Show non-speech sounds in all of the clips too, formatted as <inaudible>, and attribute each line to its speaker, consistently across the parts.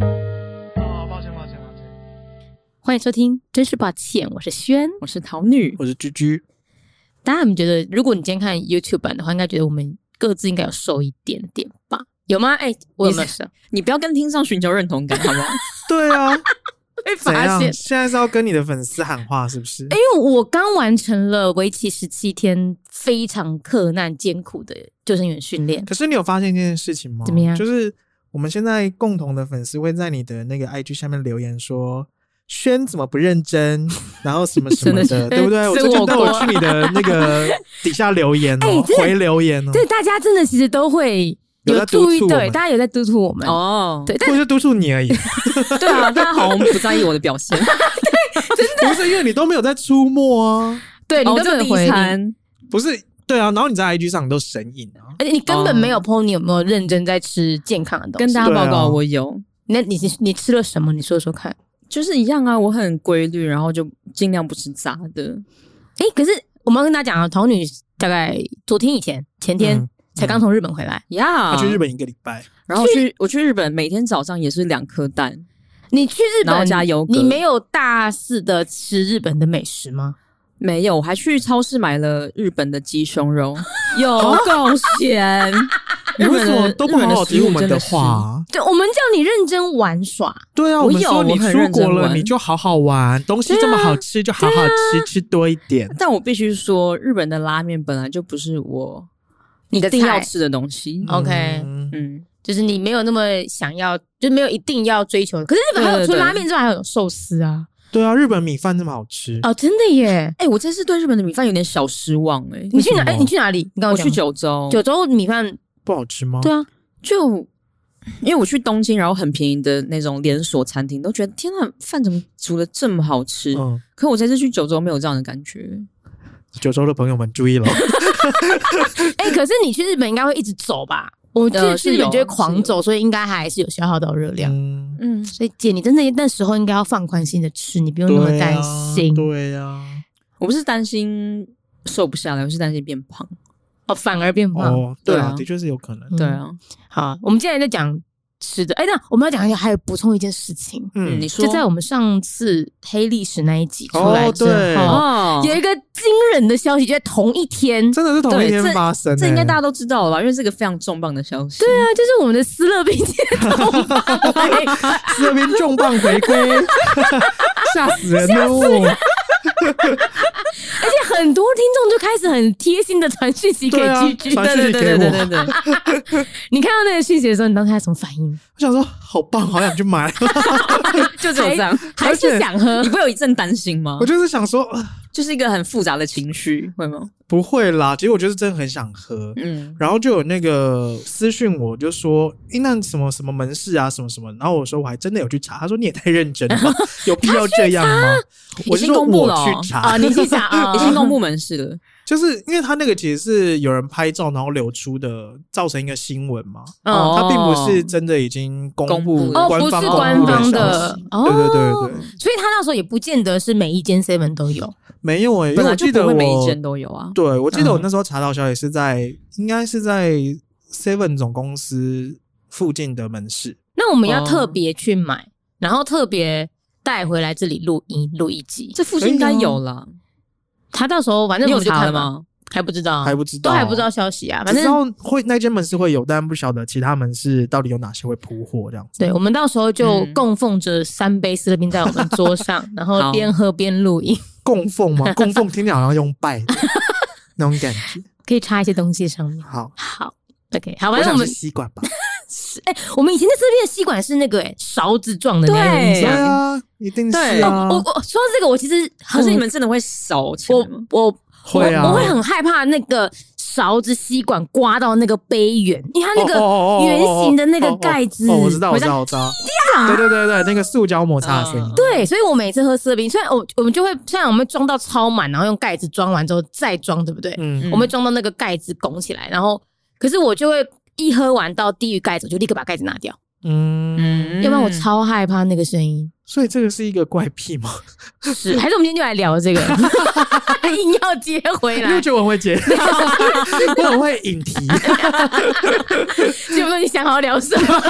Speaker 1: 哦，抱歉，抱歉，抱歉。
Speaker 2: 欢迎收听，真是抱歉，我是轩。
Speaker 3: 我是桃女，
Speaker 1: 我是居居，
Speaker 2: 大家有没有觉得，如果你今天看 YouTube 版的话，应该觉得我们各自应该有瘦一点点吧？有吗？哎、我有没有瘦？
Speaker 3: 你不要跟听众寻求认同感，好不好？
Speaker 1: 对啊，
Speaker 3: <laughs>
Speaker 2: 被
Speaker 1: 怎
Speaker 2: 发
Speaker 1: 样
Speaker 2: 现？，
Speaker 1: 现在是要跟你的粉丝喊话是不是？
Speaker 2: 因为我刚完成了为期十七天非常克难艰苦的救生员训练。
Speaker 1: 可是你有发现一件事情吗？
Speaker 2: 怎么样
Speaker 1: 就是我们现在共同的粉丝会在你的那个 IG 下面留言说。轩怎么不认真？ <laughs> 然后什么什么
Speaker 3: 真
Speaker 1: 的，
Speaker 3: 的是
Speaker 1: 对不对？我
Speaker 2: 自
Speaker 1: 最近
Speaker 2: 我
Speaker 1: 都有
Speaker 2: 过
Speaker 1: 去你的那个底下留言
Speaker 3: <laughs>
Speaker 1: 哦，
Speaker 2: 哎真的
Speaker 1: 回留言哦，
Speaker 2: 对，大家真的其实都会
Speaker 1: 有
Speaker 2: 有
Speaker 1: 在督
Speaker 2: 注意，
Speaker 1: 促我
Speaker 2: 对，
Speaker 1: 们
Speaker 2: 大家有在督促我们。
Speaker 3: 哦，
Speaker 2: 对，
Speaker 1: 或
Speaker 2: 但
Speaker 1: 者是督促你而
Speaker 3: <laughs>
Speaker 1: 已，
Speaker 3: 对啊，大家好像不在意我的表现。
Speaker 1: 不是因为你都没有在出没啊，
Speaker 2: 对你
Speaker 3: 哦
Speaker 2: 根
Speaker 3: 这
Speaker 2: 本
Speaker 3: 第
Speaker 2: 回
Speaker 3: 一
Speaker 2: 你，
Speaker 3: 餐，
Speaker 1: 不是对啊。然后你在 IG 上你都神隐啊，
Speaker 2: 而且你根本没有 PO 你有没有认真在吃健康的东
Speaker 3: 跟
Speaker 2: 西。
Speaker 3: 大家
Speaker 1: 对啊
Speaker 3: 报告，我有，
Speaker 2: 那你你你吃了什么？你说说看。
Speaker 3: 就是一样啊，我很规律，然后就尽量不吃杂的。
Speaker 2: 哎、可是我们要跟大家讲啊，童女大概昨天以前前天、
Speaker 1: 嗯
Speaker 2: 才刚从日本回来。
Speaker 3: 呀、
Speaker 1: 啊他去日本一个礼拜，
Speaker 3: 然后去我去日本，每天早上也是两颗蛋，
Speaker 2: 你去日
Speaker 3: 然后
Speaker 2: 本
Speaker 3: 加油格
Speaker 2: 你没有大肆的吃日本的美食吗？
Speaker 3: 没有，我还去超市买了日本的鸡胸肉，有够咸。
Speaker 1: 你
Speaker 3: 日
Speaker 1: 为
Speaker 3: 本
Speaker 1: 什
Speaker 3: 的
Speaker 1: 么都不好好听我们
Speaker 3: 日本的食物真的是
Speaker 1: 话啊？
Speaker 2: 对，我们叫你认真玩耍，
Speaker 1: 对啊，
Speaker 3: 我
Speaker 1: 我们
Speaker 3: 有
Speaker 1: 说
Speaker 3: 我
Speaker 1: 你
Speaker 3: 很
Speaker 1: 出
Speaker 3: 认真
Speaker 1: 国了，
Speaker 3: 玩
Speaker 1: 你就好好玩，东西
Speaker 2: 对啊
Speaker 1: 这么好吃就好好吃，吃多一点。
Speaker 3: 但我必须说，日本的拉面本来就不是我
Speaker 2: 你的
Speaker 3: 一定要
Speaker 2: 菜
Speaker 3: 吃的东西。
Speaker 2: OK
Speaker 1: 嗯
Speaker 3: 嗯，
Speaker 2: 就是你没有那么想要，就没有一定要追求。可是日本还有
Speaker 3: 对对
Speaker 2: 除了
Speaker 3: 对
Speaker 2: 拉面之外，还有寿司啊！
Speaker 1: 对啊，日本米饭这么好吃，
Speaker 3: 嗯
Speaker 2: 哦，真的耶！
Speaker 3: 哎、我这次对日本的米饭有点小失望哎、
Speaker 2: 你去哪？
Speaker 1: 为什么
Speaker 2: 哎、你去哪里？你跟
Speaker 3: 我
Speaker 2: 讲
Speaker 3: 去九州，
Speaker 2: 九州米饭，
Speaker 1: 不好吃吗？
Speaker 2: 对啊，
Speaker 3: 就因为我去东京，然后很便宜的那种连锁餐厅，都觉得天呐，饭怎么煮的这么好吃？
Speaker 1: 嗯，
Speaker 3: 可我这次去九州没有这样的感觉。
Speaker 1: 九州的朋友们注
Speaker 3: <laughs>
Speaker 1: 意了，
Speaker 2: 哎、可是你去日本应该会一直走吧？我去、
Speaker 3: 呃
Speaker 2: 去
Speaker 3: 是
Speaker 2: 日本就会
Speaker 3: 有
Speaker 2: 狂
Speaker 3: 是有
Speaker 2: 走，所以应该还是有消耗到热量。
Speaker 1: 嗯，
Speaker 3: 嗯，
Speaker 2: 所以姐，你真的那时候应该要放宽心的吃，你不用那么
Speaker 1: 对
Speaker 2: 担
Speaker 1: 啊，
Speaker 2: 心。
Speaker 1: 对啊，
Speaker 3: 我不是担心瘦不下来，我是担心变胖。
Speaker 2: 哦，反而变胖。
Speaker 1: 哦，对
Speaker 3: 对
Speaker 1: 啊，
Speaker 3: 啊
Speaker 1: 的确是有可能
Speaker 2: 嗯。
Speaker 3: 对啊，
Speaker 2: 好，我们现在在讲吃的。哎、那我们要讲一下，还有补充一件事情，
Speaker 3: 嗯，
Speaker 1: 嗯
Speaker 3: 你，说
Speaker 2: 就在我们上次黑历史那一集出来
Speaker 1: 哦，
Speaker 2: 之后，
Speaker 1: 对，
Speaker 3: 哦，
Speaker 2: 有一个惊人的消息，就在同一天。
Speaker 1: 真的是同一
Speaker 3: 对
Speaker 1: 天发生欸，
Speaker 3: 这应该大家都知道了吧？因为是个非常重磅的消息。对
Speaker 2: 对啊，就是我们的斯乐冰姐同
Speaker 1: <laughs>
Speaker 2: 伴
Speaker 1: 这边重磅回
Speaker 3: <laughs>
Speaker 1: 归，吓死人了哦！
Speaker 2: 而且很多听众就开始很贴心的传讯息给
Speaker 1: 对啊
Speaker 2: 居居。
Speaker 1: 传讯息
Speaker 3: 对对对
Speaker 1: 给
Speaker 3: 对对
Speaker 1: 我
Speaker 3: 对
Speaker 2: 啊
Speaker 3: 对，
Speaker 2: 你看到那个讯息的时候，你当时还有什么反应？
Speaker 1: 我想说，好棒，好想去买。 <laughs>
Speaker 3: 就只有这样。
Speaker 2: 啊还是想喝
Speaker 3: 你？不会有一阵担心吗
Speaker 1: 我？就是想说，呃
Speaker 3: 就是一个很复杂的情绪，会吗？
Speaker 1: 不会啦，其实我就是真的很想喝。
Speaker 3: 嗯，
Speaker 1: 然后就有那个私讯我，就说：“诶，那什么什么门市啊，什么什么。”然后我说：“我还真的有去查。”他说：“你也太认真了
Speaker 3: <laughs>
Speaker 1: 吧，有必要这样吗？”我
Speaker 3: 已
Speaker 1: 是
Speaker 3: 经
Speaker 1: 说
Speaker 3: 公布
Speaker 1: 我
Speaker 3: 了哦
Speaker 1: 去
Speaker 2: 啊，
Speaker 1: 查，
Speaker 2: 你去想啊，
Speaker 3: 已经公布门市了。
Speaker 1: <laughs> 就是因为他那个其实是有人拍照然后流出的，造成一个新闻嘛。
Speaker 2: 嗯
Speaker 1: 他并不是真的已经公
Speaker 3: 哦公
Speaker 1: 布
Speaker 3: 布
Speaker 2: 哦，不
Speaker 3: 了
Speaker 1: 官方
Speaker 2: 是
Speaker 1: 公
Speaker 2: 官
Speaker 1: 布的
Speaker 2: 方
Speaker 1: 消
Speaker 2: 的
Speaker 1: 息。，
Speaker 2: 哦，
Speaker 1: 对对对对，
Speaker 2: 所以他那时候也不见得是每一间 seven 都有，
Speaker 1: 没有欸诶，因
Speaker 3: 本
Speaker 1: 为
Speaker 3: 来
Speaker 1: 我
Speaker 3: 就
Speaker 1: 记
Speaker 3: 不
Speaker 1: 得
Speaker 3: 会每一
Speaker 1: 我
Speaker 3: 间都有啊。
Speaker 1: 对，我记得我那时候查到消息是在，应该是在 Seven 总公司附近的门市。
Speaker 2: 那我们要
Speaker 3: 哦
Speaker 2: 特别去买，然后特别带回来这里录音录一集。
Speaker 3: 这附近应该有啦。
Speaker 2: 他到时候反正
Speaker 3: 啊你
Speaker 2: 我们
Speaker 3: 有
Speaker 2: 就
Speaker 3: 查
Speaker 2: 看
Speaker 3: 了
Speaker 2: 吧？
Speaker 3: 吗？
Speaker 2: 还不知道，
Speaker 1: 还不知道
Speaker 2: 都还不知道消息啊。反
Speaker 1: 只知
Speaker 2: 正
Speaker 1: 道会那间门市会有，但不晓得其他门市到底有哪些会铺货这样子。
Speaker 2: 对，我们到时候就
Speaker 3: 嗯
Speaker 2: 供奉着三杯斯乐冰在我们桌
Speaker 3: <laughs>
Speaker 2: 上，然后
Speaker 3: 好
Speaker 2: 边喝边录音，
Speaker 1: 供奉吗？供奉听起来好像用拜的那种感觉。
Speaker 2: 可以插一些东西上面。
Speaker 1: 好，
Speaker 2: 好，OK，好，
Speaker 1: 我
Speaker 2: 反正
Speaker 1: 想
Speaker 2: 我们
Speaker 1: 是吸管吧。
Speaker 2: 哎、我们以前在斯乐冰的吸管是那个、哎勺子状的，你还有印
Speaker 3: 对
Speaker 1: 对
Speaker 2: 象？
Speaker 1: 啊，一定是
Speaker 3: 对
Speaker 1: 啊。
Speaker 2: 我我说到这个，我其实
Speaker 3: 可
Speaker 2: 很
Speaker 3: 是你们真的会少钱
Speaker 2: 我
Speaker 3: 吗？
Speaker 2: 我
Speaker 1: 会啊
Speaker 2: 我，我会很害怕那个勺子吸管刮到那个杯缘，因为它那
Speaker 1: 哦哦哦哦哦
Speaker 2: 个圆形的那个盖子，
Speaker 1: 哦，我知道，我
Speaker 2: 会
Speaker 1: 知
Speaker 2: 这
Speaker 1: 道，
Speaker 2: 样
Speaker 1: 我知道。对对
Speaker 2: 啊
Speaker 1: 对对，那个塑胶摩擦的声音
Speaker 3: 嗯。
Speaker 2: 对，所以我每次喝四合冰，虽然我我们就会，虽然我们装到超满，然后用盖子装完之后再装，对不对？
Speaker 1: 嗯，
Speaker 3: 嗯
Speaker 2: 我们装到那个盖子拱起来，然后可是我就会一喝完到低于盖子，我就立刻把盖子拿掉，
Speaker 1: 嗯，
Speaker 3: 嗯
Speaker 2: 要不然我超害怕那个
Speaker 1: <laughs>
Speaker 2: 声音。
Speaker 1: 所以这个是一个怪癖吗？ <laughs>
Speaker 2: 是，还是我们今天就来聊这个， <laughs> 硬要接回
Speaker 1: 因为
Speaker 2: 来
Speaker 1: 我。觉得我很会接，我
Speaker 2: 啊
Speaker 1: 很会引
Speaker 2: <laughs>
Speaker 1: 题。
Speaker 2: 就问你想好聊什么，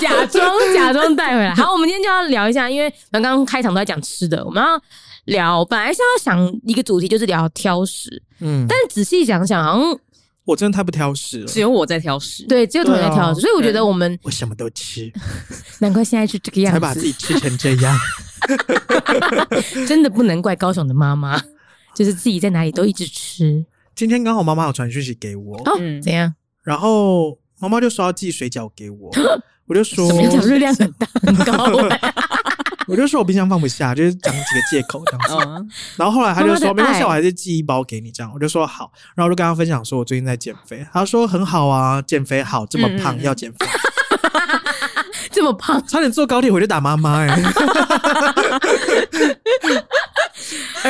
Speaker 2: 假装假装带回来。好，我们今天就要聊一下，因为刚刚开场都在讲吃的，我们要聊，本来是要想一个主题，就是聊挑食，
Speaker 1: 嗯，
Speaker 2: 但仔细想想，好像
Speaker 1: 我真的太不挑食了
Speaker 3: 只，有我在挑食，
Speaker 2: 对只有同学在挑
Speaker 1: 对
Speaker 2: 食，
Speaker 1: 啊
Speaker 2: 所以我觉得我们
Speaker 1: 我什么都吃，
Speaker 2: 难怪现在是这个
Speaker 1: 才
Speaker 2: 样
Speaker 1: 把自
Speaker 2: 子，
Speaker 1: 己吃成这样。
Speaker 2: 真的不能怪高雄的妈妈，就是自己在哪里都一直吃
Speaker 1: 今天刚好妈妈有传讯息给我，
Speaker 2: 哦，
Speaker 3: 嗯
Speaker 2: 怎样？
Speaker 1: 然后妈妈就说要寄水饺给
Speaker 3: <laughs>
Speaker 1: 我，我就说
Speaker 2: 什么叫热量很大很
Speaker 1: <laughs>
Speaker 2: 高、欸？
Speaker 1: 我就说我冰箱放不下，就是讲几个借口这样子。
Speaker 3: 嗯，
Speaker 1: 然后后来他就说
Speaker 2: 妈妈的爱
Speaker 1: 没关系，我还是寄一包给你这样。我就说好，然后我就跟他分享说我最近在减肥，他说很好啊，减肥好，这么胖
Speaker 3: 嗯嗯嗯
Speaker 1: 要减肥，
Speaker 2: 这么胖，
Speaker 1: 差点坐高铁回去打妈妈哎、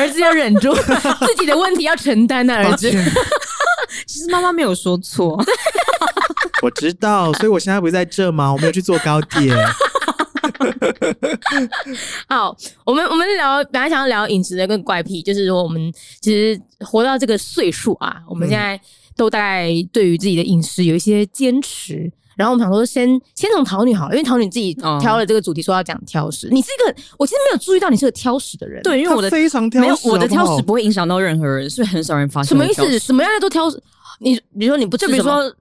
Speaker 2: 儿子要忍
Speaker 1: <laughs>
Speaker 2: 住自己的问题要承担的、啊、儿
Speaker 1: 抱
Speaker 2: 子。
Speaker 3: <laughs>
Speaker 1: 歉，
Speaker 3: 其实妈妈没有说错，
Speaker 1: 我知道，所以我现在不是在这吗？我没有去坐高铁，
Speaker 2: 好，我们我们聊，本来想要聊饮食的跟怪癖，就是说我们其实活到这个岁数啊，我们
Speaker 1: 嗯
Speaker 2: 现在都大概对于自己的饮食有一些坚持。然后我们想说先，先从桃女好了，因为桃女自己
Speaker 3: 哦
Speaker 2: 挑了这个主题，说要讲挑食。你是一个，我其实没有注意到你是个挑食的人。，
Speaker 3: <laughs> 对，因为我的
Speaker 1: 他非常挑
Speaker 3: 没有
Speaker 1: 食，
Speaker 3: 我的
Speaker 1: 好不好
Speaker 3: 挑食不会影响到任何人，所以很少人发现。
Speaker 2: 什么意思？？什么样的都挑食？你比如说你不吃
Speaker 3: 就
Speaker 2: 什
Speaker 3: 比
Speaker 2: 么，
Speaker 3: 如说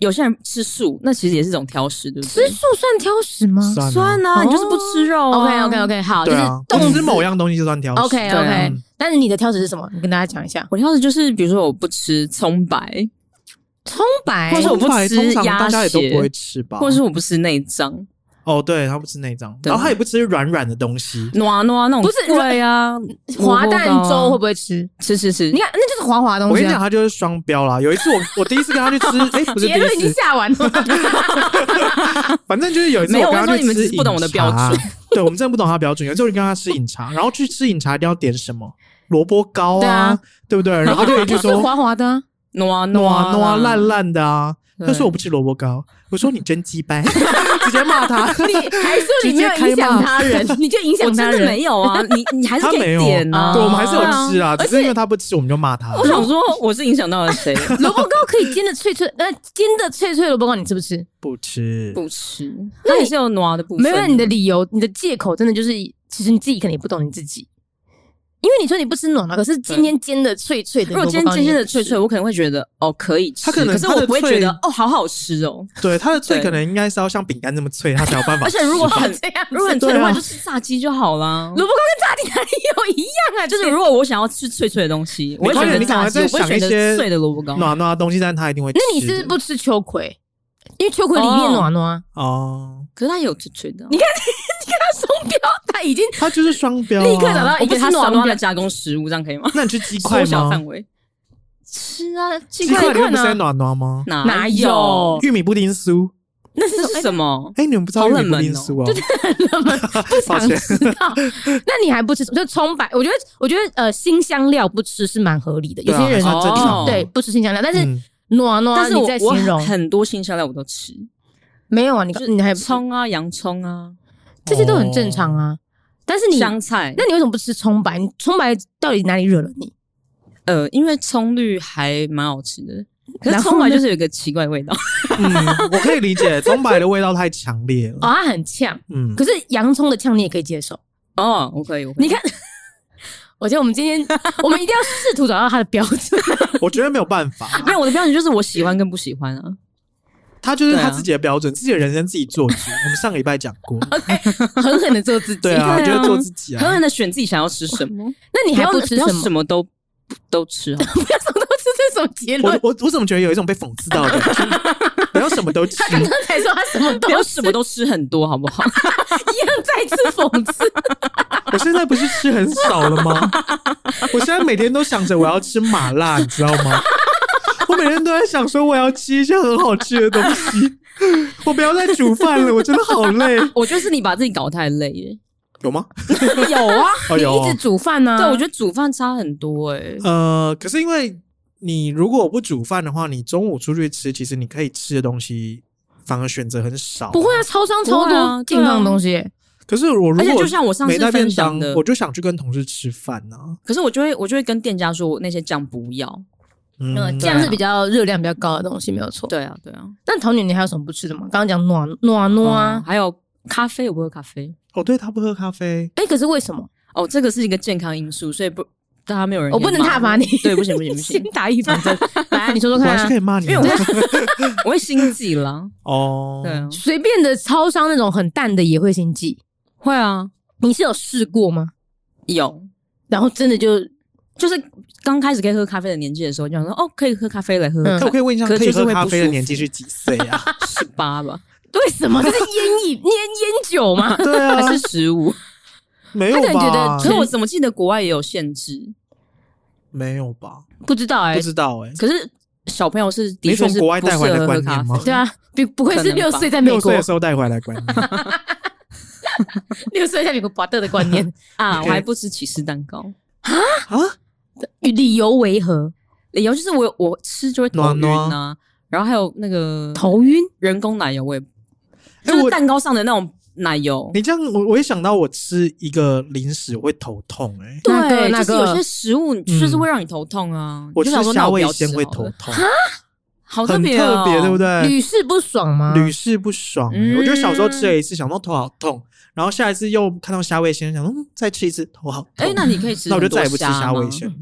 Speaker 3: 有些人吃素，那其实也是一种挑食，对不
Speaker 2: 吃
Speaker 3: 对？
Speaker 2: 素算挑食吗
Speaker 1: 算啊
Speaker 3: 算啊，
Speaker 2: 哦
Speaker 3: 你就是不吃肉啊。
Speaker 2: ？OK OK OK，好，
Speaker 1: 对
Speaker 2: 就是
Speaker 1: 啊，
Speaker 2: 动
Speaker 1: 我
Speaker 2: 词
Speaker 1: 吃某样东西就算挑食。
Speaker 2: OK
Speaker 3: 对啊
Speaker 2: OK，但是你的挑食是什么？你跟大家讲一下。
Speaker 3: 我挑食就是，比如说我不吃葱白，
Speaker 2: 葱白，
Speaker 3: 或是我不吃
Speaker 1: 通常
Speaker 3: 鸭
Speaker 1: 大家也都
Speaker 3: 血
Speaker 1: 不会吃吧？
Speaker 3: 或者是我不吃内脏，
Speaker 1: 哦，对，他不吃内脏，
Speaker 3: 对
Speaker 1: 然后他也不吃软软的东西。
Speaker 3: 暖暖那种
Speaker 2: 不是
Speaker 3: 对啊，
Speaker 2: 滑蛋粥会
Speaker 3: 萝卜糕
Speaker 2: 不会吃？
Speaker 3: 啊吃吃吃
Speaker 2: 你。看，那就是滑滑的
Speaker 1: 我
Speaker 2: 东
Speaker 1: 跟
Speaker 2: 西、
Speaker 1: 你讲，
Speaker 2: 啊。
Speaker 1: 他就是双标啦。有一次我我第一次跟他去
Speaker 3: <laughs>
Speaker 1: 吃，哎、不是第
Speaker 2: 结论已
Speaker 1: 一
Speaker 2: 经
Speaker 1: 次，
Speaker 2: 下完了，
Speaker 1: 反正就是有一次
Speaker 3: 没有
Speaker 1: 跟他去
Speaker 3: 我跟你
Speaker 1: 吃
Speaker 3: 说你们不懂我的
Speaker 1: 饮茶
Speaker 3: 标。
Speaker 1: 对，我们真的不懂他的标准。有一次我就跟他吃饮茶，然后去吃饮茶一定要点什么萝卜糕
Speaker 2: 对
Speaker 1: 啊
Speaker 2: 啊，
Speaker 1: 对不 <laughs> 对？然后就有一句
Speaker 2: 就
Speaker 3: <laughs>
Speaker 2: 是
Speaker 1: 说
Speaker 2: 滑滑的、啊。
Speaker 3: 暖
Speaker 2: 啊
Speaker 1: 糯
Speaker 3: 暖
Speaker 1: 糯
Speaker 3: <laughs>
Speaker 1: 烂烂的啊。
Speaker 3: 对
Speaker 1: 他说我不吃萝卜糕，我说你真鸡掰，
Speaker 3: <laughs>
Speaker 1: 直接骂他。
Speaker 2: 你还说你没有影响
Speaker 3: <laughs>
Speaker 2: 他人，你就影
Speaker 3: 我
Speaker 2: 响他
Speaker 3: 真的
Speaker 2: 人。
Speaker 3: 没有啊，你你还是
Speaker 1: 他
Speaker 3: 可以
Speaker 1: 没有，
Speaker 3: 点啊。
Speaker 1: 对我们还是有
Speaker 3: 对啊
Speaker 1: 吃啊，只是因为他不吃，我们就骂他。
Speaker 3: 我想说，我是影响到了谁？
Speaker 2: 萝卜糕可以煎的脆脆，呃，煎的脆脆萝卜糕你吃不吃？
Speaker 1: 不吃，
Speaker 2: <laughs>
Speaker 3: 不吃，那也是有啊暖的部分。
Speaker 2: 没有，你的理由，你的借口真的就是，其实你自己可能也不懂你自己。因为你说你不吃暖了，可是今天煎的脆脆的，
Speaker 3: 如果今天煎煎的脆脆，，我可能会觉得哦可以吃，
Speaker 1: 它可能
Speaker 3: 是我不会
Speaker 1: 它的脆
Speaker 3: 觉得哦好好吃哦。
Speaker 1: 对，它的脆
Speaker 3: 对
Speaker 1: 可能应该是要像饼干那么脆，它才有办法
Speaker 3: 而
Speaker 1: 吃
Speaker 3: 且
Speaker 1: 吧。
Speaker 3: 如果很
Speaker 2: 这 <laughs> 样子
Speaker 3: 如果很脆的
Speaker 1: 对啊
Speaker 3: 话，就吃炸鸡就好啦。
Speaker 2: 萝卜糕跟炸鸡哪里有一样啊？就
Speaker 3: 就是是如果我想要吃脆脆的东西，我会
Speaker 1: 快点
Speaker 3: 选择
Speaker 1: 你赶快
Speaker 3: 炸鸡，
Speaker 1: 再
Speaker 3: 我不会
Speaker 1: 想
Speaker 3: 选
Speaker 1: 一些
Speaker 3: 择脆的萝卜糕。
Speaker 1: 暖暖的东西，但他一定会吃的。
Speaker 2: 那你是不是不吃秋葵？因为秋葵里面暖啊暖，
Speaker 1: 哦，
Speaker 3: 可是它也有脆脆的啊，
Speaker 2: 你他松标，他已经
Speaker 1: 他就是双标、啊，
Speaker 2: 立刻找到
Speaker 3: 哦我
Speaker 2: 一
Speaker 3: 给
Speaker 2: 个
Speaker 3: 它
Speaker 2: 他
Speaker 3: 少
Speaker 2: 双
Speaker 3: 量
Speaker 2: 标
Speaker 3: 的。加工食物，这样可以吗？
Speaker 1: 那你吃鸡块
Speaker 3: 缩小
Speaker 1: 吗
Speaker 3: 范？围，
Speaker 2: 吃啊，
Speaker 1: 鸡
Speaker 2: 鸡
Speaker 1: 块里面不是在
Speaker 2: 呢？
Speaker 1: 暖暖吗？
Speaker 3: 哪
Speaker 2: 哪
Speaker 3: 有
Speaker 2: 有？
Speaker 1: 玉米布丁酥，
Speaker 3: 那是什么？
Speaker 1: 哎、你们不知道
Speaker 3: 好
Speaker 1: 玉
Speaker 3: 冷
Speaker 1: 米布
Speaker 3: 门
Speaker 1: 丁
Speaker 3: 哦
Speaker 1: 酥啊？
Speaker 2: 不想知道。那你还不吃？就葱白，我觉得，我觉得呃，新香料不吃是蛮合理的。有
Speaker 1: 对啊
Speaker 2: 些人
Speaker 1: 还
Speaker 3: 哦
Speaker 1: 算正常、
Speaker 3: 哦
Speaker 2: 对不吃新香料，但是
Speaker 1: 嗯
Speaker 2: 暖暖，
Speaker 3: <laughs> 但是
Speaker 2: 啊你
Speaker 3: 我
Speaker 2: 在
Speaker 3: 我
Speaker 2: 形容
Speaker 3: 很多新香料我都吃，
Speaker 2: 没有啊？你你还
Speaker 3: 葱啊、洋葱啊、
Speaker 2: 这些都很
Speaker 1: 哦
Speaker 2: 正常啊。但是你，
Speaker 3: 香菜
Speaker 2: 那。你为什么不吃葱白？你葱白到底哪里惹了你？
Speaker 3: 呃，因为葱绿还蛮好吃的，可是
Speaker 2: 然后
Speaker 3: 葱白
Speaker 2: 呢
Speaker 3: 就是有一个奇怪的味道。 <laughs>
Speaker 1: 嗯，我可以理解，中白的味道太强烈了。
Speaker 2: 哦，它很呛，
Speaker 1: 嗯，
Speaker 2: 可是洋葱的呛你也可以接受。
Speaker 3: 哦，我可以，我可以。
Speaker 2: 你看，我觉得我们今 <laughs> 天我们一定要试图找到它的标准。
Speaker 1: 我觉得没有办
Speaker 2: <laughs>
Speaker 1: 法、
Speaker 3: <laughs> 没有，我的标准就是我喜欢跟不喜欢啊。
Speaker 1: 他就是他
Speaker 3: 对啊
Speaker 1: 自己的标准，自己的人生自己做主。我们上个礼拜讲过，
Speaker 2: 哦狠狠的做自己。
Speaker 1: 对啊，
Speaker 3: 对啊
Speaker 1: 就是做自己
Speaker 3: 狠
Speaker 1: 啊。
Speaker 3: 狠的选自己想要吃什么，
Speaker 2: <laughs> 那你还不吃
Speaker 3: 要
Speaker 2: 什
Speaker 3: 什
Speaker 2: 么？
Speaker 3: 么都不都吃好吗？
Speaker 2: 不要什么都吃，这是什么结
Speaker 1: 我
Speaker 2: 论？
Speaker 1: 我我怎么觉得有一种被讽刺到的感
Speaker 2: <laughs>
Speaker 1: 觉？不要什么都吃，
Speaker 2: 刚刚才说他什 <laughs> 么都
Speaker 3: 不要什么都吃很多，好不好？ <laughs>
Speaker 2: 一样，再次讽刺。
Speaker 1: 我现在不是吃很少了
Speaker 3: <laughs>
Speaker 1: 吗？我现在每天都想着我要吃麻辣，你知道吗？我每天都在想说我要吃一些很好吃的东
Speaker 3: <laughs>
Speaker 1: 西，我不要再煮饭了，我真的好累。
Speaker 3: 我觉得是你把自己搞太累耶。
Speaker 1: 有
Speaker 3: <laughs>
Speaker 1: 吗？
Speaker 2: 有啊，
Speaker 1: 哦
Speaker 3: 哎
Speaker 2: 你
Speaker 1: 有哦
Speaker 2: 一直煮饭啊呢、
Speaker 3: 对，我觉
Speaker 2: 得
Speaker 3: 得煮饭差很多哎、
Speaker 1: 呃，可是因为你如果不煮饭的话，你中午出去吃，其实你可以吃的东西反而选择很少、
Speaker 2: 不会啊，，超商超
Speaker 3: 不会啊
Speaker 2: 多健康
Speaker 3: 对啊
Speaker 2: 的东西。
Speaker 1: 可是我如
Speaker 3: 而且
Speaker 1: 果
Speaker 3: 就像我上次
Speaker 1: 没带便
Speaker 3: 分享
Speaker 1: 当
Speaker 3: 的，
Speaker 1: 我就想去跟同事吃饭啊。
Speaker 3: 可是我就会我就会跟店家说，我那些酱不要。
Speaker 2: 嗯，
Speaker 1: 嗯，
Speaker 2: 这样是比较热量比较高的东西，没有错。
Speaker 3: 啊对啊，对啊，
Speaker 2: 那桃女，你还有什么不吃的吗？刚刚讲暖暖暖
Speaker 3: 哇、
Speaker 2: 啊，
Speaker 3: 还有咖啡，我不喝咖啡。
Speaker 1: 哦，对他不喝咖啡，
Speaker 2: 哎、可是为什么
Speaker 3: 哦，这个是一个健康因素，所以不，大家没有人可
Speaker 1: 哦
Speaker 2: 我
Speaker 3: 以骂
Speaker 2: 不
Speaker 3: 我
Speaker 2: 能踏伐你？
Speaker 3: 对，不行不行不
Speaker 1: <laughs>
Speaker 2: 先
Speaker 3: 行，
Speaker 2: 打预
Speaker 3: <laughs>
Speaker 2: 防针。来，你说说
Speaker 1: 我还
Speaker 2: 看
Speaker 1: 是
Speaker 2: 啊
Speaker 1: 可。以骂你
Speaker 3: 因为
Speaker 1: 啊。
Speaker 3: 我会心悸啦。
Speaker 1: 哦，
Speaker 3: 对啊，
Speaker 2: 随便的超商那种很淡的也会心悸，
Speaker 3: 会啊，
Speaker 2: 你是有试过吗？
Speaker 3: 有，
Speaker 2: 然后真的就
Speaker 3: 就是刚开始可以喝咖啡的年纪的时候，就想说哦，可以喝咖啡来喝喝
Speaker 2: 嗯
Speaker 1: 那我
Speaker 3: 看，
Speaker 1: 可以问一下，
Speaker 3: 可
Speaker 1: 可以
Speaker 3: 就是
Speaker 1: 喝
Speaker 3: 会
Speaker 1: 咖
Speaker 3: 不
Speaker 1: 啡的
Speaker 3: 舒
Speaker 1: 年纪
Speaker 3: 服
Speaker 1: 是几岁
Speaker 3: <laughs>
Speaker 1: 啊？
Speaker 3: 十八吧，
Speaker 2: 为什么？这是烟瘾、烟 <laughs> 烟酒
Speaker 1: <laughs>
Speaker 2: 吗？
Speaker 1: 对啊，
Speaker 3: 还是十五？
Speaker 1: 没有
Speaker 2: 他可能觉得
Speaker 1: 吧
Speaker 3: 可？是我怎么记得国外也有限制？
Speaker 1: 没有吧？
Speaker 2: 不知道哎、
Speaker 1: 不知道哎。
Speaker 3: 可是小朋友是的
Speaker 1: 你
Speaker 3: 确
Speaker 1: 从
Speaker 3: 是
Speaker 1: 国外带回来的
Speaker 3: 不适
Speaker 1: 观
Speaker 3: 合喝咖
Speaker 1: 念吗
Speaker 3: 啡
Speaker 2: 对啊，不不愧
Speaker 3: 可
Speaker 2: 是
Speaker 3: 能吧
Speaker 2: 六岁在美
Speaker 1: 六
Speaker 2: 国
Speaker 1: 岁的，时候带回来的观
Speaker 3: <laughs>
Speaker 1: 念，
Speaker 2: 六岁在美国巴特的观念，
Speaker 1: <laughs>
Speaker 3: 啊，我
Speaker 1: 对
Speaker 3: 还不吃起司蛋糕，
Speaker 1: 啊，
Speaker 2: 与理由为何？
Speaker 3: 理由就是我我吃就会头晕
Speaker 1: 暖
Speaker 3: 啊，然后还有那个
Speaker 2: 头晕？
Speaker 3: 人工奶油，我也
Speaker 1: 哎
Speaker 3: 就是
Speaker 1: 我
Speaker 3: 蛋糕上的那种奶油，
Speaker 1: 你这样我我也想到我吃一个零食我会头痛哎、
Speaker 2: 那个
Speaker 3: 对，
Speaker 2: 那
Speaker 3: 就是
Speaker 2: 个
Speaker 3: 有些食物就是会让你头痛啊，
Speaker 1: 嗯我
Speaker 3: 你
Speaker 1: 吃
Speaker 3: 就想说
Speaker 1: 虾
Speaker 3: 那不
Speaker 1: 味
Speaker 3: 要吃
Speaker 1: 鲜会
Speaker 3: 好
Speaker 1: 头
Speaker 3: 了，
Speaker 1: 痛，
Speaker 3: 哦好特
Speaker 1: 很
Speaker 3: 别
Speaker 1: 特
Speaker 3: 哦啊
Speaker 1: 别，对不？对？
Speaker 2: 屡试不爽吗？
Speaker 1: 屡试不爽、欸，
Speaker 3: 嗯
Speaker 1: 我觉得小时候吃了一次，想到头好痛，然后下一次又看到虾味鲜，想嗯再吃一次头好痛。
Speaker 3: 哎，那你可以吃，
Speaker 1: 哦那我就再也不吃虾味
Speaker 3: 鲜。
Speaker 1: 鲜了。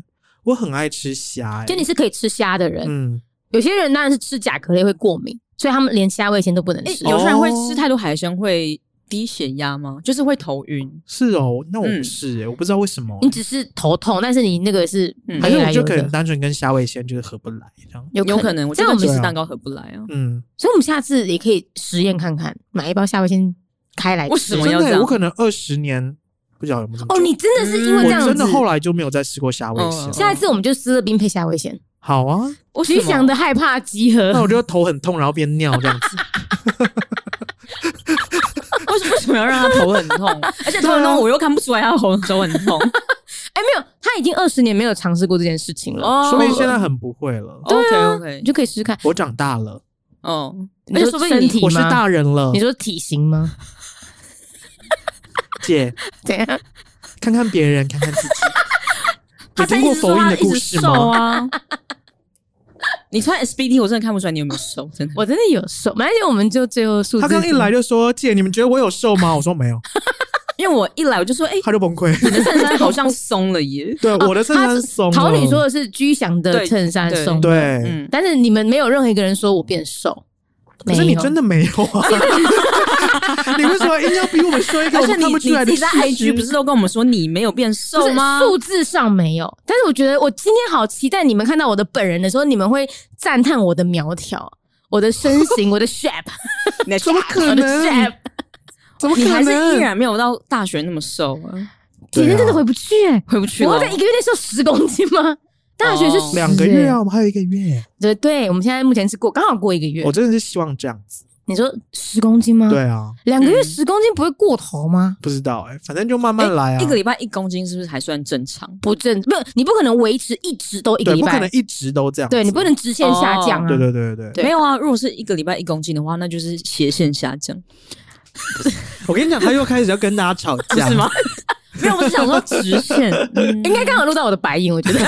Speaker 1: 我很爱吃虾、欸，
Speaker 2: 就你是可以吃虾的人，
Speaker 1: 嗯，
Speaker 2: 有些人当然是吃甲壳类会过敏，所以他们连虾味鲜都不能
Speaker 3: 哎，
Speaker 2: 吃。
Speaker 3: 有些人会吃
Speaker 1: 哦
Speaker 3: 太多海鲜会低血压吗？就是会头晕，
Speaker 1: 是哦，那我不
Speaker 3: 嗯
Speaker 1: 是、欸，我不知道为什么、
Speaker 2: 你只是头痛，但是你那个是
Speaker 3: 嗯
Speaker 1: 还
Speaker 2: 没
Speaker 1: 是
Speaker 2: 来
Speaker 1: 我
Speaker 2: 由
Speaker 1: 就可能
Speaker 2: 的，
Speaker 1: 单纯跟虾味鲜就是合不来这样。
Speaker 2: 有
Speaker 3: 有可能我
Speaker 2: 这
Speaker 3: 觉
Speaker 2: 样我
Speaker 3: 得起
Speaker 2: 们，
Speaker 1: 对
Speaker 3: 司
Speaker 1: 啊
Speaker 3: 蛋糕合不来啊。
Speaker 1: 嗯，
Speaker 2: 所以我们下次也可以实验看看，买一包虾味鲜开来吃。
Speaker 3: 为什么
Speaker 1: 真
Speaker 3: 要
Speaker 1: 的
Speaker 3: 这
Speaker 1: 欸、
Speaker 3: 样
Speaker 1: 我可能二十年不晓得有没有这么
Speaker 2: 哦，
Speaker 1: 久
Speaker 2: 你真的是因为
Speaker 1: 嗯我
Speaker 2: 这样子
Speaker 1: 真的，后来就没有再吃过虾味鲜。
Speaker 3: 嗯
Speaker 2: 下一次我们就撕了冰配虾味鲜。
Speaker 1: 好啊，
Speaker 3: 我
Speaker 2: 吉祥的害怕集
Speaker 1: 那我
Speaker 2: 合，
Speaker 1: 就头很痛，然后边尿这样子。
Speaker 3: 为什为什么要让他头很痛？ <laughs> 而且头很
Speaker 1: 对啊
Speaker 3: 痛，我又看不出来他头手很 <laughs> 痛。
Speaker 2: 哎，没有，他已经二十年没有尝试过这件事情了，
Speaker 1: <laughs>
Speaker 3: 哦
Speaker 1: 说明现在很不会了。
Speaker 2: 哦
Speaker 3: OK OK，
Speaker 2: 你就可以试试看。
Speaker 1: 我长大了，
Speaker 3: 啊哦，
Speaker 2: 而且说不定你
Speaker 1: 我是大人了
Speaker 2: 你，说体型吗？ <laughs>
Speaker 1: 姐，
Speaker 2: 怎样？
Speaker 1: 看看别人，看看
Speaker 2: <laughs>
Speaker 1: 自己。
Speaker 3: 他
Speaker 1: 有听过佛印的故事吗？
Speaker 3: <laughs> 啊。你穿 SBD，我真的看不出来你有没有瘦，真的。
Speaker 2: 我真的有瘦，反正我们就最后数字。
Speaker 1: 他刚一来就说：“姐，你们觉得我有瘦吗？”我说：“没有。
Speaker 3: 因为我一来我就说，哎、”
Speaker 1: 他就崩溃。。
Speaker 3: 你的衬衫好像松了耶
Speaker 1: 对，我的衬
Speaker 2: 啊他
Speaker 1: 衫松了。
Speaker 2: 桃女说的是居祥的
Speaker 3: 对
Speaker 2: 衬衫
Speaker 3: 对
Speaker 1: <laughs>
Speaker 2: 松，，
Speaker 1: 对，
Speaker 3: 嗯，
Speaker 2: 但是你们没有任何一个人说我变瘦，
Speaker 1: 可是你
Speaker 2: 没有
Speaker 1: 真的没有
Speaker 3: <laughs>
Speaker 1: 啊！你为什么硬要逼我们说一个
Speaker 3: 而
Speaker 1: 我
Speaker 3: 且
Speaker 1: 们
Speaker 3: 你
Speaker 1: 看不
Speaker 3: 你
Speaker 1: 出来
Speaker 3: 自
Speaker 1: 的
Speaker 3: 己在
Speaker 1: 事实
Speaker 3: IG 不是都跟我们说你没有变
Speaker 2: 不
Speaker 3: 瘦
Speaker 2: 是
Speaker 3: 吗？
Speaker 2: 数字上没有，但是我觉得我今天好期待你们看到我的本人的时候，你们会赞叹我的苗条、我的身
Speaker 1: <laughs>
Speaker 2: 形、我的 shape，
Speaker 3: 你
Speaker 1: 怎么可
Speaker 2: 我的
Speaker 1: 能？
Speaker 3: <laughs>
Speaker 2: shape。
Speaker 1: 怎么可
Speaker 3: 你还是依
Speaker 1: 能？
Speaker 3: 然没有到大学那么瘦啊，
Speaker 2: 几
Speaker 1: 对啊
Speaker 2: 天真的回不去哎、
Speaker 3: 回不去
Speaker 2: 我要
Speaker 3: 了
Speaker 2: 在。一个月内瘦十公斤吗？大学是
Speaker 3: 哦
Speaker 2: 10
Speaker 1: 两个月
Speaker 2: 哎
Speaker 1: 啊，我们还有一个月。
Speaker 2: 对对，我们现在目前是过刚好过一个月
Speaker 1: 我。真的是希望这样子。
Speaker 2: 你说十公斤吗？，
Speaker 1: 对啊，
Speaker 2: 两个月
Speaker 3: 嗯
Speaker 2: 十公斤不会过头吗？
Speaker 1: 不知道哎，反正就慢慢来啊。
Speaker 3: 一个礼拜一公斤是不是还算正常？
Speaker 2: 不正，没有，你不可能维持一直都一个
Speaker 1: 对，
Speaker 2: 礼
Speaker 1: 不
Speaker 2: 拜，
Speaker 1: 可能一直都这样子。
Speaker 2: 对你不能直线下降啊。
Speaker 1: 哦对。对对对对，
Speaker 2: 对
Speaker 3: 没有啊，如果是一个礼拜一公斤的话，那就是斜线下降，
Speaker 1: 我跟你讲，他又开始要跟大家吵
Speaker 3: <laughs>
Speaker 1: 架，
Speaker 3: 是吗？？没有，我是想说直线， <laughs> 嗯
Speaker 2: 应该刚好录到我的白眼，我
Speaker 3: <laughs>
Speaker 2: 觉得。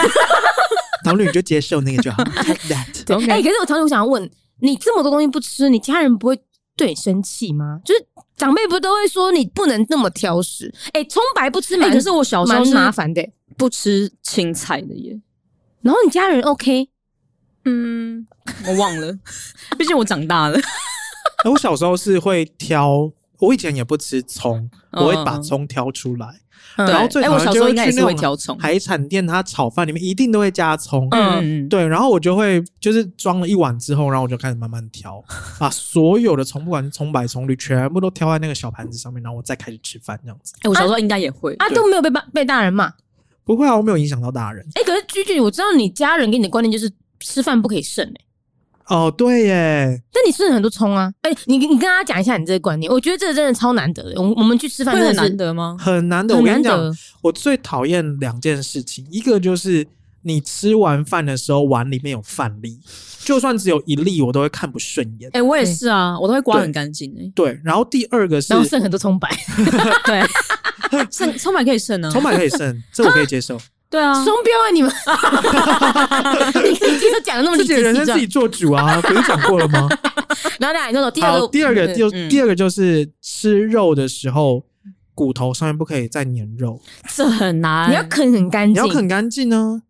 Speaker 1: 唐女你就接受那个就好，take that。
Speaker 2: 对，哎、可是我常常想要问，你这么多东西不吃，你家人不会对你生气吗？就是长辈不都会说你不能那么挑食？哎、葱白不吃
Speaker 3: 哎、
Speaker 2: 蛮、
Speaker 3: 可是我小时候
Speaker 2: 蛮
Speaker 3: 是
Speaker 2: 麻烦的、
Speaker 3: 不吃青菜的耶。
Speaker 2: 然后你家人 OK，
Speaker 3: 嗯，我忘了， <laughs> 毕竟我长大了。
Speaker 1: 哎，我小时候是会挑，我以前也不吃葱，我会把
Speaker 3: 嗯嗯
Speaker 1: 葱挑出来。
Speaker 2: 嗯
Speaker 1: 然后
Speaker 3: 对
Speaker 1: 最
Speaker 3: 哎
Speaker 1: 讨
Speaker 3: 我
Speaker 1: 厌
Speaker 3: 小
Speaker 1: 就
Speaker 3: 时候
Speaker 1: 会
Speaker 3: 应该
Speaker 1: 去
Speaker 3: 也
Speaker 1: 那
Speaker 3: 是会
Speaker 1: 种
Speaker 3: 挑葱
Speaker 1: 海产店，它炒饭里面一定都会加葱。
Speaker 3: 嗯嗯，
Speaker 1: 对，然后我就会就是装了一碗之后，然后我就开始慢慢挑，把所有的葱，不管是葱白、葱绿，全部都挑在那个小盘子上面，然后我再开始吃饭这样子。
Speaker 3: 哎、我小时候应该也会。
Speaker 2: 啊
Speaker 3: 对
Speaker 2: 都没有被爸被大人骂。
Speaker 1: 不会啊，我没有影响到大人。
Speaker 2: 哎、可是居居，我知道你家人给你的观念就是吃饭不可以剩、欸，
Speaker 1: 哦，对耶，
Speaker 2: 但你剩很多葱啊。哎、你你跟大家讲一下你这个观念，我觉得这个真的超难得的。我们我们去吃饭
Speaker 3: 会
Speaker 2: 真的
Speaker 3: 很
Speaker 2: 是
Speaker 3: 难得吗？
Speaker 1: 很难得。
Speaker 2: 很
Speaker 1: 我跟
Speaker 2: 难
Speaker 1: 你讲，
Speaker 2: 得，
Speaker 1: 我最讨厌两件事情，一个就是你吃完饭的时候碗里面有饭粒，就算只有一粒，我都会看不顺眼。
Speaker 3: 哎、我也是啊，我都会刮很干净哎。
Speaker 1: 对，然后第二个是
Speaker 2: 然后剩很多葱白，
Speaker 3: 对， <laughs> 剩充满可以剩啊，
Speaker 1: 重买可以剩，这我可以接受。
Speaker 3: 对啊，
Speaker 2: 双标啊你们！你可以接受讲的那么
Speaker 1: 自
Speaker 2: 理
Speaker 1: 己的
Speaker 2: 直
Speaker 1: 人
Speaker 2: 气
Speaker 1: 生自
Speaker 2: 壮
Speaker 1: 己。做主啊，不是讲过了吗？
Speaker 2: 然后大家你说第二
Speaker 1: 好，
Speaker 2: 个，
Speaker 1: 第二个
Speaker 2: 嗯
Speaker 1: 就
Speaker 3: 嗯
Speaker 1: 第二个就是吃肉的时候，骨头上面不可以再粘肉，
Speaker 3: 这很难。
Speaker 2: 你要啃很干
Speaker 1: 你
Speaker 2: 净，
Speaker 1: 要啃干净呢。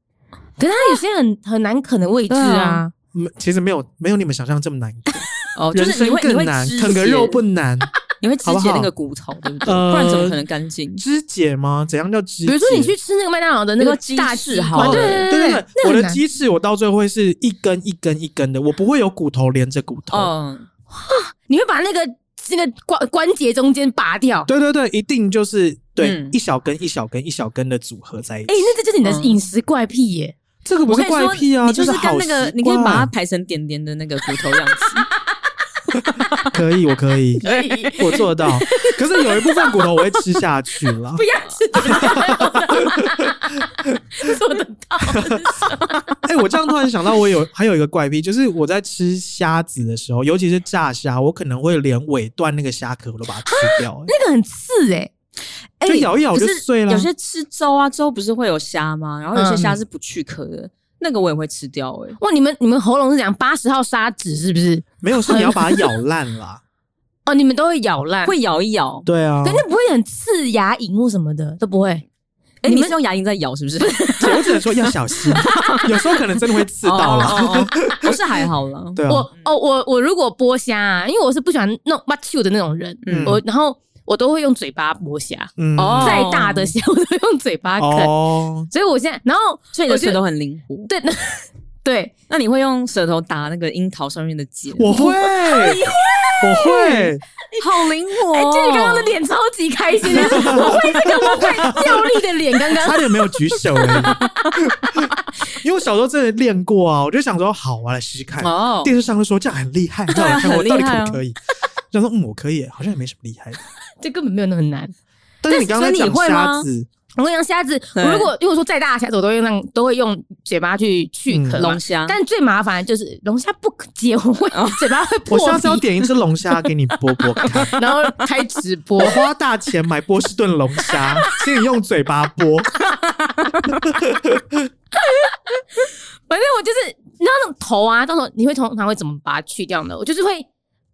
Speaker 2: 可是它有些很很难啃的位置
Speaker 3: 对
Speaker 2: 啊
Speaker 3: 啊。
Speaker 1: 嗯其实没有没有你们想象这么难，
Speaker 3: 哦，就
Speaker 1: 人
Speaker 3: 是
Speaker 1: 生
Speaker 3: 你会你
Speaker 1: 更
Speaker 3: 会
Speaker 1: 难，
Speaker 3: 肢
Speaker 1: 啃个
Speaker 3: 解
Speaker 1: 肉不难。
Speaker 3: 你会肢
Speaker 1: 好不
Speaker 3: 解
Speaker 1: 好
Speaker 3: 那个骨头，对不对？
Speaker 1: 呃
Speaker 3: 不然怎么可能干 <laughs> 净？
Speaker 1: 肢解吗？怎样叫肢解？
Speaker 2: 比如说你去吃那个麦当劳的那个
Speaker 3: 那个鸡
Speaker 2: 大
Speaker 3: 翅
Speaker 2: 鸡
Speaker 3: 好
Speaker 2: 块，
Speaker 3: 了
Speaker 2: 对
Speaker 1: 对对
Speaker 2: 对
Speaker 1: 对，
Speaker 2: 那
Speaker 1: 我
Speaker 2: 很
Speaker 1: 的
Speaker 2: 难。
Speaker 1: 鸡翅我到最后会是一根一根一根的，我不会有骨头连着骨头。
Speaker 3: 嗯，
Speaker 2: 你会把那个那个关关节中间拔掉。
Speaker 1: 对对对，一定就是对、
Speaker 3: 嗯
Speaker 1: 一小根一小根一小根的组合在一起。
Speaker 2: 哎、那这就是你的
Speaker 3: 嗯
Speaker 2: 饮食怪癖耶！。
Speaker 1: 这个不
Speaker 3: 我
Speaker 1: 是
Speaker 3: 跟你
Speaker 1: 怪
Speaker 3: 说，
Speaker 1: 癖啊，
Speaker 3: 你就是跟
Speaker 1: 好
Speaker 3: 那个，
Speaker 1: 习
Speaker 3: 你可以把它
Speaker 1: 惯
Speaker 3: 排成点点的那个骨头样 <laughs> 子。
Speaker 1: 可以，我可
Speaker 3: <laughs>
Speaker 1: 以
Speaker 2: 不
Speaker 1: 我做得到，可是有一部分骨头我会吃下去了。
Speaker 2: 要吃这个做得到，
Speaker 1: 哎、我这样突然想到，我有还有一个怪癖，就是我在吃虾子的时候，尤其是炸虾，我可能会连尾段那个虾壳我都把它吃掉、哎
Speaker 2: 那个很刺哎、
Speaker 3: 哎
Speaker 1: 就咬一咬就
Speaker 3: 可是
Speaker 1: 碎了
Speaker 3: 有些吃粥啊，粥不是会有虾吗？然后有些
Speaker 2: 嗯
Speaker 3: 虾是不去壳的，那个我也会吃掉。哎，
Speaker 2: 哇，你们你们喉咙是讲八十号砂纸是不是？
Speaker 1: 没有说你要把它咬烂啦。
Speaker 2: 哦，你们都会咬烂，
Speaker 3: 会咬一咬。
Speaker 1: 对啊
Speaker 2: 可，是不会很刺牙龈或什么的，都不会。
Speaker 3: 哎，
Speaker 2: 你
Speaker 3: 你
Speaker 2: 们
Speaker 3: 是用牙龈在咬 <laughs> 是不是？
Speaker 1: 我只能说要小心，有时候可能真的会刺到
Speaker 3: 了，
Speaker 1: 啦。
Speaker 3: 哦哦我是还好 <laughs> 啦。
Speaker 1: 对啊，
Speaker 2: 我哦，我我如果剥虾、啊，因为我是不喜欢弄 b u t 的那种人，
Speaker 1: 嗯
Speaker 2: 我然后我都会用嘴巴剥虾，
Speaker 1: 嗯
Speaker 3: 哦
Speaker 2: 再大的虾我都用嘴巴啃。
Speaker 1: 哦，
Speaker 2: 所以我现在，然后
Speaker 3: 所以你
Speaker 2: 我
Speaker 3: 的
Speaker 2: 觉
Speaker 3: 舌
Speaker 2: 得
Speaker 3: 头很灵活。
Speaker 2: 对 <laughs> 对，
Speaker 3: 那你会用舌头打那个樱桃上面的结？
Speaker 1: 我会，我会，
Speaker 3: 好灵活
Speaker 2: 哎、
Speaker 3: 哦！
Speaker 2: 这个刚刚的脸超级开
Speaker 3: <laughs>
Speaker 2: 心的，我会这个，我会用力的脸，刚刚
Speaker 1: 差点没有举手而
Speaker 3: <laughs>
Speaker 1: 已因为我小时候真的练过啊，我就想说好，我来试试看。
Speaker 3: 哦，
Speaker 1: 电视上就说这样很厉害，
Speaker 3: 啊
Speaker 1: 那我看我
Speaker 3: 很厉
Speaker 1: 到
Speaker 3: 害
Speaker 1: 底
Speaker 3: 啊
Speaker 1: 可不可以？想说嗯，我可以，好像也没什么厉
Speaker 3: <laughs>
Speaker 1: 害的。
Speaker 2: 这根本没有那么难。
Speaker 1: 但是你刚才
Speaker 3: 所以
Speaker 1: 讲
Speaker 3: 你会
Speaker 1: 虾
Speaker 3: 吗
Speaker 1: 子，
Speaker 2: 我跟你讲，虾子，我
Speaker 3: 对
Speaker 2: 如果如果说再大的虾子，我都会用都会用嘴巴去去
Speaker 1: 嗯
Speaker 2: 啃嘛
Speaker 3: 龙虾，
Speaker 2: 但最麻烦的就是龙虾不可解，我会
Speaker 3: 哦
Speaker 2: 嘴巴会破
Speaker 1: 我
Speaker 2: 皮，
Speaker 1: 下次要点一只龙虾给你剥剥
Speaker 3: <laughs>
Speaker 1: 看。
Speaker 2: 然后开直播
Speaker 1: 我。花大钱买波士顿龙
Speaker 3: <laughs>
Speaker 1: 虾，请你用嘴巴剥。
Speaker 2: 反正我就是，你知道那种头啊，到时候你会通常会怎么把它去掉呢？我就是会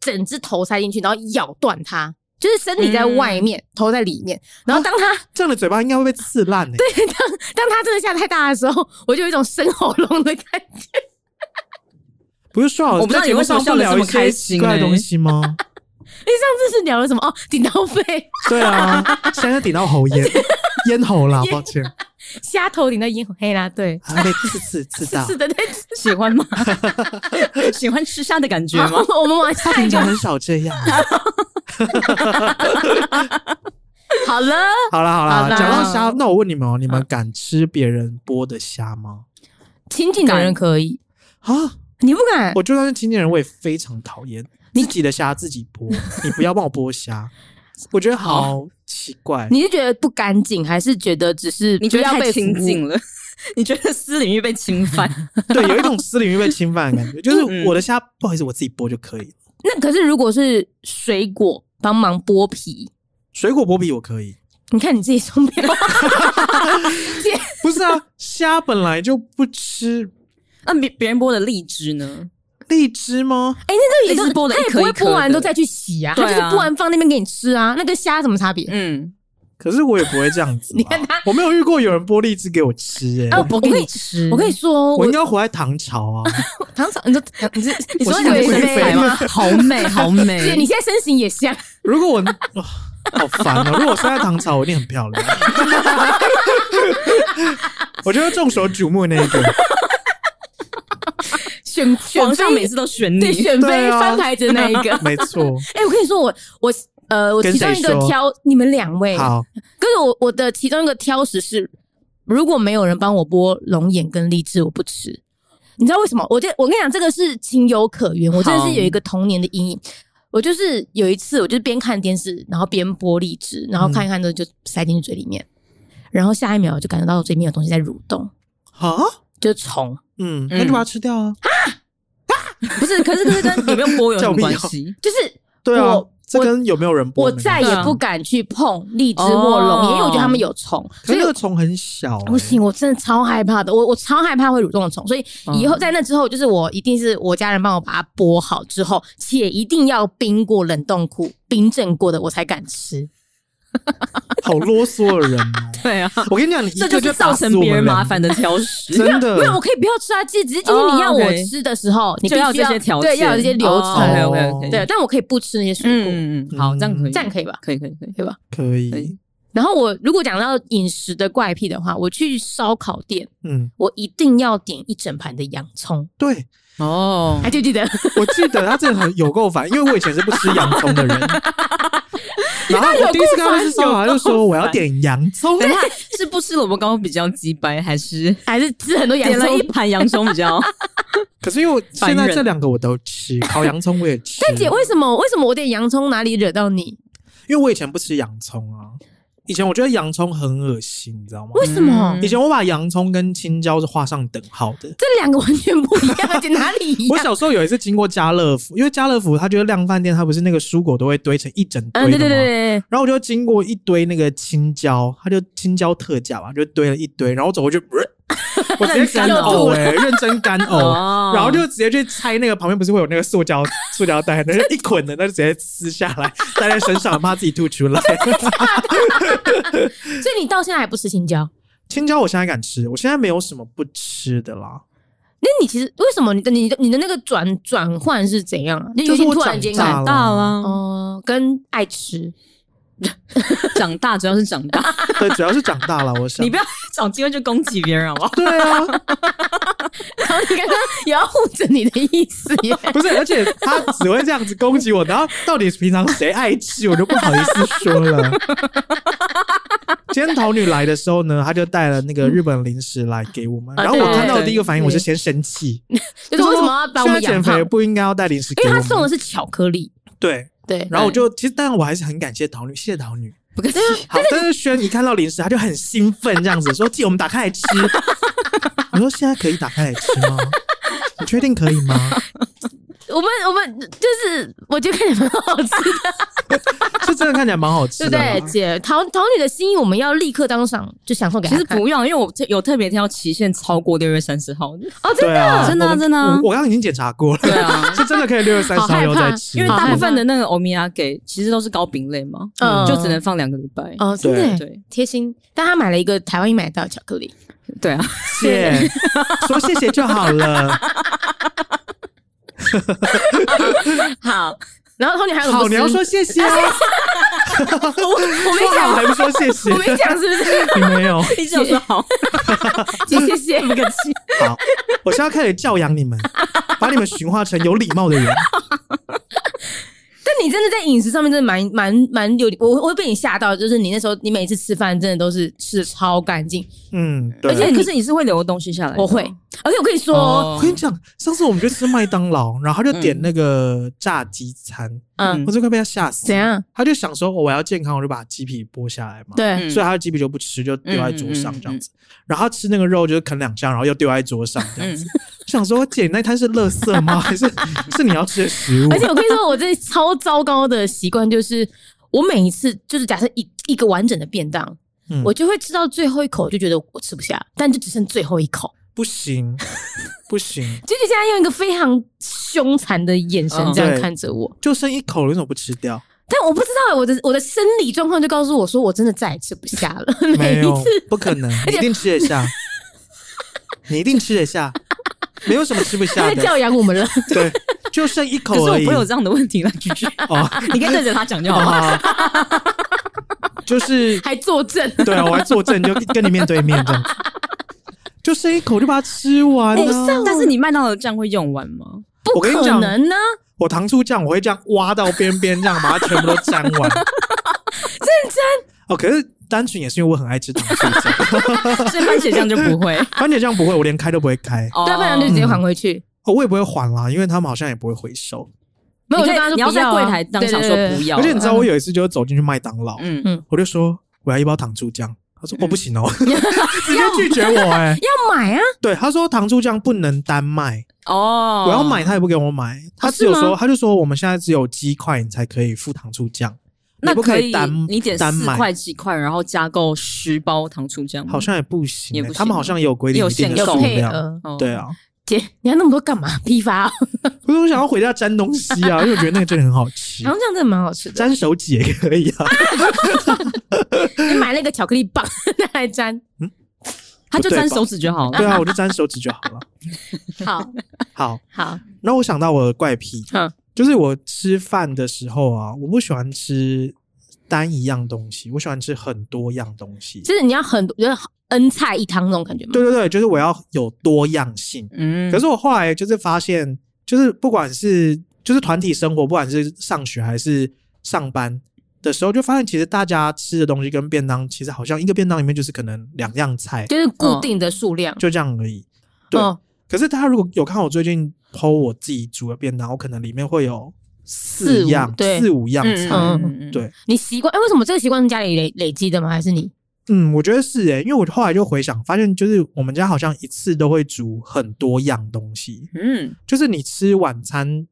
Speaker 2: 整只头塞进去，然后咬断它，就是身体在外
Speaker 1: 嗯
Speaker 2: 面，头在里面。然后当它、 <laughs>
Speaker 1: 这样的嘴巴应该会被刺烂欸诶、对，
Speaker 2: 当它真的下太大的时候，我就有一种生喉咙的感觉。
Speaker 1: 不是说好
Speaker 3: 我不知道
Speaker 1: 在节目
Speaker 3: 你为什么
Speaker 1: 上不
Speaker 3: 笑得
Speaker 1: 聊
Speaker 3: 这
Speaker 1: 一
Speaker 3: 么开
Speaker 1: 些奇
Speaker 3: 心
Speaker 1: 怪的
Speaker 3: 欸
Speaker 1: 东西吗？
Speaker 2: 你哎上次是聊了什么？哦，顶到肺，
Speaker 1: 对啊，现在顶到喉咽，咽喉啦，抱
Speaker 3: <laughs>
Speaker 1: 歉，
Speaker 2: 虾头顶到咽喉，黑啦，对，
Speaker 1: 啊被刺刺刺到
Speaker 2: 是。的，对。
Speaker 3: 喜欢 <laughs> 吗？喜欢吃虾的感觉吗？
Speaker 2: 好我们往
Speaker 1: 他
Speaker 2: 下一
Speaker 1: 平
Speaker 2: 个
Speaker 1: 常。很少这
Speaker 2: <laughs>
Speaker 1: 样。
Speaker 2: 好了，
Speaker 1: 好啦好
Speaker 2: 好
Speaker 1: 啦，
Speaker 2: 嗯啦
Speaker 1: 讲到虾，那我问你们哦，你们敢吃别人剥的虾吗？
Speaker 2: 亲近的人可以，
Speaker 1: 啊，
Speaker 2: 你不敢？
Speaker 1: 我就算是亲近人，我也非常讨厌自己的虾自己剥，
Speaker 2: <laughs>
Speaker 1: 你不要帮我剥虾，我觉得好奇怪。
Speaker 2: 你是觉得不干净，还是觉得只是
Speaker 3: 你觉得
Speaker 2: 不要
Speaker 3: 太
Speaker 2: 被
Speaker 3: 亲
Speaker 2: 服务
Speaker 3: 近了？ <laughs> 你觉得私领域被侵犯？
Speaker 1: 对，有一种私领域被侵犯的感
Speaker 2: <laughs>
Speaker 1: 觉，就是
Speaker 3: 嗯
Speaker 1: 我的虾，不好意思，我自己剥就可以了。
Speaker 2: 那可是如果是水果帮忙剥皮，
Speaker 1: 水果剥皮我可以，
Speaker 2: 你看你自己双标，
Speaker 3: 哦
Speaker 1: 不是
Speaker 2: <laughs>
Speaker 1: 啊，虾本来就不吃。
Speaker 3: <laughs> 那别别人剥的荔枝呢？
Speaker 1: 荔枝吗？
Speaker 2: 这 <laughs>
Speaker 3: 也是剥得
Speaker 2: 他
Speaker 3: 一
Speaker 2: 也
Speaker 3: 颗
Speaker 2: 不会
Speaker 3: 一颗
Speaker 2: 剥完
Speaker 3: 的
Speaker 2: 都再去洗啊，他
Speaker 3: 对
Speaker 2: 就
Speaker 3: 啊
Speaker 2: 是剥完放那边给你吃啊，那跟虾有什么差别？
Speaker 3: 嗯，
Speaker 1: 可是我也不会这样子吧。啊
Speaker 2: 你看他
Speaker 1: 我没有遇过有人剥荔枝给我吃、欸，哎、
Speaker 2: 啊我
Speaker 3: 剥
Speaker 2: 可以
Speaker 3: 吃
Speaker 2: 我跟你说，
Speaker 1: 我
Speaker 2: 我
Speaker 1: 应该活在唐朝啊。
Speaker 2: 唐朝，你说你是你
Speaker 3: 我
Speaker 2: 说
Speaker 3: 是
Speaker 2: 你
Speaker 3: 你的
Speaker 2: 是
Speaker 1: 贵
Speaker 2: 美
Speaker 1: 妃
Speaker 2: 白吗？
Speaker 3: 好 <laughs> 美，好
Speaker 2: 姐，
Speaker 3: 美
Speaker 2: 你现在身形也像，
Speaker 1: 如果我、哇好烦哦、如果我生在唐朝，我一定很漂亮。 <laughs> 我觉得众所瞩目那一个，
Speaker 3: <laughs>
Speaker 2: 选
Speaker 3: 皇
Speaker 2: 选
Speaker 3: 上每
Speaker 2: 妃
Speaker 3: 次都选
Speaker 2: 对
Speaker 3: 你，
Speaker 2: 选妃
Speaker 1: 对啊
Speaker 2: 翻牌子的那一
Speaker 3: <laughs>
Speaker 2: 个。
Speaker 1: 没错。
Speaker 2: 哎，我跟你说，我我呃，我
Speaker 1: 跟
Speaker 2: 其中
Speaker 1: 谁
Speaker 2: 一个
Speaker 1: 说
Speaker 2: 挑你们两位，
Speaker 1: 好，
Speaker 2: 可是我我的其中一个挑食是，如果没有人帮我剥龙眼跟荔枝，我不吃。你知道为什么？我这我跟你讲，这个是情有可原。我真的
Speaker 3: 好
Speaker 2: 是有一个童年的阴影。我就是有一次，我就是边看电视，然后边剥荔枝，然后看一看呢就塞进嘴里面，然后下一秒我就感觉到我嘴里面有东西在蠕动。
Speaker 1: 啊，
Speaker 2: 就是虫，
Speaker 1: 嗯，那就把它吃掉啊。
Speaker 3: 不是，可是可是跟有没有剥有什
Speaker 1: 叫
Speaker 3: <laughs> 么
Speaker 1: 命
Speaker 3: 关
Speaker 1: 哦
Speaker 3: 系？
Speaker 2: 就是
Speaker 1: 对啊
Speaker 2: 我，
Speaker 1: 这跟有没有人播
Speaker 2: 我
Speaker 1: 没关系？嗯
Speaker 2: 再也不敢去碰荔枝或龙眼，因为我觉得它们有虫，
Speaker 1: 可是
Speaker 2: 所以
Speaker 1: 那个虫很小、欸，
Speaker 2: 不
Speaker 3: 哦
Speaker 2: 行，我真的超害怕的，我我超害怕会蠕动的虫，所以
Speaker 3: 嗯
Speaker 2: 以后在那之后，就是我一定是我家人帮我把它剥好之后，且一定要冰过冷冻库、冰镇过的，我才敢吃。
Speaker 1: 好啰嗦的人哦。
Speaker 3: <laughs> 对啊，
Speaker 1: 我跟你讲，你
Speaker 3: 这
Speaker 1: 一
Speaker 3: 就
Speaker 1: 个
Speaker 3: 是
Speaker 1: 就
Speaker 3: 造成别人麻烦
Speaker 1: 的，
Speaker 3: 的挑食。
Speaker 1: 真的
Speaker 2: 没有，我可以不要吃啊，其实只是今天你要
Speaker 3: 嗯哦
Speaker 2: 我
Speaker 3: ，OK
Speaker 2: 吃的时候，你必
Speaker 3: 就
Speaker 2: 须
Speaker 3: 要这些条件，哦
Speaker 2: 对，要有这些流程，
Speaker 3: OK OK OK，
Speaker 2: 对，，但我可以不吃那些水果，
Speaker 3: 嗯嗯嗯，好，这样可以，
Speaker 2: 这样可以吧？
Speaker 3: 可以可以可以。
Speaker 2: 对吧？
Speaker 1: 可以
Speaker 3: 对，
Speaker 2: 然后我如果讲到饮食的怪癖的话，我去烧烤店，
Speaker 1: 嗯，
Speaker 2: 我一定要点一整盘的洋葱，
Speaker 1: 对，
Speaker 3: 哦
Speaker 2: 还，记不记得？ <laughs>
Speaker 1: 我记得他真的很有够烦，因为我以前是不吃洋葱的人。然后我第一次看到他吃烧烤，他就说我要点洋葱。
Speaker 3: 等一下 <laughs> 是不吃萝卜糕比较鸡掰，还是
Speaker 2: 还是吃很多洋
Speaker 3: <laughs> 点了
Speaker 2: 葱
Speaker 3: 一？盘洋葱比 <laughs> 较？
Speaker 1: 可是因为我现在这两个我都吃，烤洋葱我也吃。
Speaker 2: 但姐，为什么为什么我点洋葱哪里惹到你？
Speaker 1: 因为我以前不吃洋葱啊，以前我觉得洋葱很恶心，你知道吗？
Speaker 2: 为什么、
Speaker 3: 嗯
Speaker 1: 以前我把洋葱跟青椒是画上等号的。
Speaker 2: 这两个完全不一
Speaker 1: <laughs>
Speaker 2: 样？而且哪里一
Speaker 1: 我
Speaker 2: 样？
Speaker 1: 小时候有一次经过家乐福，因为家乐福它就是量贩店，它不是那个蔬果都会堆成一整堆的
Speaker 2: 嗯，
Speaker 1: 吗？
Speaker 2: 对对对对，
Speaker 1: 然后我就经过一堆那个青椒，它就青椒特价嘛，就堆了一堆，然后我走过去，呃我
Speaker 2: <laughs>
Speaker 1: 直接干呕哎、认真干呕，
Speaker 2: 嗯
Speaker 3: 哦
Speaker 1: 然后就直接去拆那个旁边不是会有那个塑胶 <laughs> 塑胶袋，那就一捆的，那就直接撕下来 <laughs> 带在身上，怕自己吐出来。 <laughs>
Speaker 2: 对所以你到现在还不吃青椒？
Speaker 1: 青椒我现在敢吃，我现在没有什么不吃的啦，
Speaker 2: 那你其实为什么你的你的你的那个转转换是怎样啊？你有
Speaker 1: 就是
Speaker 2: 点
Speaker 1: 我
Speaker 2: 突然
Speaker 1: 长
Speaker 2: 间
Speaker 1: 大
Speaker 2: 感
Speaker 1: 了，
Speaker 3: 大了，
Speaker 2: 哦，跟爱吃，
Speaker 3: 长大主要是长大，
Speaker 1: 对，主要是长大了，我想 <laughs>
Speaker 3: 你。不要找机会就攻击别人好不好？
Speaker 1: 对啊，
Speaker 2: <laughs> 然后你刚刚也要护着你的意
Speaker 1: <laughs>
Speaker 2: 思耶，
Speaker 1: 不是，而且他只会这样子攻击我，然后到底平常谁爱吃，我就不好意思说了。今天桃女来的时候呢，她就带了那个日本零食来给我们，
Speaker 2: 啊
Speaker 1: 然后我
Speaker 2: 对
Speaker 1: 看到的
Speaker 3: 对
Speaker 1: 第一个反应，
Speaker 3: 对
Speaker 1: 我是先生气，
Speaker 2: 就是为什么要把我
Speaker 1: 现
Speaker 2: 们
Speaker 1: 在
Speaker 2: 养
Speaker 1: 减
Speaker 2: 胖
Speaker 1: 肥？不应该要带零食给
Speaker 2: 因
Speaker 1: 我
Speaker 2: 为他
Speaker 1: 们，
Speaker 2: 送的是巧克力，
Speaker 1: 对。
Speaker 2: 对，
Speaker 1: 然后我就其实，但我还是很感谢桃女，谢谢桃女。
Speaker 2: <laughs>
Speaker 3: 不客气，
Speaker 2: 啊
Speaker 1: 好，但是轩一看到零食，他就很兴奋，这样子说：“姐，我们打开来吃。”我说：“现在可以打开来吃吗？你确定可以吗？”
Speaker 2: 我们我们就是我觉得看起来很好吃，
Speaker 1: 是真的看起来蛮好吃
Speaker 2: 对
Speaker 1: 的
Speaker 2: 不
Speaker 1: 啦，
Speaker 2: 对？姐，桃桃女的心意我们要立刻当场就享受给
Speaker 3: 其
Speaker 2: 她
Speaker 3: 实
Speaker 2: 看。
Speaker 3: 不用，因为我特有特别挑期限超过六月三十号的。
Speaker 2: 哦，真
Speaker 1: 对啊，
Speaker 3: 真的啊
Speaker 1: 我们
Speaker 3: 真的啊
Speaker 1: 我我刚刚已经检查过了，
Speaker 3: 啊，
Speaker 1: 是真的可以六月三十
Speaker 2: 好
Speaker 1: 号
Speaker 2: 害
Speaker 1: 以后再
Speaker 2: 怕
Speaker 1: 吃，
Speaker 3: 因为
Speaker 2: 好害
Speaker 3: <laughs> 大
Speaker 2: 怕
Speaker 3: 部分的那个欧米亚给其实都是糕饼类嘛，
Speaker 2: 嗯
Speaker 3: 就只能放两个礼拜。
Speaker 2: 哦，真的
Speaker 1: 对
Speaker 2: 耶
Speaker 3: 对
Speaker 2: 贴心。但他买了一个台湾也买得到的巧克力，
Speaker 3: 对啊，
Speaker 1: 谢，说谢谢就好了。
Speaker 3: <laughs>
Speaker 2: 好。然后后面还有什么
Speaker 1: 好，
Speaker 2: 不吃
Speaker 1: 你要说谢谢啊，
Speaker 2: <laughs> 我我没
Speaker 1: 说好
Speaker 2: 讲，
Speaker 1: 还不说谢谢
Speaker 2: 我，没讲是不是？
Speaker 1: 你没有。
Speaker 3: 你只有说好，
Speaker 2: 啊谢谢，不客气。
Speaker 1: 好，我现在开始教养你们，把你们驯化成有礼貌的人。
Speaker 2: 但你真的在饮食上面真的蛮蛮蛮有，我我会被你吓到，就是你那时候你每次吃饭真的都是吃的超干净，
Speaker 1: 嗯，对。
Speaker 2: 而且
Speaker 3: 哎
Speaker 2: 你
Speaker 3: 可是你是会留东西下来的吗，
Speaker 2: 我会。而且我跟你说哦，
Speaker 1: 我跟你讲，上次我们去吃麦当劳，然后他就点那个炸鸡餐，
Speaker 2: 嗯，
Speaker 3: 嗯
Speaker 1: 我就快被他吓死。
Speaker 2: 怎？样？
Speaker 1: 他就想说、哦我要健康，我就把鸡皮剥下来嘛。
Speaker 2: 对，嗯
Speaker 3: 嗯
Speaker 1: 所以他的鸡皮就不吃，就丢在桌上这样子。然后他吃那个肉就是啃两下，然后又丢在桌上这样
Speaker 2: 嗯
Speaker 1: 子。我想说，姐，你那摊是垃圾
Speaker 2: <laughs>
Speaker 1: 吗？还是是你要吃的食物
Speaker 2: 而？且我跟你说，我这超糟糕的习惯就是，我每一次就是假设一一个完整的便当，
Speaker 1: 嗯
Speaker 2: 我就会吃到最后一口，就觉得我吃不下，但就只剩最后一口。
Speaker 1: 不行，不行，
Speaker 2: 姐姐现在用一个非常凶残的眼神
Speaker 3: 嗯
Speaker 2: 这样
Speaker 1: 对
Speaker 2: 看着我，
Speaker 1: 就剩一口了，为什么不吃掉？
Speaker 2: 但我不知道、欸我的我的生理状况就告诉我说，我真的再也吃不下
Speaker 3: <laughs>
Speaker 2: 了。 <laughs> 每
Speaker 1: 没
Speaker 2: <laughs> 一
Speaker 1: 有
Speaker 2: 次，
Speaker 1: 不可能，你一定吃得下，你一定吃得下，没有什么吃不
Speaker 2: <laughs> 他
Speaker 1: 下
Speaker 2: 在教
Speaker 1: 的。
Speaker 2: 养我们了，
Speaker 3: <laughs>
Speaker 1: 对，就剩一
Speaker 3: 可是
Speaker 1: 口
Speaker 3: 我
Speaker 1: 而已。
Speaker 3: 不会有这样的问
Speaker 1: <laughs>
Speaker 3: 题啦，菊菊，
Speaker 1: 哦
Speaker 3: 你可以对着他讲就好了。
Speaker 1: 哦， <laughs> 就是
Speaker 2: 还作证。
Speaker 1: 对啊，我还坐正，就跟你面对面这样子，就剩一口就把它吃完
Speaker 3: 哎
Speaker 1: 啊。
Speaker 3: 但是你麦当劳的酱会用完吗？
Speaker 2: 不
Speaker 1: 我跟你
Speaker 2: 可
Speaker 1: 讲
Speaker 2: 能呢、
Speaker 1: 我糖醋酱我会这样挖到边边，这样把它全部都沾
Speaker 3: <laughs>
Speaker 1: 完。认真哦，可是单纯也是因为我很爱吃糖醋酱， <laughs>
Speaker 3: 所以番茄酱就不会，
Speaker 1: 番茄酱不会，我连开都不会开，
Speaker 3: 哦
Speaker 2: 对啊，不然就直接还回去。
Speaker 1: 哦，我也不会还啦，因为他们好像也不会回收。
Speaker 2: 没有，我
Speaker 3: 你
Speaker 2: 就
Speaker 3: 可
Speaker 2: 跟
Speaker 3: 以
Speaker 2: 他说
Speaker 3: 你要
Speaker 2: 不
Speaker 3: 在
Speaker 2: 啊
Speaker 3: 柜台当场说
Speaker 2: 对对对对
Speaker 3: 不要，啊
Speaker 1: 而且你知道，我有一次就走进去麦当劳，
Speaker 3: 嗯
Speaker 2: 嗯
Speaker 1: 我就说我要一包糖醋酱，他说：“哦，不行哦，
Speaker 3: <laughs>
Speaker 1: 直接拒绝我哎、
Speaker 2: 要买啊，
Speaker 1: 对，他说糖醋酱不能单卖，
Speaker 3: 哦，
Speaker 1: 我要买他也不给我买，他只有
Speaker 2: 是吗
Speaker 1: 说他就说我们现在只有鸡块你才可以附糖醋酱，
Speaker 3: 那
Speaker 1: 你不
Speaker 3: 可
Speaker 1: 以单
Speaker 3: 你点
Speaker 1: 单
Speaker 3: 四块
Speaker 1: 买，
Speaker 3: 七块，然后加购十包糖醋酱吗，
Speaker 1: 好像也不行欸、
Speaker 3: 也不行
Speaker 1: 他们好像也有规定
Speaker 3: 也有
Speaker 1: 一定的
Speaker 3: 限购
Speaker 2: 有
Speaker 1: 数
Speaker 2: 配
Speaker 1: 量。
Speaker 2: 额。
Speaker 3: 哦
Speaker 1: 对，啊，
Speaker 2: 姐，你要那么多干嘛？批发哦，
Speaker 1: 可是我想要回家沾东西啊，因为我觉得那个真的很好
Speaker 3: 嗯
Speaker 1: 吃
Speaker 3: 哦
Speaker 2: 然，后这样真的蛮好吃的。
Speaker 1: 沾手指也可以
Speaker 3: <laughs>
Speaker 1: 啊。
Speaker 2: 你哎买那个巧克力棒 <laughs> 拿来沾，
Speaker 3: 他就沾
Speaker 1: 不对吧
Speaker 3: 手指就好了。
Speaker 1: 对啊，我就沾手指就好了。
Speaker 2: 好
Speaker 1: 好，
Speaker 2: 好，
Speaker 1: 然后我想到我的怪癖
Speaker 3: 嗯，
Speaker 1: 就是我吃饭的时候啊，我不喜欢吃单一样东西，我喜欢吃很多样东西。
Speaker 2: <laughs> 就是你要很多，就是 N 菜一汤那种感觉吗？
Speaker 1: 对对对，就是我要有多样性。
Speaker 3: 嗯
Speaker 1: 可是我后来就是发现，就是不管是就是团体生活，不管是上学还是上班的时候，就发现其实大家吃的东西跟便当其实好像一个便当里面就是可能两样菜，
Speaker 2: 就是
Speaker 3: 嗯
Speaker 2: 固定的数量。
Speaker 1: 就这样而已。对
Speaker 2: 哦
Speaker 1: 可是大家如果有看我最近剖我自己煮的便当，我可能里面会有四
Speaker 2: 五
Speaker 1: 样、
Speaker 2: 对
Speaker 1: 四五样
Speaker 3: 嗯
Speaker 1: 菜。
Speaker 2: 嗯
Speaker 3: 嗯
Speaker 1: 对，
Speaker 2: 你习惯？哎、为什么这个习惯是家里累累积的吗？还是你？
Speaker 1: 嗯，我觉得是诶、因为我后来就回想，发现就是我们家好像一次都会煮很多样东西，
Speaker 3: 嗯，
Speaker 1: 就是你吃晚餐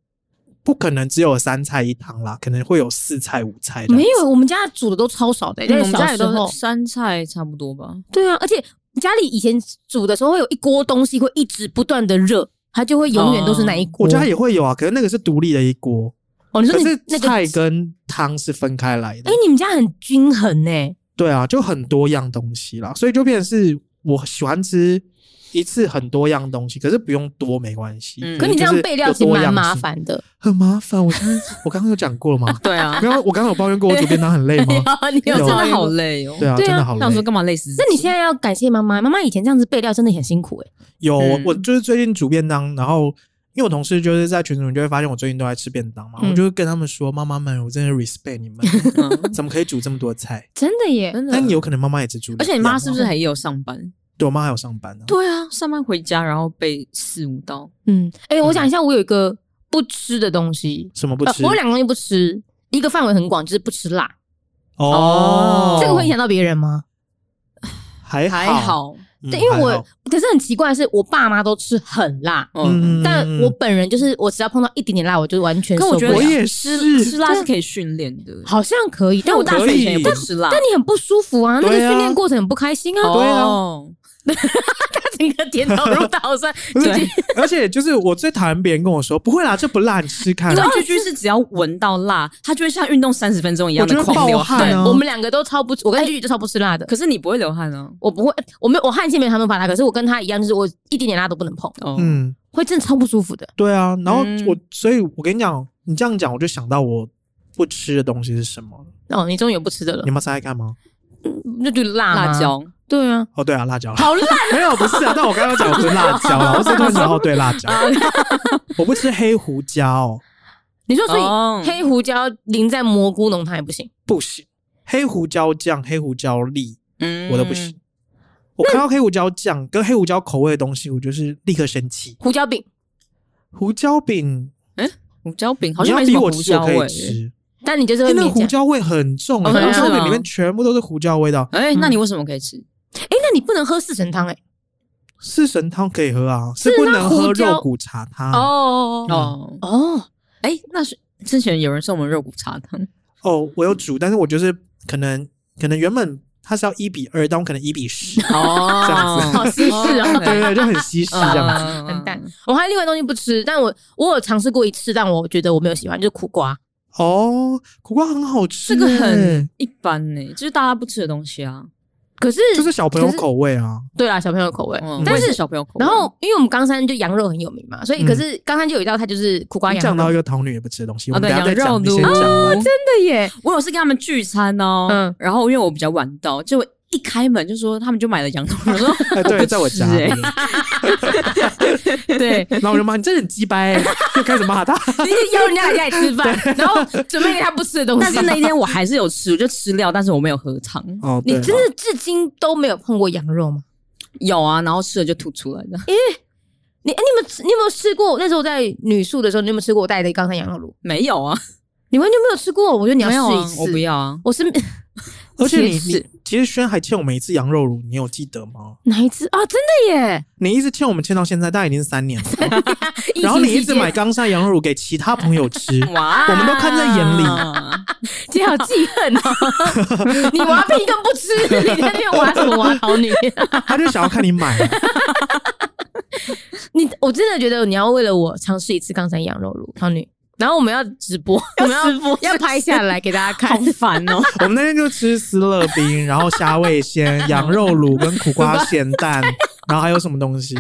Speaker 1: 不可能只有三菜一汤啦，可能会有四菜五菜这样
Speaker 2: 没
Speaker 1: 子。
Speaker 2: 有，我们家煮的都超少的、欸，
Speaker 3: 嗯
Speaker 2: 在
Speaker 3: 我们
Speaker 2: 小
Speaker 3: 家也
Speaker 2: 时
Speaker 3: 都
Speaker 2: 候
Speaker 1: 哦
Speaker 3: 是。酸菜差不多吧。
Speaker 2: 对啊，而且家里以前煮的时候会有一锅东西会一直不断的热，它就会永远都是那一锅。
Speaker 1: 我家也会有啊，可是那个是独立的一锅，
Speaker 2: 哦，你说
Speaker 1: 可
Speaker 2: 你
Speaker 1: 是
Speaker 2: 那个，
Speaker 1: 菜跟汤是分开来的。
Speaker 2: 哎、你们家很均衡哎呢、
Speaker 1: 对啊，就很多样东西啦，所以就变成是我喜欢吃一次很多样东西，可是不用多没关系。
Speaker 3: 嗯
Speaker 2: 可你这样备料
Speaker 1: 就是
Speaker 2: 其
Speaker 1: 有
Speaker 2: 实
Speaker 1: 多
Speaker 2: 蛮
Speaker 1: 样
Speaker 2: 麻
Speaker 1: 性，
Speaker 2: 烦的。
Speaker 1: 很麻烦。我刚刚 <laughs> 我刚刚有讲过了吗？
Speaker 3: 对啊，
Speaker 1: 没有，我刚刚有抱怨过我煮便当很累吗？
Speaker 3: <laughs>
Speaker 2: 你有
Speaker 1: 有
Speaker 3: 真
Speaker 1: 啊
Speaker 3: 的好累哦。
Speaker 1: 对啊，
Speaker 2: <laughs> 对
Speaker 1: 真
Speaker 2: 啊
Speaker 1: 的好累
Speaker 3: 那。我说干嘛累死自己？
Speaker 2: 那你现在要感谢妈妈，妈妈以前这样子备料真的很辛苦哎、
Speaker 1: 有，我
Speaker 3: 嗯
Speaker 1: 我就是最近煮便当，然后因为我同事就是在群组里面就会发现我最近都在吃便当嘛，
Speaker 2: 嗯
Speaker 1: 我就会跟他们说：“妈妈们，我真的 respect
Speaker 2: <laughs>
Speaker 1: 你们，
Speaker 3: 嗯
Speaker 1: 怎么可以煮这么多菜
Speaker 2: 真的耶？”
Speaker 3: <laughs> 真的
Speaker 1: 但，有可能妈妈也只煮两样啊，
Speaker 3: 而且你妈是不是还有上班？
Speaker 1: 对我妈还有上班呢？
Speaker 3: 对啊，上班回家然后被四五刀。
Speaker 2: 嗯，哎、我讲一下，我有一个不吃的东西，
Speaker 1: 什么不
Speaker 2: 呃
Speaker 1: 吃？
Speaker 2: 我有两个东西不吃，一个范围很广，就是不吃辣。
Speaker 1: 哦
Speaker 3: 哦，
Speaker 2: 这个会影响到别人吗？
Speaker 1: 还哎
Speaker 3: 还
Speaker 1: 好，
Speaker 3: 好，
Speaker 1: 嗯
Speaker 2: 对，因为
Speaker 1: 还
Speaker 2: 我
Speaker 1: 好
Speaker 2: 可是很奇怪的是，我爸妈都吃很辣，
Speaker 3: 嗯，
Speaker 2: 但我本人就是我只要碰到一点点辣，我就完全
Speaker 3: 可
Speaker 2: 受
Speaker 3: 我
Speaker 2: 不
Speaker 3: 觉得
Speaker 1: 我
Speaker 2: 了。
Speaker 1: 也
Speaker 3: 吃
Speaker 1: 是啊
Speaker 3: 吃辣是可以训练的。
Speaker 2: 好像可以，但我
Speaker 3: 我
Speaker 2: 大
Speaker 3: 大
Speaker 1: 可
Speaker 2: 学
Speaker 1: 以
Speaker 3: 学以前也不吃辣，
Speaker 2: 但你很不舒服啊，那个
Speaker 1: 对啊
Speaker 2: 训练过程很不开心啊，
Speaker 1: 对啊
Speaker 3: 哦
Speaker 2: 他整个点头如
Speaker 1: <laughs>
Speaker 2: 捣蒜，
Speaker 1: 不是
Speaker 2: 直接，
Speaker 1: 而且就是我最讨厌别人跟我说不会啦，这不辣，你吃吃看
Speaker 3: 因。为居居是只要闻到辣，他就会像运动三十分钟一样
Speaker 1: 我觉
Speaker 3: 的
Speaker 1: 得
Speaker 3: 狂流
Speaker 1: 爆汗
Speaker 3: 汗。
Speaker 1: 啊，哎
Speaker 2: 我们两个都超不，我跟句句都超不吃辣的。
Speaker 3: 可是你不会流汗啊？
Speaker 2: 我不会，我没有，我汗腺没有他们发达，可是我跟他一样，就是我一点点辣都不能碰，
Speaker 3: 哦，
Speaker 1: 嗯，
Speaker 2: 会真的超不舒服的。
Speaker 1: 对啊。然后
Speaker 3: 嗯
Speaker 1: 我，所以我跟你讲，你这样讲，我就想到我不吃的东西是什么了。
Speaker 2: 哦，你终于有不吃的了
Speaker 1: 你，们猜猜看吗？
Speaker 2: 那就辣吗
Speaker 3: 辣。椒
Speaker 2: 对啊，
Speaker 1: 哦，对啊，辣椒。
Speaker 2: 好辣，
Speaker 1: <laughs> 没有，不是啊，但我刚刚讲我不是辣椒啊，我是突然想到对辣椒，
Speaker 2: 哦
Speaker 1: <laughs> 我不吃黑胡椒，
Speaker 2: 你说所
Speaker 3: 哦
Speaker 2: 以黑胡椒淋在蘑菇浓汤也不行，
Speaker 1: 不行，黑胡椒酱、黑胡椒粒
Speaker 3: 嗯
Speaker 1: 我都不行。。我看到黑胡椒酱跟黑胡椒口味的东西，我就是立刻生气。
Speaker 2: 胡椒饼
Speaker 1: 胡椒饼，
Speaker 3: 胡椒饼好
Speaker 1: 你
Speaker 3: 像
Speaker 1: 要
Speaker 3: 没什
Speaker 1: 逼
Speaker 3: 么
Speaker 1: 我
Speaker 3: 胡
Speaker 1: 吃，我
Speaker 3: 椒
Speaker 1: 可
Speaker 3: 味
Speaker 1: 以。吃。
Speaker 2: 但你就是会
Speaker 1: 因为那个
Speaker 2: 勉
Speaker 1: 胡
Speaker 2: 强。
Speaker 1: 椒味很重、欸，
Speaker 3: 哦
Speaker 1: 胡
Speaker 3: 真的
Speaker 1: 椒饼
Speaker 3: 吗
Speaker 1: 里面全部都是胡椒味道。
Speaker 3: 哎，那你为什么可以吃？
Speaker 2: 哎，那你不能喝四神汤哎。
Speaker 1: 四神汤可以喝啊，是
Speaker 2: 是
Speaker 1: 不
Speaker 2: 那
Speaker 1: 能
Speaker 2: 胡
Speaker 1: 喝
Speaker 2: 椒
Speaker 1: 肉骨茶汤。哦
Speaker 2: 哦哦
Speaker 3: 哦，
Speaker 2: 哦，
Speaker 3: 哎，那是之前有人送我们肉骨茶汤，。
Speaker 1: 哦我有煮，但是我就是可能可能原本它是要一比二，但我可能一比十
Speaker 3: <laughs> 哦
Speaker 1: 这样子
Speaker 2: 好西式
Speaker 3: <laughs>
Speaker 2: 哦
Speaker 1: 对对，对就很稀释啊嗯
Speaker 3: 嗯
Speaker 1: 这样子。
Speaker 3: 子
Speaker 2: 很淡。我还有另外东西不吃，但我我有尝试过一次，但我觉得我没有喜欢，就是苦瓜。
Speaker 1: 哦，苦瓜很好吃
Speaker 3: 这
Speaker 1: 欸，
Speaker 3: 个很一般呢，就是大家不吃的东西啊。
Speaker 2: 可是
Speaker 1: 就是小朋友口味啊。
Speaker 2: 对啦，小朋友口味，
Speaker 3: 嗯，
Speaker 2: 但
Speaker 3: 我也
Speaker 2: 是。
Speaker 3: 小朋友口味，
Speaker 2: 然后，因为我们冈山就羊肉很有名嘛，所以
Speaker 1: 嗯
Speaker 2: 可是冈山就有一道它就是苦瓜
Speaker 1: 讲
Speaker 2: 羊
Speaker 1: 到一
Speaker 2: 肉，
Speaker 1: 个童女也不吃的东西，我
Speaker 3: 啊，
Speaker 1: 们
Speaker 3: 对，
Speaker 1: 等一下再讲，
Speaker 3: 羊肉
Speaker 1: 你
Speaker 3: 炉
Speaker 1: 先讲吧。
Speaker 2: 真的耶！
Speaker 3: 我有次跟他们聚餐哦，
Speaker 2: 嗯
Speaker 3: 然后因为我比较晚到，结果一开门就说他们就买了羊肉， <laughs> 我说
Speaker 1: 哎，
Speaker 3: 我不
Speaker 1: 对，
Speaker 3: 吃
Speaker 1: 在我家
Speaker 3: 欸
Speaker 1: <laughs> 里，
Speaker 2: 对，
Speaker 1: 然后我就骂你，真的很鸡掰欸，就开始骂
Speaker 3: <laughs>
Speaker 1: 他。
Speaker 2: 你就邀人家来家里吃饭，然后准备给他不吃的东
Speaker 3: 但
Speaker 2: 西
Speaker 3: 是。那一天我还是有吃，我就吃料，但是我没有喝汤。
Speaker 1: 哦，
Speaker 2: 你
Speaker 1: 对
Speaker 2: 真的至今都没有碰过羊肉吗？
Speaker 3: 有啊，然后吃了就吐出来的，
Speaker 2: 你哎、你有没有吃你有没有吃过？那时候在女宿的时候，你有没有吃过我带的冈山羊肉炉？
Speaker 3: 没有啊，
Speaker 2: 你完全没有吃过，我觉得你要
Speaker 3: 没有
Speaker 2: 试一
Speaker 3: 啊，
Speaker 2: 次。
Speaker 3: 我不要啊，
Speaker 2: 我是
Speaker 1: 而且你
Speaker 2: 其实
Speaker 1: 你其实轩还欠我们一次羊肉乳，你有记得吗？
Speaker 2: 哪一只啊？真的 <laughs> 耶！
Speaker 1: 你一直欠我们欠到现在，大概已经是三年了。
Speaker 2: 疫情
Speaker 1: 然后你一
Speaker 2: 期
Speaker 1: 直
Speaker 2: 间 <laughs>
Speaker 1: 买，冈山羊肉乳给其他朋友吃，
Speaker 3: 哇
Speaker 1: 我们都看在
Speaker 3: <laughs>
Speaker 1: 眼
Speaker 3: 里。
Speaker 2: 姐好记恨 <laughs> 哦。你娃屁更不吃，你在那边娃什么娃好女？
Speaker 1: 他就想要看你买啊。
Speaker 2: <laughs> 你我真的觉得你要为了我尝试一次冈山羊肉炉好女。然后我们要直播，我们要
Speaker 3: 直播
Speaker 2: 要拍 <laughs> 下来给大家看
Speaker 3: 好。烦 <laughs> 哦！
Speaker 1: 我们那天就吃斯乐冰，然后虾味鲜、羊肉卤跟苦瓜咸
Speaker 2: <laughs>
Speaker 1: 蛋，然后还有什么东西？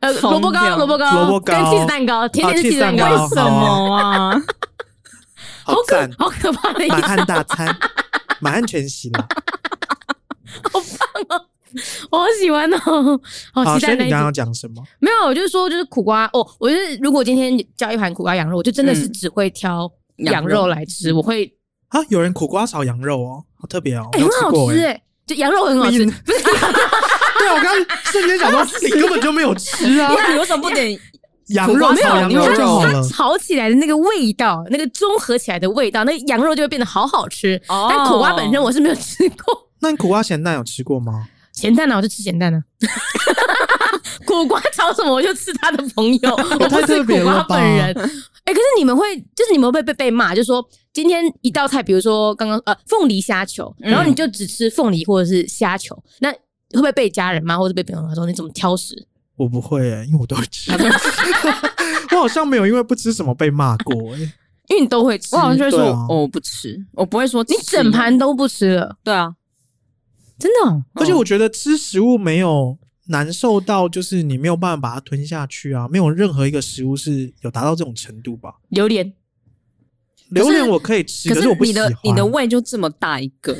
Speaker 2: 呃，萝卜
Speaker 3: 疯
Speaker 2: 糕，
Speaker 3: 掉
Speaker 2: 萝卜糕，
Speaker 1: 萝卜糕
Speaker 2: 跟 cheese 蛋糕，天天是
Speaker 1: cheese
Speaker 2: cheese 蛋
Speaker 1: 蛋糕
Speaker 2: 糕，
Speaker 1: 为什么
Speaker 3: 啊？
Speaker 1: 好
Speaker 2: 好可
Speaker 1: 赞！
Speaker 2: 好可怕的一
Speaker 1: 满
Speaker 2: 个，
Speaker 1: 汉大餐，满汉全席了。
Speaker 2: 我好喜欢哦， <laughs> 好
Speaker 1: 好，
Speaker 2: 期
Speaker 1: 所以你
Speaker 2: 待那一
Speaker 1: 刚刚要
Speaker 2: 集。
Speaker 1: 讲什么？
Speaker 2: 没有，我就是说，就是苦瓜哦，我就是如果今天叫一盘苦瓜羊肉，我就真的是
Speaker 3: 嗯
Speaker 2: 只会挑
Speaker 3: 羊
Speaker 2: 羊
Speaker 3: 肉
Speaker 2: 肉来吃，我会
Speaker 1: 啊，有人苦瓜炒羊肉哦，好特别哦，
Speaker 2: 哎
Speaker 1: 没有
Speaker 2: 很
Speaker 1: 吃
Speaker 2: 好
Speaker 1: 过
Speaker 2: 吃
Speaker 1: 哎。
Speaker 2: 哎，就羊肉很好吃
Speaker 1: 你，
Speaker 2: 不是
Speaker 1: <laughs> 对，我刚瞬间想到，你根本就没有吃啊，
Speaker 3: <laughs> 那你为什么不点？
Speaker 1: 羊肉
Speaker 3: 没有
Speaker 1: 炒羊肉就好
Speaker 2: 它
Speaker 1: 了。
Speaker 2: 炒起来的那个味道，那个综合起来的味道，那个羊肉就会变得好好吃。
Speaker 3: 哦
Speaker 2: 但苦瓜本身我是没有吃过，
Speaker 1: 那你苦瓜咸蛋有吃过吗？
Speaker 2: 咸蛋呢、我就吃咸蛋呢、 <laughs> 苦瓜炒什么我就吃他的朋
Speaker 1: <laughs>
Speaker 2: 友，我不
Speaker 1: 太
Speaker 2: 是
Speaker 1: 特别
Speaker 2: 苦
Speaker 1: 了
Speaker 2: 瓜
Speaker 1: 吧
Speaker 2: 本人。哎、可是你们会，就是你们会被被被骂，就说今天一道菜，比如说刚刚呃凤梨虾球，
Speaker 3: 嗯
Speaker 2: 然后你就只吃凤梨或者是虾球，那会不会被家人骂，或者被朋友骂说你怎么挑食？
Speaker 1: 我不会哎，因为我都会吃。 <laughs> 我好像没有因为不吃什么被骂过哎。
Speaker 2: 因为你都会吃，
Speaker 3: 我好像就会说
Speaker 1: 对啊
Speaker 3: 哦我不吃，我不会说
Speaker 2: 你整盘都不吃了，
Speaker 3: 对啊，
Speaker 2: 真的、哦。
Speaker 1: 而且我觉得吃食物没有难受到，就是你没有办法把它吞下去啊，没有任何一个食物是有达到这种程度吧。
Speaker 2: 榴莲，
Speaker 1: 榴莲我可以吃，可
Speaker 3: 是
Speaker 1: 我不
Speaker 3: 你
Speaker 1: 喜
Speaker 3: 的
Speaker 1: 欢。
Speaker 3: 你的胃就这么大一个，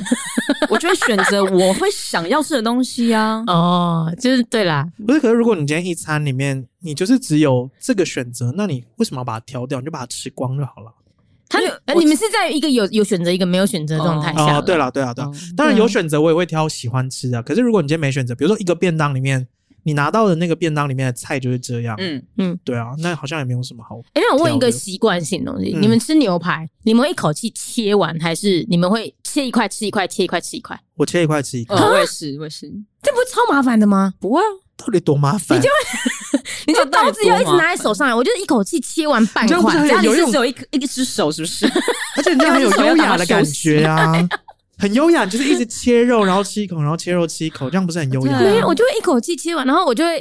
Speaker 3: 我就会选择我会想要吃的东西
Speaker 1: <laughs>
Speaker 3: 啊。
Speaker 2: 哦，就是对啦，
Speaker 1: 不是，可是如果你今天一餐里面你就是只有这个选择，那你为什么要把它挑掉？你就把它吃光就好了。
Speaker 2: 他
Speaker 3: 因为
Speaker 2: 呃
Speaker 3: 我
Speaker 2: 你们是在一个有有选择一个没有选择的状态下、
Speaker 1: 哦，对，了，对了，对啦
Speaker 3: 哦
Speaker 1: 当然
Speaker 2: 对啊
Speaker 1: 有选择，我也会挑喜欢吃的。可是如果你今天没选择，比如说一个便当里面，你拿到的那个便当里面的菜就是这样，
Speaker 3: 嗯，
Speaker 1: 对啊，那好像也没有什么好。
Speaker 2: 哎、那我问一
Speaker 1: 挑
Speaker 2: 个
Speaker 1: 的
Speaker 2: 习惯性的东西，
Speaker 1: 嗯
Speaker 2: 你们吃牛排，你们会一口气切完，还是你们会切一块吃一块，切一块吃一块？
Speaker 1: 我切一块吃一块
Speaker 2: 嗯
Speaker 3: 呃，，我也是，我也是，
Speaker 2: 这不是超麻烦的吗？
Speaker 3: 不会啊，
Speaker 1: 到底多麻烦？
Speaker 2: 你这
Speaker 3: 这到
Speaker 2: 刀
Speaker 3: 底
Speaker 2: 子要一
Speaker 3: 多
Speaker 2: 直
Speaker 3: 麻
Speaker 2: 拿在手上来，我就是一口气切完半
Speaker 1: 你这样不是
Speaker 2: 块
Speaker 1: 很。
Speaker 2: <laughs>
Speaker 3: 家里
Speaker 1: 有一
Speaker 3: 是
Speaker 1: 种
Speaker 3: 只有一个一只手，是
Speaker 1: <laughs>
Speaker 3: 不是？
Speaker 1: 而且你这样很有优雅的感觉啊，很优雅，就是一直切肉，然后吃一口，然后切肉吃一口，这样不是很优雅？
Speaker 2: 没有，
Speaker 3: 对
Speaker 2: 我就会一口气切完，然后我就会啊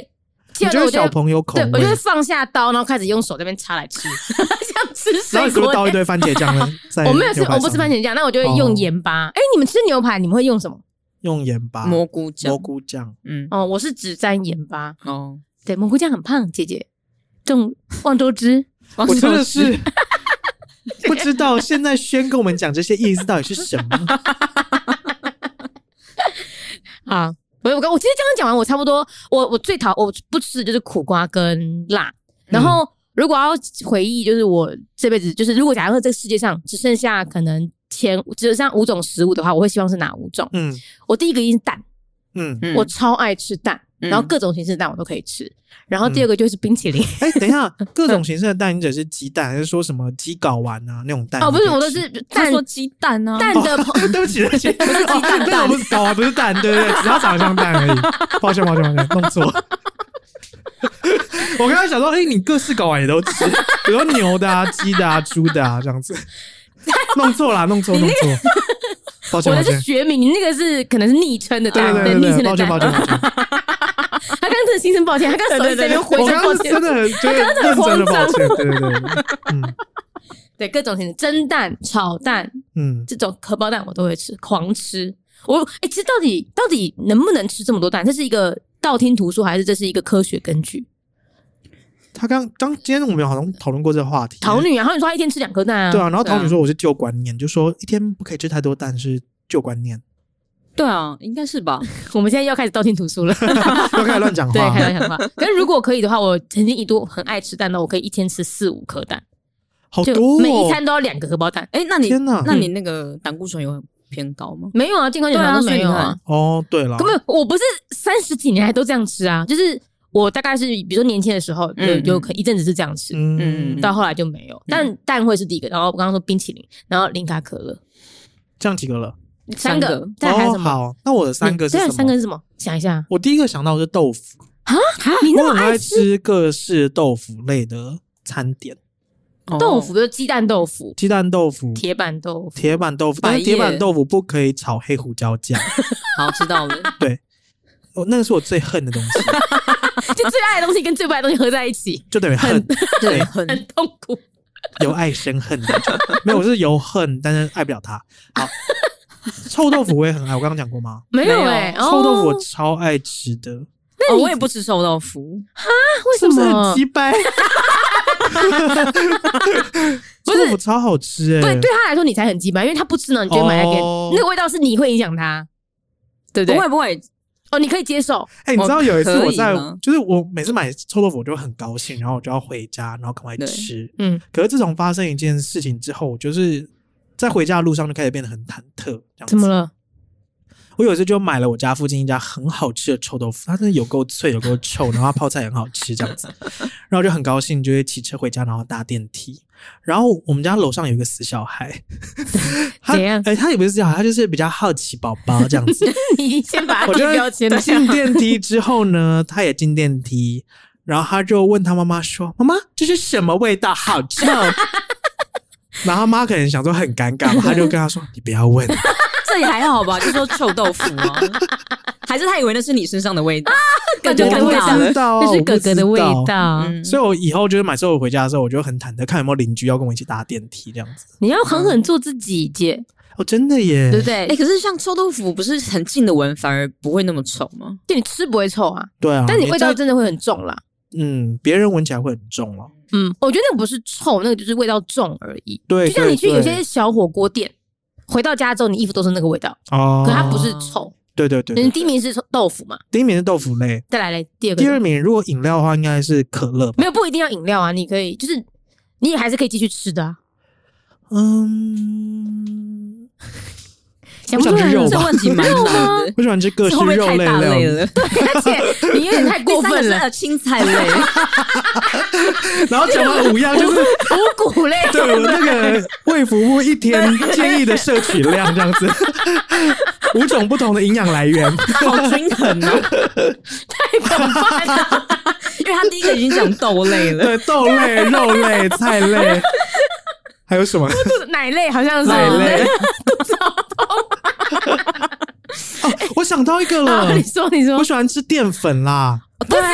Speaker 2: 切
Speaker 1: 你
Speaker 2: 完
Speaker 1: 就
Speaker 2: 之
Speaker 1: 是
Speaker 2: 后我就
Speaker 1: 小
Speaker 2: 会
Speaker 1: 朋友口
Speaker 2: 对，我就会
Speaker 1: 味，
Speaker 2: 放下刀，然后开始用手在那边插来吃， <laughs> 像吃
Speaker 1: 然后
Speaker 2: 水
Speaker 1: 你是不
Speaker 2: 果
Speaker 1: 是倒一堆番茄酱呢？在
Speaker 2: 我没有吃，
Speaker 1: 牛排
Speaker 2: 我不吃
Speaker 1: 上
Speaker 2: 番
Speaker 1: 面，
Speaker 2: 茄酱，那我就
Speaker 1: 哦
Speaker 2: 会用盐巴。哎、你们吃牛排，你们会用什么？
Speaker 1: 用盐巴、
Speaker 3: 蘑菇酱
Speaker 1: 啊蘑，菇酱，
Speaker 3: 嗯，
Speaker 2: 哦，我是只沾盐巴。
Speaker 3: 哦，
Speaker 2: 对，蘑菇酱很胖，姐姐种望州汁。
Speaker 1: 我真的
Speaker 3: 王
Speaker 1: 是 <laughs> 不知道现在轩跟我们讲这些意思到底是什么。
Speaker 2: <laughs> 啊，我我刚我其实刚刚讲完，我差不多，我我最讨我不吃的就是苦瓜跟辣。然后如果要回忆，就是我这辈子就是如果假设这个世界上只剩下可能前只剩下五种食物的话，我会希望是哪五种？
Speaker 1: 嗯
Speaker 2: 我第一个一定是蛋，
Speaker 1: 嗯，
Speaker 3: 嗯
Speaker 2: 我超爱吃蛋，
Speaker 3: 嗯
Speaker 2: 然后各种形式的蛋我都可以吃。然后第二
Speaker 1: 嗯
Speaker 2: 个就是冰淇淋。
Speaker 1: 哎，等一下，各种形式的蛋，你只是鸡蛋，还是说什么鸡睾丸啊那种蛋？
Speaker 2: 哦，不是，我都
Speaker 1: 你可以吃。 <laughs>
Speaker 2: 是
Speaker 3: 他
Speaker 2: 蛋
Speaker 3: 说鸡蛋啊，
Speaker 2: 蛋的朋
Speaker 1: 对不起，对不起，不是
Speaker 3: 鸡蛋
Speaker 1: 那种不是睾丸，不是蛋，对对对，只要长得像蛋而已。抱歉，抱歉，抱歉，弄错。 <laughs> 我刚刚想说，哎、你各式睾丸也都吃，比如牛的啊、鸡的啊、猪的啊这样子，弄错啦，弄错，弄错。抱歉，
Speaker 2: 我
Speaker 1: 抱
Speaker 2: 的是
Speaker 1: 歉，
Speaker 2: 学名，你那个是可能是昵称的
Speaker 1: 对
Speaker 2: 蛋，
Speaker 1: 对
Speaker 2: 昵
Speaker 1: 对
Speaker 2: 称
Speaker 1: 对，
Speaker 2: 的
Speaker 1: 抱歉，
Speaker 2: 蛋。呃
Speaker 1: 抱歉，抱歉。
Speaker 2: 他刚刚真的心生抱歉，他刚刚手一直在那边挥
Speaker 1: 我
Speaker 2: 手
Speaker 1: 刚
Speaker 2: 抱
Speaker 1: 刚是
Speaker 2: 歉
Speaker 1: 真。的很，就是认真的抱歉，对对对，对嗯
Speaker 2: 对各种形式，蒸蛋、炒蛋
Speaker 1: 嗯，
Speaker 2: 这种荷包蛋我都会吃，狂吃。我哎、其实到底到底能不能吃这么多蛋？这是一个道听途说，还是这是一个科学根据？
Speaker 1: 他刚刚今天我们好像讨论过这个话题，
Speaker 2: 桃女啊，然后你说她一天吃两颗蛋啊？
Speaker 1: 对啊，然后桃
Speaker 3: 对
Speaker 1: 女
Speaker 3: 啊
Speaker 1: 说我是旧观念，就说一天不可以吃太多蛋是旧观念，
Speaker 3: 对啊，应该是吧？
Speaker 2: 我们现在又要开始道听途说
Speaker 1: <laughs>
Speaker 2: 了，
Speaker 1: 不要开始乱讲
Speaker 2: 对，
Speaker 1: 话
Speaker 2: 开。玩笑话。可是如果可以的话，我曾经一度很爱吃蛋的，我可以一天吃四五颗蛋，
Speaker 1: 好
Speaker 2: 就
Speaker 1: 多、哦，
Speaker 2: 每一餐都要两个荷包蛋。
Speaker 3: 哎，那你
Speaker 1: 天哪
Speaker 3: 那你那个胆固醇有很偏高吗？
Speaker 2: 没有啊，健康检
Speaker 3: 对
Speaker 2: 查
Speaker 3: 啊
Speaker 2: 都没有啊。
Speaker 1: 哦，对了，
Speaker 2: 根本我不是三十几年还都这样吃啊，就是我大概是比如说年轻的时候有
Speaker 3: 嗯
Speaker 2: 有可一阵子是这样吃，
Speaker 1: 嗯，
Speaker 3: 嗯
Speaker 2: 到后来就没有。但蛋会是第一个，然后我刚刚说冰淇淋，然后零卡可乐，
Speaker 1: 这样几个了，
Speaker 2: 三
Speaker 3: 三
Speaker 2: 个
Speaker 3: 个，
Speaker 2: 再来还有
Speaker 1: 哦，
Speaker 2: 什么？
Speaker 1: 好，那我的三个是
Speaker 2: 对
Speaker 1: 什
Speaker 2: 啊，
Speaker 1: 么？
Speaker 2: 三个是什么？想一下，
Speaker 1: 我第一个想到的是豆腐，
Speaker 2: 你那
Speaker 1: 我
Speaker 2: 么
Speaker 1: 很
Speaker 2: 爱
Speaker 1: 爱
Speaker 2: 吃
Speaker 1: 吃各式豆腐类的餐点，
Speaker 3: 哦
Speaker 2: 豆腐，就是鸡蛋豆腐、
Speaker 1: 鸡蛋豆腐、
Speaker 2: 铁板豆腐。
Speaker 1: 铁板豆腐，但
Speaker 3: 百
Speaker 1: 是
Speaker 3: 叶
Speaker 1: 铁板豆腐不可以炒黑胡椒
Speaker 2: <laughs>
Speaker 1: 酱，
Speaker 3: 好知道了。
Speaker 1: 哦，那个是我最恨的东西，
Speaker 2: 就最爱的东西跟最不爱的东西合在一起，
Speaker 1: 就等于恨，
Speaker 3: <laughs> 对， <laughs> 很
Speaker 2: 很痛苦。
Speaker 1: 由爱生恨那种。没有，我是由恨，但是爱不了他。好，臭豆腐我也很爱，我刚刚讲过吗？
Speaker 2: 没
Speaker 3: 有
Speaker 2: 有哎、欸，
Speaker 1: 臭豆腐
Speaker 2: 哦啊
Speaker 1: 我超爱吃的，
Speaker 3: 哦，我也不吃臭豆腐，
Speaker 2: 为
Speaker 1: 是
Speaker 2: 什
Speaker 1: 不是很
Speaker 2: 么？
Speaker 1: 鸡掰？ <laughs> 臭豆腐超好吃哎、
Speaker 2: 对，对他来说你才很鸡巴，因为他不吃呢，你就买来给、
Speaker 1: 哦
Speaker 2: 那个味道是你会影响他，对不
Speaker 3: 不
Speaker 2: 对？
Speaker 3: 会不会，
Speaker 2: 哦，你可以接受，
Speaker 1: 哎、你知道有一次
Speaker 3: 我
Speaker 1: 我
Speaker 3: 可以
Speaker 1: 在
Speaker 3: 吗，
Speaker 1: 就是我每次买臭豆腐我就很高兴，然后我就要回家，然后赶快
Speaker 3: 对
Speaker 1: 吃。
Speaker 2: 嗯，
Speaker 1: 可是自从发生一件事情之后，我就是在回家的路上就开始变得很忐忑。这样子
Speaker 2: 怎么？了？
Speaker 1: 我有一次就买了我家附近一家很好吃的臭豆腐，它真的有够脆，有够臭，然后它泡菜也很好吃，这样子，然后我就很高兴，就会骑车回家，然后搭电梯。然后我们家楼上有一个死小
Speaker 2: <laughs>
Speaker 1: 孩，他
Speaker 2: 怎样
Speaker 1: 哎、他也不是死小孩，他就是比较好奇宝宝这样子。
Speaker 2: <laughs> 你先把它
Speaker 1: 我
Speaker 2: 贴
Speaker 1: 就
Speaker 2: 标签了，
Speaker 1: 进电梯之后呢，他也进电梯，然后他就问他妈妈说：“妈妈，这是什么味道？好臭！”
Speaker 2: <laughs>
Speaker 1: 然后他妈可能想说很尴尬吧，他就跟他说：“你不要
Speaker 2: <laughs>
Speaker 1: 问。”
Speaker 3: 这也还好吧，就说臭豆腐吗？ <laughs> 还是他以为那是你身上的味道？
Speaker 2: 哥哥
Speaker 1: 我
Speaker 2: 尴
Speaker 1: 不
Speaker 2: 尬
Speaker 1: 知
Speaker 2: 了，
Speaker 1: 道啊
Speaker 2: 这是哥哥的
Speaker 1: 我不
Speaker 2: 味
Speaker 1: 知道
Speaker 2: 道。
Speaker 3: 嗯，
Speaker 1: 所以我以后就是买臭豆腐回家的时候，我就很忐忑，看有没有邻居要跟我一起搭电梯这样子。
Speaker 2: 你要狠狠做自己，姐，
Speaker 1: 哦，真的耶，
Speaker 2: 对不对
Speaker 3: 哎，？可是像臭豆腐不是很近的闻反而不会那么臭吗？
Speaker 2: 就你吃不会臭啊，
Speaker 1: 对啊。
Speaker 2: 但你味道
Speaker 1: 在
Speaker 2: 真的会很重啦。
Speaker 1: 嗯，别人闻起来会很重哦。
Speaker 2: 嗯，我觉得那个不是臭，那个就是味道重而已。
Speaker 1: 对
Speaker 2: 就像你去
Speaker 1: 对
Speaker 2: 有
Speaker 1: 对
Speaker 2: 些小火锅店，回到家之后，你衣服都是那个味道，
Speaker 1: 哦，
Speaker 2: 可它不是臭。
Speaker 1: 对对对
Speaker 2: 你
Speaker 1: 对，
Speaker 2: 第一名是豆腐嘛，
Speaker 1: 第一名是豆腐类，
Speaker 2: 再来来第二个
Speaker 1: 第
Speaker 2: 是什么，
Speaker 1: 二名如果饮料的话，应该是可乐吧。
Speaker 2: 没有不一定要饮料啊，你可以就是你也还是可以继续吃的啊。
Speaker 1: 嗯，
Speaker 2: 想不出来
Speaker 1: 我想吃肉吧
Speaker 2: 了
Speaker 3: 这
Speaker 1: <laughs>
Speaker 3: 问题蛮难的，
Speaker 1: 我喜欢吃各式
Speaker 3: 这会不会
Speaker 1: 肉
Speaker 3: 太
Speaker 1: 类
Speaker 3: 大类
Speaker 1: 料理，
Speaker 3: 了？
Speaker 2: 而且你有点太过分
Speaker 1: <laughs>
Speaker 2: 了，
Speaker 3: 呃，青菜类，
Speaker 1: 然后讲完五样就是。
Speaker 2: 五谷类
Speaker 1: <laughs> 对我那个卫福部一
Speaker 2: <laughs>
Speaker 1: 天建议的摄取量这样子，五种不同的营养来源。
Speaker 3: 好均衡哦。因为他第一个已经讲豆类了，
Speaker 1: 对，豆类、肉类、菜
Speaker 2: <laughs>
Speaker 1: 类，还有什么
Speaker 2: 奶类好像是
Speaker 1: 奶类？ <laughs>
Speaker 2: 对
Speaker 1: 哦，我想到一个
Speaker 2: 啊
Speaker 1: 了
Speaker 2: 你，说你说
Speaker 1: 我喜欢吃淀粉啦，
Speaker 3: 对啊，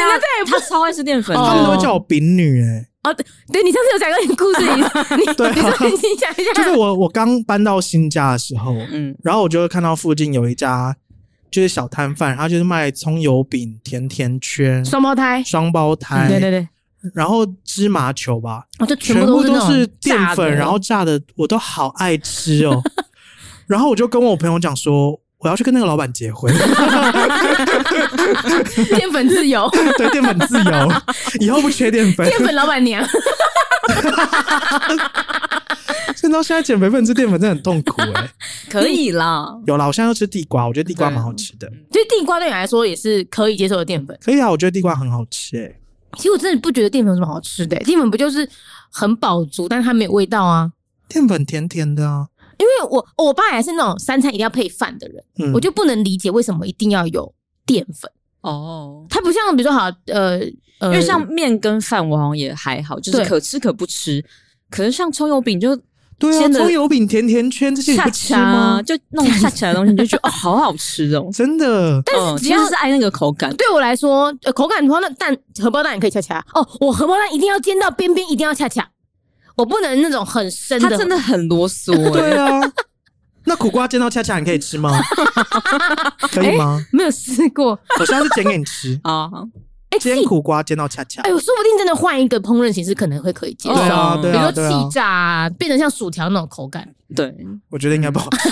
Speaker 3: 他超爱吃淀粉的，
Speaker 2: 哦
Speaker 1: 他们都会叫我饼女、欸，
Speaker 2: 哦，对对你上次有讲过你故事，你你
Speaker 1: 对啊
Speaker 2: 你说你讲一下，
Speaker 1: 就是我我刚搬到新家的时候，
Speaker 3: 嗯，
Speaker 1: 然后我就会看到附近有一家就是小摊贩，他就是卖葱油饼、甜甜圈、
Speaker 2: 双胞胎，
Speaker 1: 双胞胎，
Speaker 2: 嗯对对对，
Speaker 1: 然后芝麻球吧，
Speaker 2: 哦，就
Speaker 1: 全
Speaker 2: 部都
Speaker 1: 都是淀
Speaker 2: 那种炸的
Speaker 1: 粉，然后炸的，我都好爱吃哦。然后我就跟我朋友讲说，我要去跟那个老板结婚。 <laughs>
Speaker 2: 淀粉
Speaker 1: <laughs>
Speaker 2: 自由，
Speaker 1: 对，淀粉自由，以后不缺淀粉。
Speaker 2: 淀粉老板
Speaker 1: <laughs>
Speaker 2: 娘，
Speaker 1: 所以到现在减肥不能吃淀粉真的很痛苦哎、
Speaker 3: 可以啦。
Speaker 1: 有啦，我现在要吃地瓜，我觉得地瓜蛮好吃的。
Speaker 2: 就是地瓜对你来说也是可以接受的淀粉。
Speaker 1: 可以啊，我觉得地瓜很好吃哎、
Speaker 2: 其实我真的不觉得淀粉有什么好吃的、欸淀粉不就是很饱足，但是它没有味道啊。
Speaker 1: 淀粉甜甜的啊。
Speaker 2: 因为我我爸也是那种三餐一定要配饭的人，
Speaker 1: 嗯，
Speaker 2: 我就不能理解为什么一定要有淀粉。
Speaker 3: 哦，
Speaker 2: 它不像比如说好呃呃，
Speaker 3: 因为像面跟饭我好像也还好，就是
Speaker 2: 对
Speaker 3: 可吃可不吃。可是像葱油饼就
Speaker 1: 对啊，
Speaker 3: 煎的
Speaker 1: 葱油饼、甜甜圈这些你
Speaker 3: 恰
Speaker 1: 不吃吗
Speaker 3: 恰？就弄恰恰的东西，你就觉得哦，好好吃
Speaker 1: <laughs>
Speaker 3: 哦。
Speaker 1: 真的，
Speaker 3: 但
Speaker 2: 只要
Speaker 3: 是爱那个口感，
Speaker 2: 对我来说，呃，口感的话，那蛋呃荷包蛋也可以恰恰哦。我荷包蛋一定要煎到边边，一定要恰恰，我不能那种很深
Speaker 3: 它
Speaker 2: 的。
Speaker 3: 真的很啰嗦
Speaker 1: <laughs> 对
Speaker 3: 欸。。
Speaker 1: 啊。那苦瓜煎到恰恰，你可以吃吗？可以吗？
Speaker 2: 没有试过，
Speaker 1: 我下次煎给你吃
Speaker 3: 啊，
Speaker 2: 哎、
Speaker 1: 煎
Speaker 2: 气
Speaker 1: 苦瓜煎到恰恰
Speaker 2: 哎，呦，说不定真的换一个烹饪形式，可能会可以接受。
Speaker 1: 对啊，
Speaker 3: 哦
Speaker 1: 对
Speaker 2: 比如
Speaker 1: 啊，
Speaker 2: 说
Speaker 1: 对啊
Speaker 2: 气，炸、啊，变成像薯条那种口感，
Speaker 3: 对，
Speaker 1: 我觉得应该不好吃，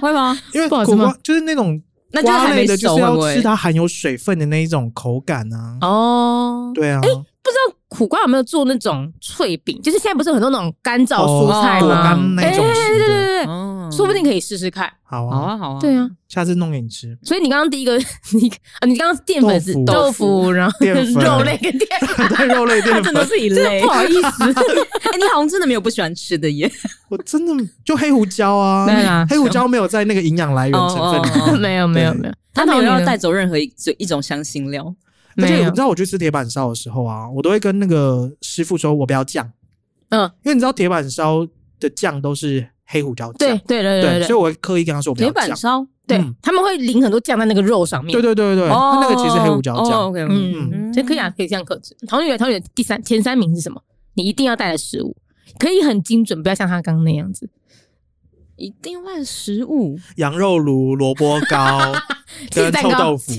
Speaker 3: 会吗？
Speaker 1: 因为
Speaker 2: 不好吃
Speaker 1: 苦
Speaker 2: 吗
Speaker 1: 瓜就是那种
Speaker 3: 那就是
Speaker 1: 瓜
Speaker 3: 还
Speaker 1: 类
Speaker 3: 没
Speaker 1: 的，就
Speaker 3: 熟，欸
Speaker 1: 是
Speaker 3: 会
Speaker 1: 要
Speaker 3: 不会
Speaker 1: 吃？它含有水分的那一种口感啊。
Speaker 2: 哦。
Speaker 1: 对啊，
Speaker 2: 不知道苦瓜有没有做那种脆饼，就是现在不是有很多那种干燥蔬菜
Speaker 1: 哦果
Speaker 2: 吗？
Speaker 1: 干那种
Speaker 2: 哎对对
Speaker 1: 型的，
Speaker 2: 对对，
Speaker 3: 哦
Speaker 2: 说不定可以以试试看。
Speaker 1: 好
Speaker 3: 好
Speaker 1: 啊，
Speaker 3: 啊，好啊，
Speaker 2: 对啊，
Speaker 1: 下次弄给你吃。 <laughs>
Speaker 2: 所以你刚刚第一个， <laughs> 你啊，你刚刚淀粉是
Speaker 1: 豆腐
Speaker 2: 豆腐，然后
Speaker 1: 淀粉
Speaker 2: 肉类跟淀
Speaker 1: <laughs>
Speaker 2: 粉，
Speaker 1: 对肉类淀
Speaker 3: 真的
Speaker 1: 粉，
Speaker 3: 是一
Speaker 2: 真的
Speaker 3: 类
Speaker 2: <laughs> 不。好意思。
Speaker 3: 哎、你好像真的没有不喜欢吃的耶。
Speaker 1: 我真的就黑胡椒啊，
Speaker 2: 对啊
Speaker 1: 黑胡椒没有在那个营养来源成分里面，
Speaker 2: 没有没有
Speaker 1: 嗯对
Speaker 2: 没有，
Speaker 3: 他没有要
Speaker 2: 呢
Speaker 3: 带，走任何一就一种香辛料。
Speaker 1: 而且
Speaker 2: 没
Speaker 1: 你
Speaker 2: 有
Speaker 1: 知道我去吃铁板烧的时候啊，我都会跟那个师傅说我不要酱，
Speaker 2: 嗯，
Speaker 1: 因为你知道铁板烧的酱都是黑胡椒
Speaker 2: 对
Speaker 1: 酱，
Speaker 2: 对对
Speaker 1: 对
Speaker 2: 对
Speaker 1: 所以
Speaker 2: 对，
Speaker 1: 我会刻意跟他说我不
Speaker 3: 铁
Speaker 1: 要酱
Speaker 3: 板。烧，
Speaker 2: 对
Speaker 1: 嗯
Speaker 2: 他们会淋很多酱在那个肉上面。
Speaker 1: 对对对对，它那个其实黑胡椒
Speaker 3: 哦
Speaker 1: 酱。
Speaker 3: ，OK，嗯，
Speaker 2: 嗯，
Speaker 3: 嗯
Speaker 2: 这可以啊，可以这样克制。唐女友，唐女友第三前三名是什么？你一定要带的食物，可以很精准，不要像他刚刚那样子。
Speaker 3: 一定要的食物，
Speaker 1: 羊肉炉、萝卜糕
Speaker 2: <laughs>
Speaker 1: 跟
Speaker 2: cheese 蛋
Speaker 1: 臭
Speaker 2: 糕哦
Speaker 1: 豆
Speaker 2: <laughs>
Speaker 1: 腐、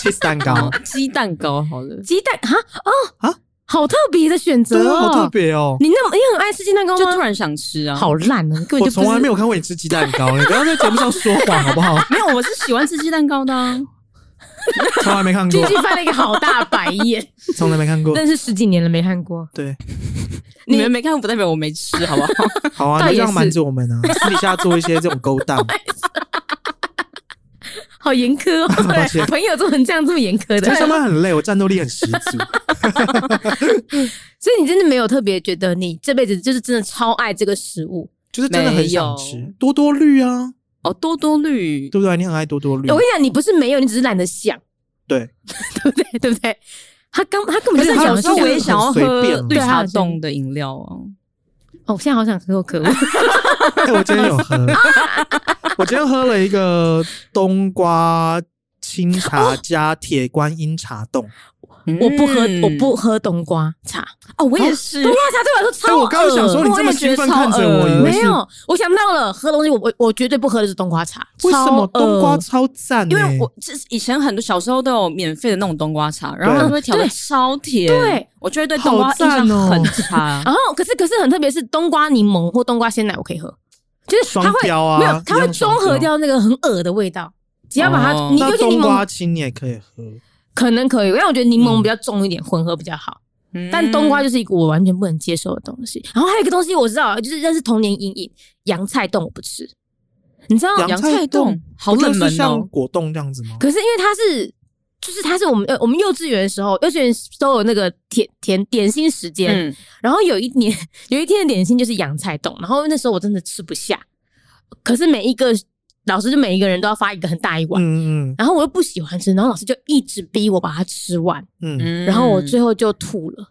Speaker 1: cheese 蛋糕
Speaker 3: <laughs> 鸡蛋糕好了，
Speaker 2: 鸡蛋哈哦
Speaker 1: 啊
Speaker 2: 好特别的选
Speaker 1: 真
Speaker 2: 择
Speaker 1: 的
Speaker 2: 哦，
Speaker 1: 好特。别哦！
Speaker 2: 你那么你很爱吃鸡蛋糕
Speaker 3: 就突
Speaker 2: 吗？
Speaker 3: 然想吃啊。，
Speaker 2: 好烂啊，你根本
Speaker 1: 我
Speaker 2: 就不
Speaker 1: 从来
Speaker 2: 是 <laughs>
Speaker 1: 没有看过你吃鸡蛋糕，你不要在节目上说谎好不好？
Speaker 3: 没有，我是喜欢吃鸡蛋糕的、啊。
Speaker 1: 从来没看
Speaker 2: 进
Speaker 1: 过
Speaker 2: 去，翻了一个好大白
Speaker 1: <laughs>
Speaker 2: 眼，
Speaker 1: 从来没看过。
Speaker 2: 但是十几年了没看过。
Speaker 1: 对，
Speaker 2: 你
Speaker 3: <laughs> 你们没看过，不代表我没 <laughs> 吃，好不好？
Speaker 1: 好啊，
Speaker 2: 倒
Speaker 1: 你
Speaker 2: 也
Speaker 1: 这样
Speaker 2: 是啊
Speaker 1: 瞒着我们啊，私底下做一些这种勾
Speaker 2: <laughs>
Speaker 1: 当。
Speaker 2: 好严苛哦，
Speaker 1: <laughs> 抱歉
Speaker 2: 朋友做成这样这么严苛
Speaker 1: 其实上
Speaker 2: 的，
Speaker 1: 班很累，我战斗力很十足。
Speaker 2: 所以你真的没有特别觉得你这辈子就是真的超爱这个食物。
Speaker 1: 就是真的很想
Speaker 3: 没
Speaker 1: 吃
Speaker 3: 有
Speaker 1: 多多绿啊，
Speaker 3: 哦，多多绿，
Speaker 1: 对不对？你很爱多多绿
Speaker 2: 我，跟你讲，你不是没有，你只是懒得想， <laughs>
Speaker 1: 对，
Speaker 2: 对不对？对不对？他刚他根本就
Speaker 3: 可
Speaker 2: 是
Speaker 1: 啊
Speaker 2: 在
Speaker 3: 有
Speaker 2: 讲
Speaker 3: 时候
Speaker 2: 说
Speaker 3: 我也想要
Speaker 1: 很随便
Speaker 3: 喝
Speaker 1: 啊
Speaker 3: 绿茶冻的饮料啊。
Speaker 2: 哦，我现在好想喝口可乐，
Speaker 1: 哎，我今天有喝，我今天喝了一个冬瓜清
Speaker 2: 哦
Speaker 1: 茶加铁观音茶冻，
Speaker 2: 我不喝
Speaker 3: 嗯，
Speaker 2: 我不喝冬瓜茶。
Speaker 3: 哦，我也是
Speaker 2: 冬。瓜茶对我来说超
Speaker 1: 哎，
Speaker 2: 恶
Speaker 1: 我刚刚想说你这么兴奋看着我，以为
Speaker 2: 没
Speaker 1: 是
Speaker 2: 有，我想到了，喝东西我我我绝对不喝的是冬瓜茶，
Speaker 1: 为什么
Speaker 2: 超恶
Speaker 1: 冬瓜超赞欸呢
Speaker 3: 因？为我这以前很多小时候都有免费的那种冬瓜茶，然后
Speaker 1: 对
Speaker 3: 他们会调的
Speaker 2: 对
Speaker 3: 超甜，
Speaker 2: 对
Speaker 3: 我就会对哦冬瓜印象很差。
Speaker 2: 然哦后可是可是很特别，是冬瓜柠檬或冬瓜鲜奶，我可以喝，就是它
Speaker 1: 双
Speaker 2: 会、
Speaker 1: 标
Speaker 2: 没
Speaker 1: 啊
Speaker 2: 有，，它
Speaker 1: 一
Speaker 2: 会
Speaker 1: 样
Speaker 2: 中
Speaker 1: 双标。
Speaker 2: 和掉那个很恶的味道。只要把它，
Speaker 3: 哦
Speaker 2: 你
Speaker 1: 那
Speaker 2: 尤其
Speaker 1: 冬
Speaker 2: 柠
Speaker 1: 瓜
Speaker 2: 檬
Speaker 1: 青你也可以喝，
Speaker 2: 可能可以，因为我觉得
Speaker 1: 嗯
Speaker 2: 柠檬比较重一点，混合比较好。
Speaker 3: 嗯
Speaker 2: 但冬瓜就是一个我完全不能接受的东西。然后还有一个东西我知道，就是那是童年阴影，洋菜冻我不吃。你知道，
Speaker 1: 洋
Speaker 3: 洋
Speaker 1: 菜
Speaker 3: 菜
Speaker 1: 冻
Speaker 3: 冻好
Speaker 1: 不就
Speaker 3: 冷
Speaker 1: 是
Speaker 3: 门
Speaker 1: 像
Speaker 3: 哦，
Speaker 1: 果冻这样子吗？
Speaker 2: 可是因为它是，就是它是我们呃我们幼稚园的时候，幼稚园都有那个甜甜点心时间，
Speaker 3: 嗯，
Speaker 2: 然后有一年 <laughs> 有一天的点心就是洋菜冻，然后那时候我真的吃不下，可是每一个老师就每一个人都要发一个很大一碗。
Speaker 1: 嗯
Speaker 2: 然后我又不喜欢吃，然后老师就一直逼我把它吃完，
Speaker 1: 嗯嗯，
Speaker 3: 嗯
Speaker 2: 然后我最后就吐
Speaker 1: 嗯
Speaker 2: 了。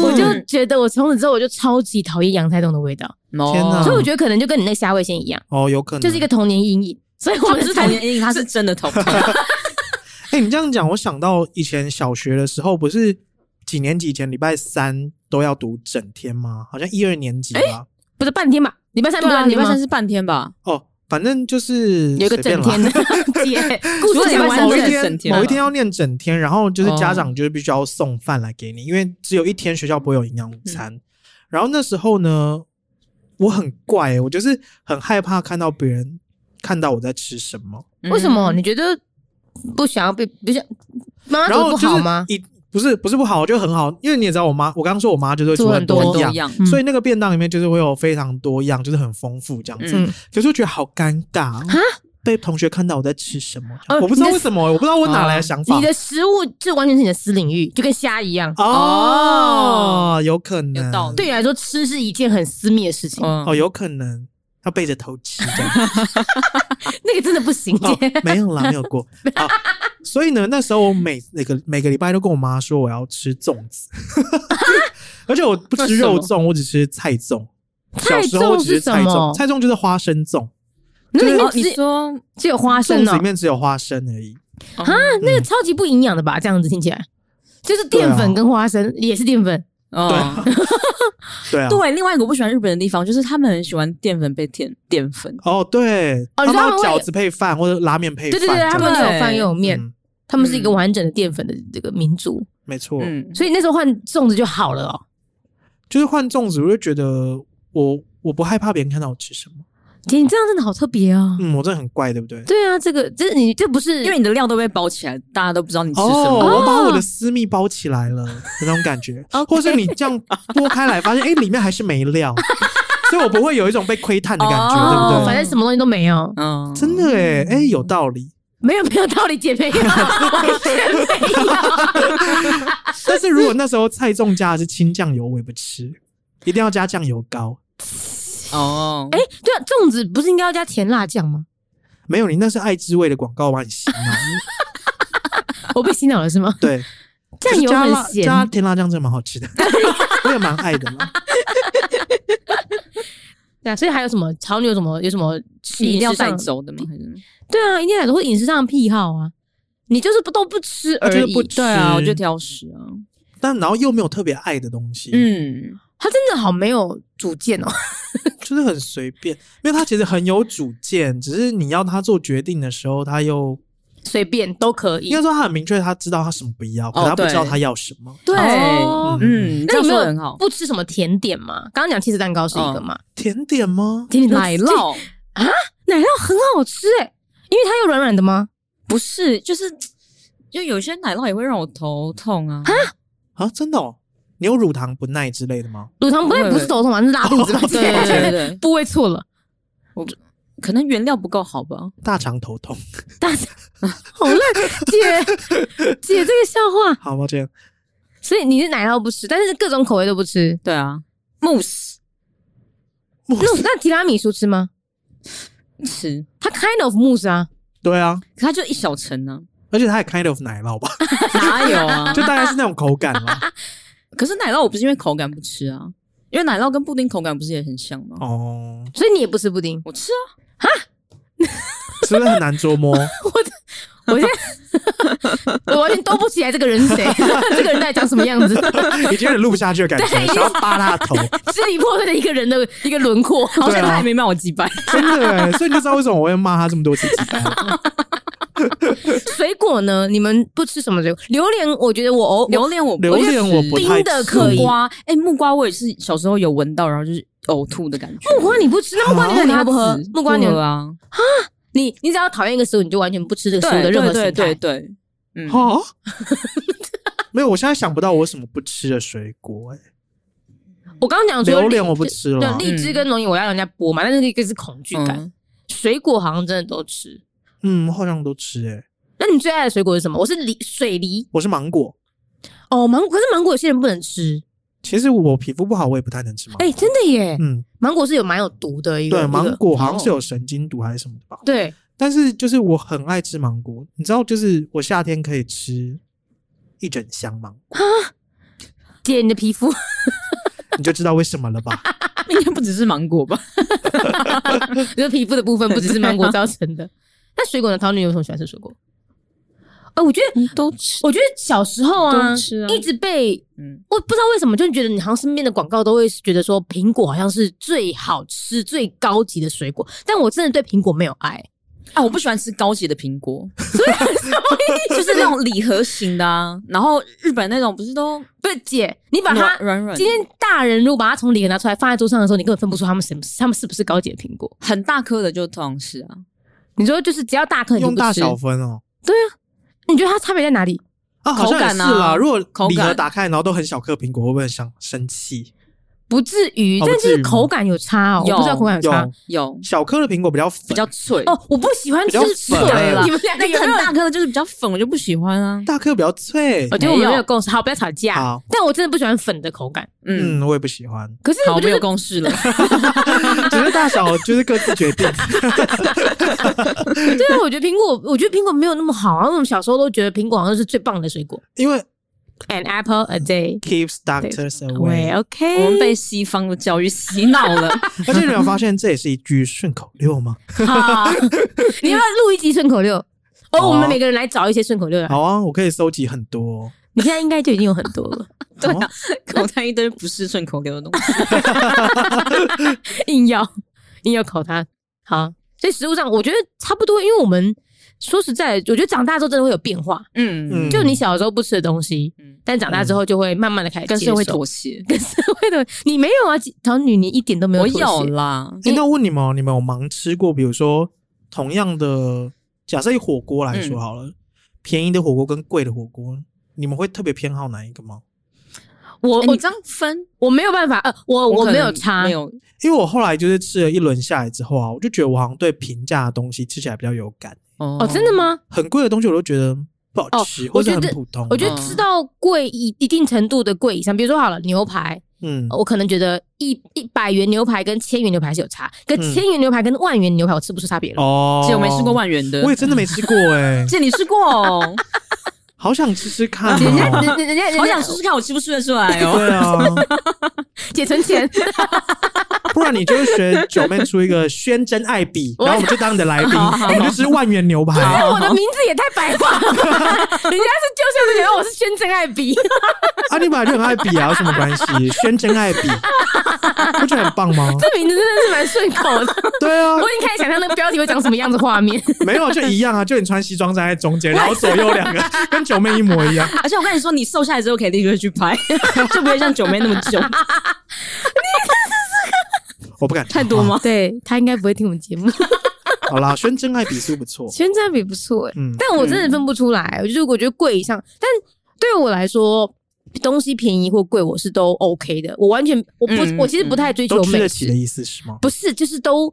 Speaker 2: 我就觉得我从此之后我就超级讨厌洋菜冻的味道，
Speaker 1: 天哪
Speaker 3: 哪
Speaker 1: 嗯
Speaker 2: 所以我觉得可能就跟你那虾味先一样，
Speaker 1: 哦，有可能
Speaker 2: 就是一个童年阴影。所以我
Speaker 3: 他
Speaker 2: 们
Speaker 3: 不是童年阴影，他是真的 <laughs> 童年。
Speaker 1: 哎、你这样讲，我想到以前小学的时候，不是几年级以前礼拜三都要读整天吗？好像一二年级吧。
Speaker 2: 不是半天吧？礼拜三不
Speaker 3: 对
Speaker 2: 是
Speaker 3: 啊，
Speaker 2: 半
Speaker 3: 礼
Speaker 2: 天
Speaker 3: 拜
Speaker 2: 吗
Speaker 3: 三是半天吧？
Speaker 1: 哦，反正就是
Speaker 2: 有一个
Speaker 1: 随便
Speaker 2: 整
Speaker 1: 啦
Speaker 2: 天的姐， <laughs>
Speaker 1: <laughs>
Speaker 2: 故
Speaker 3: 除了
Speaker 2: 事
Speaker 3: 礼
Speaker 2: 讲
Speaker 3: 拜三
Speaker 2: 完
Speaker 1: 某一
Speaker 3: 是
Speaker 2: 整。
Speaker 1: 天
Speaker 3: 整天
Speaker 1: 某一
Speaker 3: 吗
Speaker 1: 天要念整天，然后就是
Speaker 2: 嗯
Speaker 1: 家长就是必须要送饭来给你，因为只有一天学校不会有营养午
Speaker 2: 嗯
Speaker 1: 餐。然后那时候呢，我很怪、欸，我就是很害怕看到别人看到我在吃什么，
Speaker 3: 嗯
Speaker 2: 为什么？你觉得不想要被不想妈妈
Speaker 1: 然
Speaker 2: 做
Speaker 1: 后
Speaker 2: 得不
Speaker 1: 就是
Speaker 2: 好吗？
Speaker 1: 一不是不是不好，就很好，因为你也知道我妈，我刚刚说我妈就是会
Speaker 2: 做
Speaker 1: 煮
Speaker 2: 很
Speaker 1: 很
Speaker 2: 多
Speaker 1: 多
Speaker 3: 都
Speaker 1: 样
Speaker 3: 一，样？
Speaker 2: 嗯
Speaker 1: 所以那个便当里面就是会有非常多样，就是很丰富这样子。
Speaker 3: 嗯
Speaker 1: 可是我觉得好尴尬
Speaker 2: 啊，
Speaker 1: 被同学看到我在吃什么，
Speaker 2: 哦
Speaker 1: 我不知道
Speaker 2: 你
Speaker 1: 为
Speaker 2: 的
Speaker 1: 什么，我不知道我哪来的想法
Speaker 2: 哦你。的食物这完全是你的私领域，就跟虾一样。
Speaker 1: <laughs> 哦，有可能，
Speaker 3: 有道理
Speaker 2: 对你来说，吃是一件很私密的事情，
Speaker 3: 嗯
Speaker 1: 哦，有可能要背着头吃这样。
Speaker 2: <laughs> 那个真的不行。
Speaker 1: 哦，没有啦，没有过。好，所以呢，那时候我每每个每个礼拜都跟我妈说我要吃粽子， <laughs> 而且我不吃肉
Speaker 3: 为什
Speaker 1: 粽，我只吃菜粽。
Speaker 2: 菜
Speaker 1: 小时候我只
Speaker 2: 粽
Speaker 1: 吃
Speaker 2: 是
Speaker 1: 菜
Speaker 2: 什么
Speaker 1: 粽，菜粽就是花生粽，
Speaker 2: <laughs> 那里
Speaker 3: 哦
Speaker 2: 面
Speaker 3: 你
Speaker 2: 只
Speaker 3: 说
Speaker 2: 只有花生
Speaker 1: 啊粽子
Speaker 2: 哦
Speaker 1: 里，面只有花生而已。
Speaker 3: 啊
Speaker 2: 啊，那个超级不营养的吧？这样子听起来，就是淀
Speaker 1: 对啊
Speaker 2: 粉跟花生也是淀粉，
Speaker 1: 啊
Speaker 3: 哦，
Speaker 1: 对啊，
Speaker 3: 对，另外一个我不喜欢日本的地方就是他们很喜欢淀粉被淀淀粉，
Speaker 1: 哦，对，他
Speaker 2: 哦你
Speaker 1: 们
Speaker 2: 知道
Speaker 1: 要
Speaker 2: 他们会
Speaker 1: 饺子配饭或者拉面配
Speaker 2: 对
Speaker 1: 饭这
Speaker 2: 对
Speaker 1: 样，
Speaker 2: 对，他们有饭又有面，
Speaker 1: 嗯
Speaker 2: 他们是一个完整的淀粉的这个民族，
Speaker 1: 没错，
Speaker 3: 嗯，
Speaker 2: 所以那时候换粽子就好了哦。
Speaker 1: 就是换粽子，我就觉得我我不害怕别人看到我吃什么，
Speaker 2: 姐，你这样真的好特别哦。
Speaker 1: 嗯，我真的很怪，对不对？
Speaker 2: 对啊，这个这你这不是
Speaker 3: 因为你的料都被包起来，大家都不知道你吃什
Speaker 1: 哦，
Speaker 3: 么。
Speaker 1: 我把我的私密包起来了，那种感觉，
Speaker 2: OK
Speaker 1: <laughs> 或是你这样剥开来，发现哎、诶里面还是没料，所以我不会有一种被窥探的感觉，
Speaker 3: 哦
Speaker 1: 对不
Speaker 2: 反
Speaker 1: 对？
Speaker 2: 正什么东西都没有，
Speaker 3: 嗯，
Speaker 1: 真的哎、哎、有道理。
Speaker 2: 没有没有道理，姐妹，啊完全没有。
Speaker 1: 但是如果那时候菜重加的是清酱油，我也不吃，一定要加酱油膏。
Speaker 3: 哦，哎
Speaker 2: 哎、，对啊，粽子不是应该要加甜辣酱吗？
Speaker 1: 没有，你那是爱滋味的广告吧？你洗脑，
Speaker 2: 我被洗脑了
Speaker 1: <laughs>
Speaker 2: 是吗？
Speaker 1: 对，
Speaker 2: 酱油
Speaker 1: 加
Speaker 2: 很
Speaker 1: 辣
Speaker 2: 咸，
Speaker 1: 加甜辣酱真的蛮好吃的，我也蛮爱的啦。
Speaker 2: 对啊，所以还有什么潮流？有什么有什么
Speaker 3: 你一
Speaker 2: 饮
Speaker 3: 定要
Speaker 2: 料
Speaker 3: 带
Speaker 2: 上？
Speaker 3: 走的吗？还
Speaker 1: 嗯
Speaker 3: 是
Speaker 2: 对啊，一定要带走，或饮食上的癖好啊，你就是不都不吃而
Speaker 1: 他就是
Speaker 2: 已。
Speaker 1: 不吃
Speaker 3: 对啊，我就挑食啊。
Speaker 1: 但然后又没有特别爱的东西，嗯，
Speaker 3: 嗯，
Speaker 2: 他真的好没有主见哦。
Speaker 1: 就是很随便。因为他其实很有主见，只是你要他做决定的时候，他又
Speaker 2: 随便都可以
Speaker 1: 应该。说他很明确，他知道他什么不要，可
Speaker 3: 哦
Speaker 1: 他不知道
Speaker 3: 对
Speaker 1: 他要什么。
Speaker 2: 对
Speaker 3: 哦嗯，
Speaker 2: 那
Speaker 3: 这样
Speaker 2: 你没
Speaker 3: 说
Speaker 2: 有
Speaker 3: 得很好。嗯
Speaker 2: 不吃什么甜点吗？刚刚讲 cheese 蛋糕是一个嘛，
Speaker 1: 甜点吗？
Speaker 2: 甜点
Speaker 3: 奶酪
Speaker 2: 奶酪很好吃哎、因为它又软软的吗？
Speaker 3: 不是，就是 <laughs> 就有些奶酪也会让我头痛啊。
Speaker 1: 啊，真的哦，你有乳糖不耐之类的吗？
Speaker 2: 乳糖不耐
Speaker 3: 对
Speaker 2: 不是头痛嘛，是拉肚子吧？
Speaker 3: 哦
Speaker 2: <laughs>
Speaker 3: 对对对对，
Speaker 2: 部位错了，
Speaker 3: 可能原料不够好吧？
Speaker 1: 大肠头痛，
Speaker 2: 大家好烂，
Speaker 3: <laughs>
Speaker 2: 姐姐这个笑话。
Speaker 1: 好抱歉，
Speaker 2: 所以你是奶酪不吃，但是各种口味都不吃。
Speaker 3: 对啊，mousse
Speaker 2: 那那提拉米苏吃吗？
Speaker 3: 吃，
Speaker 2: 它 kind of mousse 啊，
Speaker 1: 对啊，
Speaker 3: 可它就一小层呢，
Speaker 1: 而且它也 kind of 奶酪吧，
Speaker 3: 哪有啊
Speaker 1: 就？大概是那种口感啦。
Speaker 3: <laughs> 可是奶酪我不是因为口感不吃啊，因为奶酪跟布丁口感不是也很像吗？
Speaker 1: 哦，
Speaker 2: 所以你也不吃布丁。
Speaker 3: 我吃啊，
Speaker 1: 是不是很难捉摸？
Speaker 2: 我现在我完全兜不起来这个人是谁， <laughs> 这个人在讲什么样子， <laughs>
Speaker 1: 已经有点录不下去的感觉，想要扒他
Speaker 3: <laughs>
Speaker 1: 的头，
Speaker 2: 支离破碎的一个人的一个轮廓。
Speaker 3: 好
Speaker 1: 对
Speaker 3: 险
Speaker 1: 啊
Speaker 3: 他也没骂我几百。
Speaker 1: 真的欸，所以你就知道为什么我会骂他这么多次鸡蛋了。
Speaker 2: 水果呢？你们不吃什么水果？榴莲，我觉得我偶
Speaker 3: <laughs> 榴莲我
Speaker 1: 榴莲
Speaker 3: 我
Speaker 1: 我
Speaker 3: 觉得
Speaker 1: 不
Speaker 3: 吃
Speaker 1: 太
Speaker 2: 冰的可以
Speaker 3: 木瓜，哎，木瓜我也是小时候有闻到，然后就是呕吐的感觉。哦
Speaker 2: 木瓜你不吃，那木瓜牛奶你
Speaker 3: 它
Speaker 2: 喝不喝
Speaker 3: 籽？
Speaker 2: 木瓜
Speaker 3: 不喝
Speaker 2: 牛，
Speaker 3: 啊，
Speaker 2: 你你只要讨厌一个食物，你就完全不吃这个食物
Speaker 3: 对
Speaker 2: 的任何
Speaker 3: 对
Speaker 2: 形
Speaker 3: 对
Speaker 2: 态。
Speaker 3: 对，嗯，
Speaker 1: 哦， <laughs> 没有，我现在想不到我有什么不吃的水果、欸，
Speaker 2: 我啊刚刚讲说
Speaker 1: 榴莲我不吃
Speaker 2: 对
Speaker 1: 了，
Speaker 2: 哦
Speaker 1: 啊
Speaker 2: 荔枝跟龙眼我要让人家剥嘛，但是一个是恐惧感。
Speaker 3: 嗯
Speaker 2: 水果好像真的都吃。
Speaker 1: 嗯，我好像都吃、欸，哎，
Speaker 2: 那你最爱的水果是什么？我是梨，水梨
Speaker 1: 我是芒果。
Speaker 2: 哦，芒果。可是芒果有些人不能吃，
Speaker 1: 其实我皮肤不好，我也不太能吃芒果。
Speaker 2: 哎、真的耶，
Speaker 1: 嗯，
Speaker 2: 芒果是有蛮有毒的一个，
Speaker 1: 对，
Speaker 2: 一
Speaker 1: 芒
Speaker 2: 个
Speaker 1: 果好像是有神经毒还是什么的吧？
Speaker 2: 对，
Speaker 1: 但是就是我很爱吃芒果，你知道，就是我夏天可以吃一整箱芒果，
Speaker 2: 姐你的皮肤 <laughs>
Speaker 1: 你就知道为什么了吧？
Speaker 3: <laughs> 应该不只是芒果 <laughs> 吧？
Speaker 2: 你的皮肤的部分不只是芒果造成 <laughs> 的。那水果呢？桃女有什么喜欢吃水果？呃，我觉得，
Speaker 3: 嗯都吃，
Speaker 2: 我觉得小时候啊，
Speaker 3: 都吃啊
Speaker 2: 一直被
Speaker 3: 嗯，
Speaker 2: 我不知道为什么，就觉得你好像身边的广告都会觉得说苹果好像是最好吃、最高级的水果，但我真的对苹果没有爱。
Speaker 3: 啊，我不喜欢吃高级的苹果， <laughs> 就是那种礼盒型的啊。然后日本那种不是都
Speaker 2: 不是姐，你把它
Speaker 3: 软软软，
Speaker 2: 今天大人如果把它从里面拿出来放在桌上的时候，你根本分不出他们什么，他们是不是高级的苹果？
Speaker 3: 很大颗的就通常是啊，
Speaker 2: 你说就是只要大颗你就
Speaker 1: 用
Speaker 2: 不
Speaker 1: 大
Speaker 2: 吃，
Speaker 1: 小分哦。
Speaker 2: 你觉得它差别在哪里？
Speaker 1: 啊，好像也是
Speaker 3: 口感
Speaker 1: 啦。
Speaker 3: 啊
Speaker 1: 如果
Speaker 3: 口
Speaker 1: 礼盒
Speaker 3: 感
Speaker 1: 打开，然后都很小颗苹果，会不会很想生气？
Speaker 2: 不至于，
Speaker 1: 哦
Speaker 2: 但
Speaker 1: 不至于
Speaker 2: 是
Speaker 1: 吗
Speaker 2: 口感有差哦，我
Speaker 3: 有
Speaker 2: 不知道口感有差
Speaker 1: 有
Speaker 3: 有
Speaker 1: 小颗的苹果比较粉，
Speaker 3: 比较脆
Speaker 2: 哦，我不喜欢吃
Speaker 1: 比较
Speaker 2: 脆
Speaker 1: 粉
Speaker 2: 了，
Speaker 1: 啊
Speaker 2: 你们两个
Speaker 3: 那
Speaker 2: 有
Speaker 3: 个
Speaker 2: 没有？
Speaker 3: 很大颗的就是比较粉，我就不喜欢啊。
Speaker 1: 大颗比较脆
Speaker 2: 我。觉得我们没有共识，好，不要吵架
Speaker 1: 好。
Speaker 2: 但我真的不喜欢粉的口感，
Speaker 3: 嗯，
Speaker 1: 嗯，我也不喜欢，
Speaker 2: 可是
Speaker 3: 好，
Speaker 2: 我
Speaker 3: 没
Speaker 2: 就
Speaker 3: 有
Speaker 2: 是
Speaker 3: 共识 <laughs> 了。
Speaker 1: 只是大小就是各自决定。
Speaker 2: 对啊，我觉得苹果，我觉得苹果没有那么好啊。我们小时候都觉得苹果好像是最棒的水果
Speaker 1: 因为
Speaker 2: ，an apple a day。
Speaker 1: keeps doctors
Speaker 2: 喂
Speaker 1: away，
Speaker 2: ，OK，
Speaker 3: 我们被西方的教育洗脑了，
Speaker 1: 而且你有没有发现这也是一句顺口溜吗？
Speaker 2: 好，你要不要录一集顺口溜？
Speaker 1: 好
Speaker 2: 哦，
Speaker 1: 啊
Speaker 2: 我们每个人来找一些顺口溜来。
Speaker 1: 好啊，我可以搜集很多哦。
Speaker 2: 你现在应该就已经有很多了，
Speaker 1: 对
Speaker 3: 啊口袋一堆不是顺口溜的东西。
Speaker 2: 硬要硬要考它。好，所以食物上我觉得差不多，因为我们说实在，我觉得长大之后真的会有变化。
Speaker 1: 嗯
Speaker 3: <laughs> 嗯，
Speaker 2: 就你小时候不吃的东西，
Speaker 3: 嗯
Speaker 2: 但长大之后就会慢慢的开始
Speaker 3: 跟
Speaker 2: 接
Speaker 3: 社会
Speaker 2: 受
Speaker 3: 妥协。
Speaker 2: 跟社会的 <laughs> 你没有啊，小女你一点都没有
Speaker 3: 我
Speaker 2: 妥协，
Speaker 3: 有啦，
Speaker 1: 诶那我问你们哦，你们有盲吃过？比如说同样的，假设以火锅来说好了，便宜的火锅跟贵的火锅，你们会特别偏好哪一个吗？
Speaker 2: 我
Speaker 3: 哎
Speaker 2: 我
Speaker 3: 你这样分，
Speaker 2: 我没有办法，呃，我我
Speaker 3: 可
Speaker 2: 没
Speaker 3: 能
Speaker 2: 有差
Speaker 3: 没，有
Speaker 1: 因为我后来就是吃了一轮下来之后啊，我就觉得我好像对平价的东西吃起来比较有感，
Speaker 2: 哦，
Speaker 3: 哦
Speaker 2: 真的？吗？
Speaker 1: 很贵的东西我都觉得不好吃，
Speaker 2: 我
Speaker 1: 或者
Speaker 2: 觉
Speaker 1: 很
Speaker 2: 得
Speaker 1: 普通。啊
Speaker 2: 我觉得吃到贵一一定程度的贵以上，比如说好了牛排，呃
Speaker 1: 嗯，
Speaker 2: 我可能觉得一一百元牛排跟千元牛排是有差，可
Speaker 1: 嗯
Speaker 2: 千元牛排跟万元牛排我吃不出差别了。
Speaker 1: 哦，
Speaker 3: 姐我没吃过，万元的
Speaker 1: 我，也真的没吃过
Speaker 3: <laughs>
Speaker 1: 哎、
Speaker 3: 姐你吃过 <laughs> 哦，
Speaker 1: 好想吃吃看、
Speaker 2: 人家
Speaker 1: 哦。
Speaker 2: 人人人家人家
Speaker 3: 好想试试看，我吃不吃得出来哦。
Speaker 1: 对啊，
Speaker 2: 姐存 <laughs> 钱，
Speaker 1: 不然你就学九妹出一个宣真爱比，
Speaker 2: 我
Speaker 1: 然后我们就当你的来宾，
Speaker 3: 好好
Speaker 1: 我们就吃万元牛排。
Speaker 2: 但我的名字也太白话 <laughs> 了吧，人家是就是觉得我是宣真爱 <laughs> 比，
Speaker 1: 啊，你本来就很爱比啊，有什么关系？宣真爱比，不觉得很棒吗？
Speaker 2: 这名字真的是蛮顺口的。 <laughs>
Speaker 1: 对啊，
Speaker 2: 我已经开始想象那个标题会长什么样子画面。
Speaker 1: 没有就一样啊，就你穿西装站在中间，然后左右两个跟九妹一模一样。
Speaker 3: <laughs> 而且我跟你说，你瘦下来之后可以立刻去拍， <laughs> 就不会像九妹那么
Speaker 2: <laughs>
Speaker 3: 久。
Speaker 1: 我不敢
Speaker 3: 太多吗？
Speaker 2: 对他应该不会听我们节目，
Speaker 1: 啊好啦，宣真爱比是不错，
Speaker 2: <laughs> 宣真爱比不错哎、
Speaker 1: 嗯，
Speaker 2: 但我真的分不出来，我就是我觉得贵以上，但对我来说。东西便宜或贵，我是都 OK 的。我完全我不、
Speaker 3: 嗯
Speaker 2: 我其实不太追求
Speaker 1: 都吃
Speaker 2: 美
Speaker 1: 得起的
Speaker 2: 食，
Speaker 1: 意思是吗？
Speaker 2: 不是就
Speaker 1: <laughs>
Speaker 2: 是都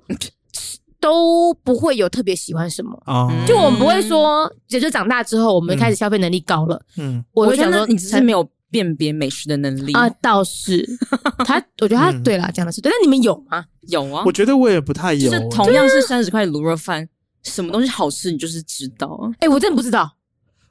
Speaker 2: 都不会有特别喜欢什
Speaker 3: 嗯
Speaker 2: 么。
Speaker 1: 啊，
Speaker 2: 就我们不会说，也就长大之后，我们开始消费能力高了，
Speaker 1: 嗯，
Speaker 2: 我
Speaker 3: 我
Speaker 2: 会
Speaker 3: 觉
Speaker 2: 想
Speaker 3: 得
Speaker 2: 说
Speaker 3: 你只是没有辨别美食的能力
Speaker 2: 啊，
Speaker 1: <laughs>
Speaker 2: 倒是他，我觉得他
Speaker 1: 嗯
Speaker 2: 对啦，讲的是对。但你们有吗？
Speaker 3: 有啊
Speaker 1: 我，觉得我也不太有啊哎
Speaker 3: 就是，同样是三十块卤肉饭，什么东西好吃你就是知道啊。
Speaker 2: 哎，我真的不知道，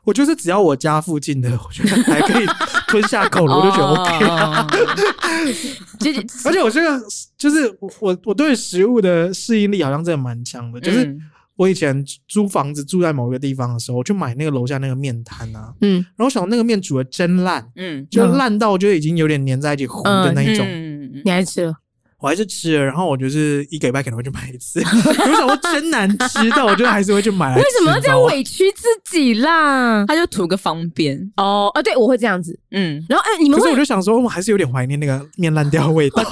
Speaker 1: 我就是只要我家附近的，我觉得还可以吞下
Speaker 2: <laughs>
Speaker 1: 口了，我就觉得
Speaker 2: 哦
Speaker 1: OK。
Speaker 3: OK。
Speaker 2: 就就
Speaker 1: 而且我这个就是我我我对食物的适应力好像真的蛮强的， <laughs> 就是
Speaker 3: 嗯
Speaker 1: 我以前租房子住在某一个地方的时候，我去买那个楼下那个面摊啊，
Speaker 2: 嗯，
Speaker 1: 然后我想那个面煮的真烂，
Speaker 3: 嗯
Speaker 1: 就
Speaker 2: 嗯
Speaker 1: 烂到就已经有点粘在一起糊的那一种，
Speaker 3: 嗯
Speaker 2: 你还吃了？
Speaker 1: 我还是吃了，然后我就是一个礼拜可能会去买一次。 <laughs> 我想说真难吃，但我就还是会去买来吃。
Speaker 2: 为什么要这样
Speaker 1: 你知道吗？
Speaker 2: 委屈自己啦？
Speaker 3: 他就图个方便。
Speaker 2: 哦，啊，对，我会这样子。
Speaker 3: 嗯，
Speaker 2: 然后，哎、你们
Speaker 1: 可是
Speaker 2: 会
Speaker 1: 我就想说，我还是有点怀念那个面烂掉的味
Speaker 2: <laughs>
Speaker 1: 道。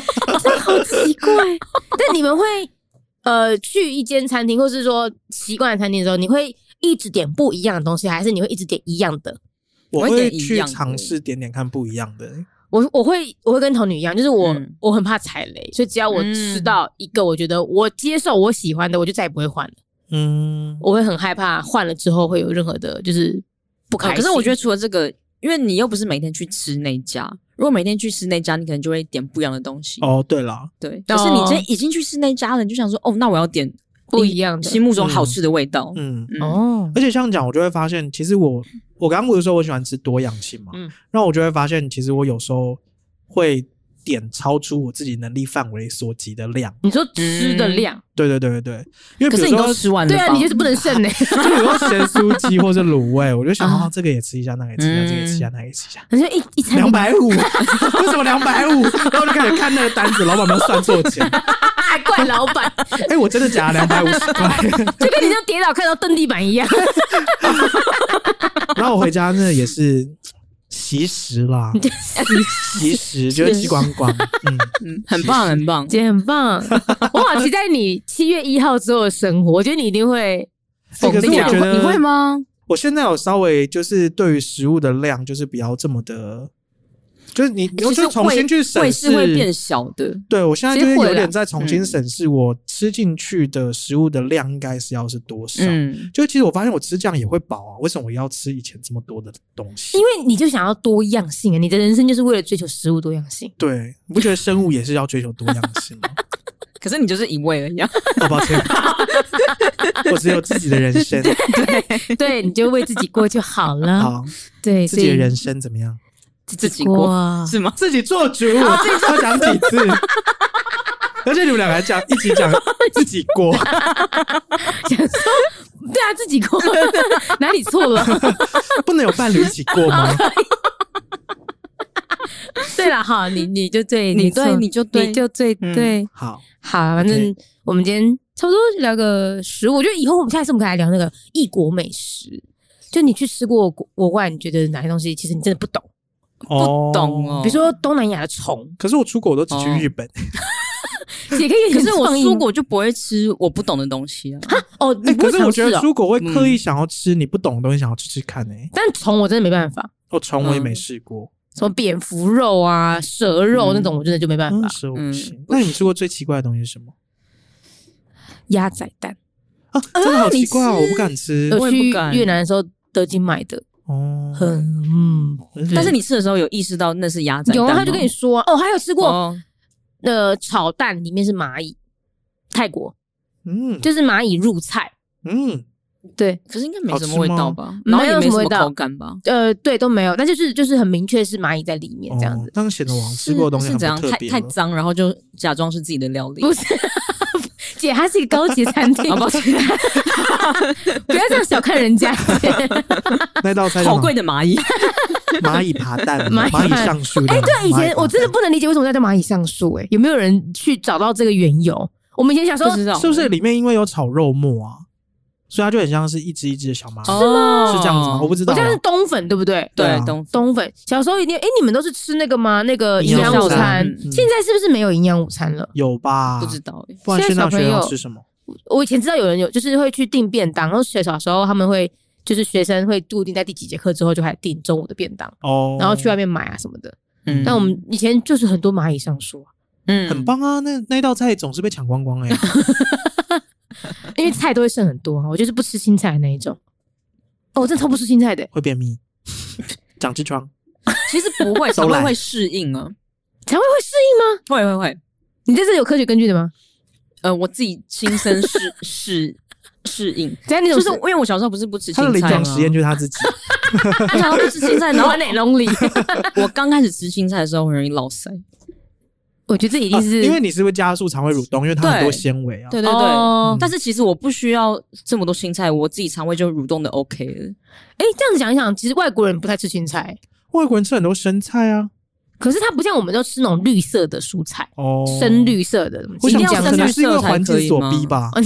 Speaker 2: 好奇怪，但你们会呃去一间餐厅，或是说习惯的餐厅的时候，你会一直点不一样的东西，还是你会一直点一样的？
Speaker 1: 我
Speaker 3: 我
Speaker 1: 会
Speaker 3: 会点一
Speaker 1: 去
Speaker 3: 样的
Speaker 1: 尝试点点看不一样的。欸
Speaker 2: 我我会我会跟童女一样，就是我、
Speaker 3: 嗯
Speaker 2: 我很怕踩雷，所以只要我
Speaker 3: 嗯
Speaker 2: 吃到一个我觉得我接受我喜欢的，我就再也不会换了。
Speaker 1: 嗯，
Speaker 2: 我会很害怕换了之后会有任何的，就是不开
Speaker 3: 啊
Speaker 2: 心。
Speaker 3: 可是我觉得除了这个，因为你又不是每天去吃那一家，如果每天去吃那家，你可能就会点不一样的东西。
Speaker 1: 哦，对了，
Speaker 3: 对，可是你今天已经去吃那家了，你就想说，哦，那我要点
Speaker 2: 哦不一样的
Speaker 3: 心目中好吃的味道。
Speaker 1: 嗯，
Speaker 3: 嗯，
Speaker 2: 哦
Speaker 1: 而且这样讲，我就会发现，其实我我刚刚不是说我喜欢吃多样性嘛，
Speaker 2: 嗯
Speaker 1: 然后我就会发现，其实我有时候会点超出我自己能力范围所及的量。
Speaker 2: 你说吃的量，
Speaker 3: 嗯
Speaker 1: 对对对对对，因为
Speaker 3: 可
Speaker 1: 比如
Speaker 3: 是你都 <laughs>
Speaker 1: 说
Speaker 3: 吃完了
Speaker 2: 对
Speaker 3: 吧，
Speaker 2: 啊，你就是不能剩呢、
Speaker 3: <laughs>
Speaker 2: 欸。
Speaker 1: 就有时候咸酥鸡或者卤味，我就想啊，这个也吃一下，那个也吃一下，
Speaker 3: 嗯
Speaker 1: 这个也吃一下，那个也吃一
Speaker 3: <laughs>
Speaker 1: 下。
Speaker 2: 你说一一餐
Speaker 1: 两百五，为什么两百五？ <laughs> 然后就开始看那个单子，老板们算错钱。 <laughs>
Speaker 2: 啊，怪老
Speaker 3: <laughs>
Speaker 2: 板，
Speaker 1: 哎、我真的假的？两百五十块。
Speaker 2: 就跟你那跌倒看到蹬地板一
Speaker 3: <laughs>
Speaker 2: 样。
Speaker 1: 然后我回家呢也是其实
Speaker 2: <laughs>
Speaker 1: 啦，其实就是吃光光。嗯，
Speaker 3: 嗯，很棒，很棒。
Speaker 2: 姐很 <laughs> 棒，我好期待你七月一号之后的生活，我觉得你一定会
Speaker 1: 哎可
Speaker 2: 疯
Speaker 1: 是我
Speaker 2: 掉。
Speaker 1: 觉得
Speaker 3: 哦你会吗？
Speaker 1: 我现在有稍微就是对于食物的量，就是比较这么的，就是你，你
Speaker 3: 其实
Speaker 1: 就重新去审
Speaker 3: 胃
Speaker 1: 视
Speaker 3: 是会变小的。
Speaker 1: 对我现在
Speaker 2: 其
Speaker 1: 就
Speaker 2: 实
Speaker 1: 是
Speaker 2: 会
Speaker 1: 有点
Speaker 2: 啦
Speaker 1: 在重新审视我吃进去的食物的量应该是要是多少。
Speaker 3: 嗯，
Speaker 1: 就其实我发现我吃酱也会饱啊，为什么我要吃以前这么多的东西
Speaker 2: 因？为你就想要多样性啊，你的人生就是为了追求食物多样性。
Speaker 1: 对，你不觉得生物也是要追求多样性吗？
Speaker 3: 可是你就是一味而已啊。
Speaker 1: 好抱歉，我只有自己的人生。
Speaker 2: 对，你就为自己过就好了。
Speaker 1: 好，
Speaker 2: 对，
Speaker 1: 自
Speaker 2: 所以
Speaker 1: 己的人生怎么样？
Speaker 3: 自己过
Speaker 2: 过。
Speaker 3: 是吗？
Speaker 1: 自己做主，我自己要讲几次？ <laughs> 而且你们两个还讲一起讲自己过，
Speaker 2: 想说，对啊，自己过 <laughs> 哪里错 <laughs> 了？
Speaker 1: 不能有伴侣一起过吗？
Speaker 2: 对了，哈，你哎你就对，
Speaker 3: 你
Speaker 2: 错
Speaker 3: 对你就对
Speaker 2: 你就对
Speaker 3: 嗯
Speaker 2: 对。
Speaker 1: 好，
Speaker 2: 好，反正我们今天差不多聊个食物。我觉得以后我们下一次我们可以来聊那个异国美食。就你去吃过国国外，你觉得哪些东西其实你真的不懂？
Speaker 1: 不
Speaker 3: 懂哦
Speaker 2: 比如说东南亚的虫，
Speaker 1: 可是我出国都只去日本，
Speaker 2: 也可以。
Speaker 3: 可是我出国就不会吃我不懂的东西啊。
Speaker 2: <laughs> 哦，
Speaker 1: 哎
Speaker 2: 你不
Speaker 1: 可是
Speaker 2: 会
Speaker 1: 我
Speaker 2: 尝试
Speaker 1: 觉得
Speaker 2: 哦。
Speaker 1: 出国会刻意想要吃你不懂的东西，想要吃吃看诶。欸
Speaker 2: 但虫我真的没办法，
Speaker 1: 哦，虫我也没试过，
Speaker 2: 什么蝙蝠肉啊、蛇肉
Speaker 3: 嗯
Speaker 2: 那种，我真的就没办
Speaker 1: 嗯
Speaker 2: 法。
Speaker 1: 蛇我
Speaker 3: 嗯
Speaker 1: 不行。那你们吃过最奇怪的东西是什么？
Speaker 2: 鸭仔蛋，
Speaker 1: 啊，真的好奇怪哦，
Speaker 3: 你吃
Speaker 1: 我不敢吃。
Speaker 3: 我
Speaker 2: 我
Speaker 3: 也不
Speaker 2: 去
Speaker 3: 敢
Speaker 2: 越南的时候德金买的，
Speaker 1: 哦，
Speaker 2: 很嗯，
Speaker 3: 但是你吃的时候有意识到那是鸭仔蛋
Speaker 2: 有
Speaker 3: 吗，
Speaker 2: 啊，他就跟你说啊哦，还有吃过
Speaker 3: 哦，
Speaker 2: 呃炒蛋里面是蚂蚁，泰国
Speaker 1: 嗯
Speaker 2: 就是蚂蚁入菜，
Speaker 1: 嗯，
Speaker 2: 对，
Speaker 3: 可是应该没
Speaker 1: 好
Speaker 3: 什么
Speaker 1: 吃
Speaker 3: 味
Speaker 1: 吗
Speaker 3: 道吧？
Speaker 2: 没
Speaker 3: 然后也
Speaker 2: 有什
Speaker 3: 没
Speaker 2: 么
Speaker 3: 什
Speaker 2: 味
Speaker 3: 么
Speaker 2: 道
Speaker 3: 口感吧？
Speaker 2: 呃对都没有，但就是就是很明确是蚂蚁在里面这样
Speaker 1: 哦
Speaker 2: 子，，
Speaker 1: 那显得我好像吃过的东西
Speaker 3: 是
Speaker 1: 很
Speaker 3: 怎样？
Speaker 1: 不特
Speaker 3: 太
Speaker 1: 别
Speaker 3: 太
Speaker 1: 了
Speaker 3: 脏，然后就假装是自己的料理。
Speaker 2: 不是。 <laughs> 姐，它是一个高级餐厅，
Speaker 3: 啊抱歉
Speaker 2: <laughs> 不要这样小看人家。哎
Speaker 1: 那道菜叫
Speaker 3: 好
Speaker 1: 什
Speaker 3: 贵
Speaker 1: 么
Speaker 3: 的蚂蚁，
Speaker 2: <laughs>
Speaker 1: 蚂蚁爬蛋，
Speaker 2: 蚂蚁
Speaker 1: 蚂蚁上树的。
Speaker 2: 哎、对，以
Speaker 1: 蚂蚁
Speaker 2: 前
Speaker 1: 爬
Speaker 2: 我真的
Speaker 1: 蛋
Speaker 2: 不能理解为什么要叫蚂蚁上树，哎，有没有人去找到这个缘由？我们以前想说
Speaker 3: 不知道
Speaker 1: 是不是里面因为有炒肉末啊，所以它就很像是一只一只的小蚂蚁，
Speaker 3: 吗
Speaker 1: 是这样子吗？我不知道
Speaker 2: 哦我
Speaker 1: 啊。
Speaker 2: 像是冬粉，对不对？
Speaker 1: 对啊
Speaker 3: 哦对，懂。
Speaker 2: 冬粉，小时候一定哎、你们都是吃那个吗？那个营
Speaker 1: 营
Speaker 2: 养
Speaker 1: 养
Speaker 2: 午
Speaker 1: 午
Speaker 2: 餐
Speaker 1: 餐，嗯
Speaker 2: 现在是不是没有营养午餐了？
Speaker 1: 有吧？
Speaker 3: 不知道哎、
Speaker 1: 不然
Speaker 2: 现在
Speaker 1: 去
Speaker 2: 小
Speaker 1: 那
Speaker 2: 朋
Speaker 1: 学校
Speaker 2: 友
Speaker 1: 吃什么？
Speaker 2: 我以前知道有人有，就是会去订便当，然后学小时候他们会就是学生会固定在第几节课之后就开始订中午的便当，
Speaker 1: 哦，
Speaker 2: 然后去外面买啊什么的。
Speaker 3: 嗯
Speaker 2: 但我们以前就是很多蚂蚁上树啊，
Speaker 3: 嗯
Speaker 1: 很。棒啊！那那道菜总是被抢光
Speaker 2: <laughs>
Speaker 1: 光哎、
Speaker 2: 因为菜都会剩很多啊，我就是不吃青菜的那一种。哦，我真的超不吃青菜的、
Speaker 1: 会便秘、长痔疮。
Speaker 3: 其实
Speaker 1: <laughs>
Speaker 3: 不会，
Speaker 1: 都
Speaker 3: 肠胃
Speaker 1: 来
Speaker 3: 会适应啊，
Speaker 2: 肠胃会适应吗？
Speaker 3: 会会会。
Speaker 2: 你在这有科学根据的吗？
Speaker 3: 呃，我自己亲身适适适应，
Speaker 2: 只要你
Speaker 3: 就
Speaker 2: 就是
Speaker 3: 是因为我小时候不是不吃
Speaker 1: 他的
Speaker 3: 青
Speaker 1: 临
Speaker 3: 菜
Speaker 1: 床
Speaker 3: 吗？
Speaker 1: 实验就是他自己，
Speaker 3: 我小时候不吃
Speaker 1: <laughs>
Speaker 3: 青菜，然
Speaker 2: 然
Speaker 3: 后
Speaker 2: 后内笼里，
Speaker 3: <laughs> 我刚开始吃青菜的时候很容易落腮。
Speaker 2: 我觉得 <laughs> 这一定是、
Speaker 1: 啊因为你是会加速肠胃蠕动，因为它很多纤维啊。
Speaker 3: 对对对，
Speaker 2: 哦
Speaker 3: 但是其实我不需要这么多青菜，我自己肠胃就蠕动的 OK 了。
Speaker 2: 哎、这样子想一想，其实外国人不太吃青菜，
Speaker 1: 外国人吃很多生菜啊，
Speaker 2: 可是他不像我们都吃那种绿色的蔬菜，
Speaker 1: 哦，
Speaker 2: 深。绿色的，
Speaker 1: 我
Speaker 2: 一定
Speaker 1: 想
Speaker 2: 要
Speaker 1: 可
Speaker 2: 深
Speaker 1: 能
Speaker 2: 绿 <laughs>
Speaker 3: 绿
Speaker 1: 是因为
Speaker 3: 色才
Speaker 1: 环境
Speaker 3: 可以
Speaker 1: 所
Speaker 3: 吗
Speaker 1: 逼吧。
Speaker 2: 色。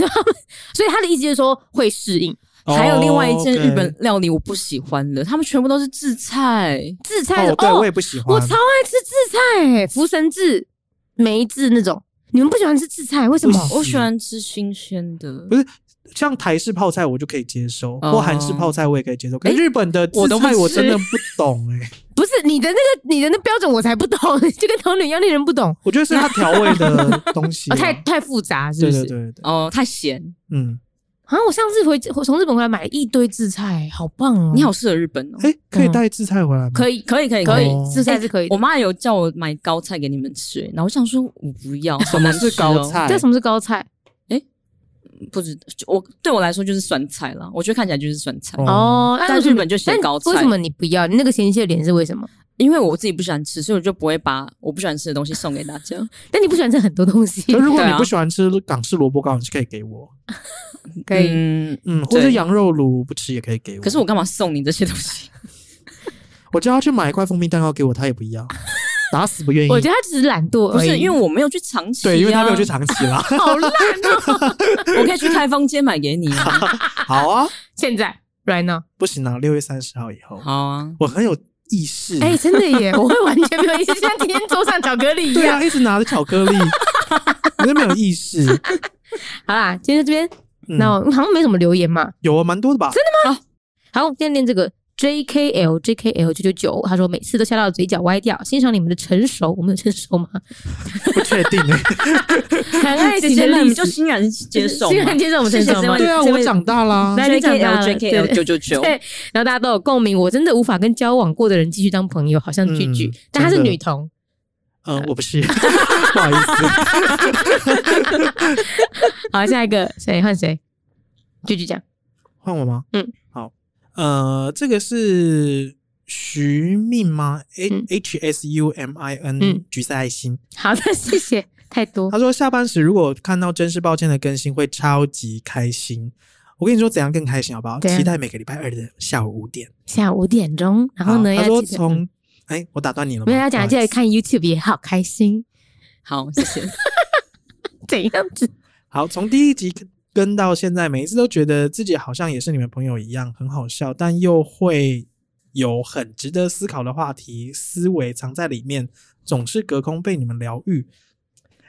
Speaker 2: 所以他的意思就是说会适
Speaker 1: 哦
Speaker 2: 应
Speaker 3: 还有另外一
Speaker 1: 件
Speaker 3: 件日本料理我不喜欢的，他们全部都是制菜，
Speaker 2: 制菜的
Speaker 1: 哦，对我也不喜欢。
Speaker 2: 我超爱吃制菜、福神制、梅制那种。你们不喜欢吃制菜，为
Speaker 1: <laughs>
Speaker 2: 什么？
Speaker 1: 不
Speaker 3: 我喜欢吃新鲜的
Speaker 1: 哦不。是像台式泡菜我就可以接受，
Speaker 3: 哦
Speaker 1: 或韩式泡菜我也可以接受，可是
Speaker 2: 诶
Speaker 1: 日本的
Speaker 3: 我
Speaker 1: 制
Speaker 3: 都不
Speaker 1: 菜我
Speaker 3: 吃
Speaker 1: 真的不懂哎、
Speaker 2: 不是你的那个你的那标准我才不懂， <laughs> 就跟童女一样令人不懂。
Speaker 1: 我觉得是它调味的东西
Speaker 3: <laughs>
Speaker 1: 啊、
Speaker 2: 哦，太太复杂是
Speaker 1: 对
Speaker 2: 不是？
Speaker 1: 对对对，
Speaker 3: 哦，太咸！
Speaker 1: 嗯，
Speaker 2: 啊！
Speaker 3: 哦
Speaker 2: 我上次回我从日本回来买了一堆制菜，好棒哦！
Speaker 3: 你好，适合日本哦。
Speaker 1: 哎、可以
Speaker 2: 嗯
Speaker 1: 带制菜回来吗？
Speaker 3: 可以，可以，可以，
Speaker 2: 可以哎
Speaker 1: 哦
Speaker 2: 制菜是可以的
Speaker 3: 我。妈有叫我买高菜给你们吃，然后我想说我不要，什
Speaker 1: <laughs> 什么是高？菜？
Speaker 2: 这什么是高菜？
Speaker 3: 哦不知就我对我来说就是酸菜啦，我觉得看起来就是酸菜，
Speaker 1: 哦
Speaker 2: 哦，那
Speaker 3: 但
Speaker 2: 为什
Speaker 3: 日
Speaker 2: 么
Speaker 3: 本就写
Speaker 2: 但
Speaker 3: 高菜
Speaker 2: 为什么你不要？你那个嫌弃的脸是为什么？
Speaker 3: 因为我自己不喜欢吃，所以我就不会把我不喜欢吃的东西送给大
Speaker 1: <laughs>
Speaker 3: 家。
Speaker 2: 但你不喜欢吃很多东西，
Speaker 1: 可如果
Speaker 3: 对
Speaker 1: 你
Speaker 3: 啊
Speaker 1: 不喜欢吃港式萝卜糕，你是可以给我，
Speaker 2: 可以。
Speaker 3: 嗯，
Speaker 1: 嗯，或者
Speaker 3: 对
Speaker 1: 羊肉炉不吃也可以给我。
Speaker 3: 可是我干嘛送你这些东西？
Speaker 1: 我叫他去买一块蜂蜜蛋糕给我，他也不
Speaker 3: <laughs>
Speaker 1: 要，打死不愿意。
Speaker 2: 我觉得他只是懒惰而已，
Speaker 3: 不是，因
Speaker 1: <laughs>
Speaker 3: 为我没有去长期、啊，
Speaker 1: 对，因为他没有去，长崎啦。 <laughs>
Speaker 2: 好烂。
Speaker 3: 我可以去开封街买给你
Speaker 1: <laughs>
Speaker 3: 啊。
Speaker 1: 好啊，
Speaker 2: 现在 right now，
Speaker 1: 不行啊，六月三十号以后，
Speaker 3: 好啊，
Speaker 1: 我很有意识。
Speaker 2: <laughs> 哎、真的 <laughs> 耶，我会完全没有意思，像今天桌上巧克力一
Speaker 1: 对
Speaker 2: 样。
Speaker 1: 啊，一直拿着巧克
Speaker 2: <laughs>
Speaker 1: 力，你都没有意识。
Speaker 2: 好啦，今天就这边，
Speaker 1: 嗯
Speaker 2: 那、我好像没什么留言嘛。
Speaker 1: 有啊，蛮多的吧？真
Speaker 2: 好，今天念这个 J K L J K L 九九九，他说每次都笑到嘴角歪掉，欣赏你们的成熟，我们有成熟 <laughs> 吗？
Speaker 1: 的不确定
Speaker 2: <laughs>
Speaker 1: 哎。
Speaker 2: 很 <laughs> 爱
Speaker 3: 姐
Speaker 2: 情
Speaker 3: 姐
Speaker 2: 的
Speaker 3: 哎你
Speaker 2: 例
Speaker 3: 就
Speaker 2: 子，
Speaker 3: 欣然接受嘛，
Speaker 2: 欣然接受我们嗯成熟吗？
Speaker 3: 谢谢
Speaker 1: 对啊，
Speaker 3: 这位
Speaker 1: 我长大啦。
Speaker 2: 来你长大
Speaker 3: JKL
Speaker 2: 了
Speaker 3: JKL 哦九
Speaker 2: 呃对
Speaker 3: 九九，
Speaker 2: 对，然后大家都有共鸣，我真的无法跟交往过的人继续当朋友，好像句句，
Speaker 1: 嗯
Speaker 2: 但她是
Speaker 1: 真的
Speaker 2: 女同，呃
Speaker 1: 嗯，我不
Speaker 2: <laughs>
Speaker 1: 是，不好意思。
Speaker 2: 好，下一个谁换谁？句句讲，
Speaker 1: 换我吗？
Speaker 2: 嗯，
Speaker 1: 好。呃，这个是徐命吗
Speaker 2: 嗯
Speaker 1: ？H H S U M I
Speaker 2: 嗯
Speaker 1: N，橘色爱心。
Speaker 2: 好的，谢谢，太多
Speaker 1: 他说下班时如果看到真是抱歉的更新，会超级开心。我跟你说怎样更开心好不好？
Speaker 2: 怎样
Speaker 1: 期待每个礼拜二的下午五点。
Speaker 2: 下午五点钟，然后呢
Speaker 1: 好
Speaker 2: 要
Speaker 1: 他说
Speaker 2: 记得
Speaker 1: 从哎，我打断你了吗，
Speaker 2: 没有要讲，
Speaker 1: 不
Speaker 2: 记
Speaker 1: 好意
Speaker 2: 得
Speaker 1: 思
Speaker 2: 看 YouTube 也好开心，
Speaker 3: 好，谢谢。
Speaker 2: <laughs> 怎样子？
Speaker 1: 好，从第一集跟到现在，每一次都觉得自己好像也是你们朋友一样，很好笑，但又会有很值得思考的话题，思维藏在里面，总是隔空被你们疗愈。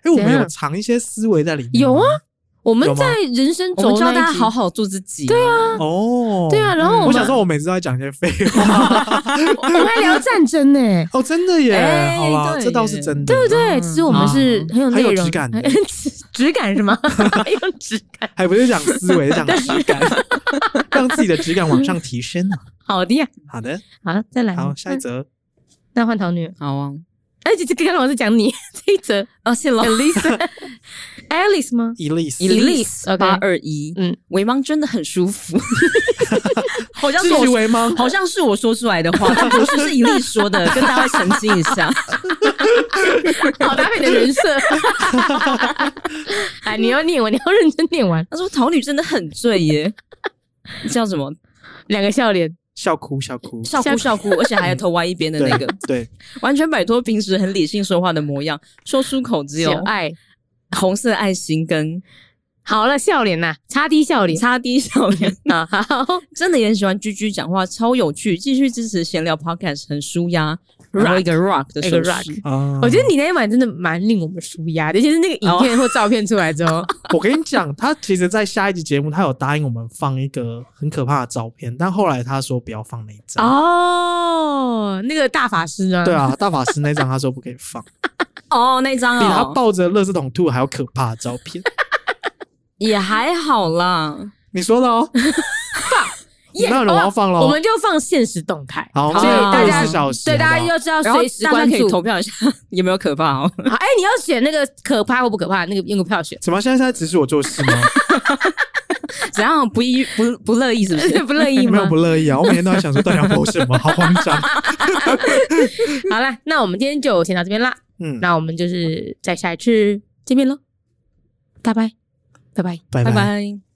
Speaker 1: 哎，我们
Speaker 2: 怎样
Speaker 1: 有藏一些思维在里面吗，
Speaker 2: 有啊 <laughs> 我们
Speaker 1: 有吗
Speaker 2: 在人生
Speaker 3: 我们
Speaker 2: 走
Speaker 3: 教
Speaker 2: 那
Speaker 3: 大
Speaker 2: 一
Speaker 3: 家
Speaker 2: 集
Speaker 3: 好好做自己。对啊，
Speaker 1: 哦，
Speaker 2: 对啊，然后我
Speaker 1: 我
Speaker 2: 们
Speaker 1: 想说，我每次都在讲一些废话。
Speaker 2: <laughs> 我们还聊战争呢、
Speaker 1: 哦，真的耶，
Speaker 3: 哎
Speaker 1: 好啦，
Speaker 3: 对
Speaker 1: 这倒是
Speaker 3: 耶
Speaker 1: 真的，对不
Speaker 3: 嗯
Speaker 2: 对，其实我们是很有内容、
Speaker 1: 很有质感的
Speaker 2: 质 <laughs> 质感是吗？很有质感，
Speaker 1: 还不是讲思维，是讲质
Speaker 2: <laughs>
Speaker 1: 感，让自己的质感往上提升啊。
Speaker 2: 好的呀。
Speaker 1: 好的，
Speaker 2: 好，再来。
Speaker 1: 好，下一
Speaker 2: 嗯
Speaker 1: 则，
Speaker 2: 那那换桃女。
Speaker 3: 好啊，
Speaker 2: 而哎且这个刚刚我是讲你这一则
Speaker 3: 哦， <laughs> 谢喽。
Speaker 2: <laughs> ，Elisa，Alice 吗？
Speaker 1: 伊丽丝，
Speaker 2: Elise，OK
Speaker 3: 八二一，
Speaker 2: 嗯
Speaker 3: 嗯，围盲真的很舒
Speaker 2: <laughs>
Speaker 3: 服，好像是
Speaker 1: 自以
Speaker 3: 我，
Speaker 1: 为吗？
Speaker 3: 好像是我说出来的
Speaker 2: <laughs>
Speaker 3: 话，但不是是伊丽说的，跟大家澄清一下。
Speaker 2: 好搭配你的人设。哎，你要念完，你要认真念完，
Speaker 3: <laughs> 他说桃女真的很醉耶，叫什么
Speaker 2: 两个笑脸。
Speaker 1: 笑哭笑哭，
Speaker 3: 笑哭笑哭，而且还头歪一边的
Speaker 1: 对
Speaker 3: 那个，
Speaker 1: <laughs> 对，
Speaker 3: 完全摆脱平时很理性说话的模样，说出口只有
Speaker 2: 小爱。
Speaker 3: 红色爱心跟
Speaker 2: 好了，笑脸呐，擦低笑脸
Speaker 3: 擦低笑脸。
Speaker 2: <laughs> 啊，好，
Speaker 3: 真的也很喜欢居居讲话，超有趣，继续支持闲聊 podcast，很舒压。然后一个 rock 的
Speaker 2: 一
Speaker 3: 手
Speaker 2: 个
Speaker 3: 势
Speaker 2: rock，
Speaker 1: 啊
Speaker 2: 我觉得你那一晚真的蛮令我们舒压的，尤其是那个影片或照片出来之后，
Speaker 1: 我跟你讲，他其实，在下一集节目，他有答应我们放一个很可怕的照片，但后来他说不要放那一张。
Speaker 2: 哦，那个大法师啊，
Speaker 1: 对，啊，大法师那张他说不可以放，
Speaker 3: 哦，那张
Speaker 1: 比
Speaker 3: 啊、
Speaker 1: 他
Speaker 3: 哦，
Speaker 1: 抱着垃圾桶吐还要可怕的照片。
Speaker 3: 也还好啦。
Speaker 1: 你说的哦，那我要放了。
Speaker 2: 我们就放现实动态，
Speaker 1: 好，
Speaker 3: 好
Speaker 1: 所以
Speaker 2: 大家
Speaker 1: 24小时，
Speaker 2: 对大
Speaker 1: 好
Speaker 2: 家
Speaker 1: 不好，
Speaker 2: 要知道
Speaker 3: 然后
Speaker 2: 随时
Speaker 3: 大
Speaker 2: 关
Speaker 3: 家可以
Speaker 2: 注。
Speaker 3: 投票一下 <laughs> 有没有可怕哦？ <laughs>
Speaker 2: <laughs> 好，哎，你要选那个可怕或不可怕，那个用个票选 <laughs>
Speaker 1: 什么？现在是在指使我做事吗？
Speaker 3: 怎样不一不不乐意是不
Speaker 2: <laughs>
Speaker 3: 是？
Speaker 2: 不乐
Speaker 1: <laughs>
Speaker 2: 意
Speaker 1: 没
Speaker 2: 吗
Speaker 1: 有？不乐意啊，我每天都在想说，到底要播什么，好慌张。
Speaker 2: 好了，那我们今天就先到这边啦，
Speaker 1: 嗯，
Speaker 2: 那我们 <laughs> 就是在下一次见面喽，拜拜，拜拜。
Speaker 1: 拜
Speaker 3: 拜。拜。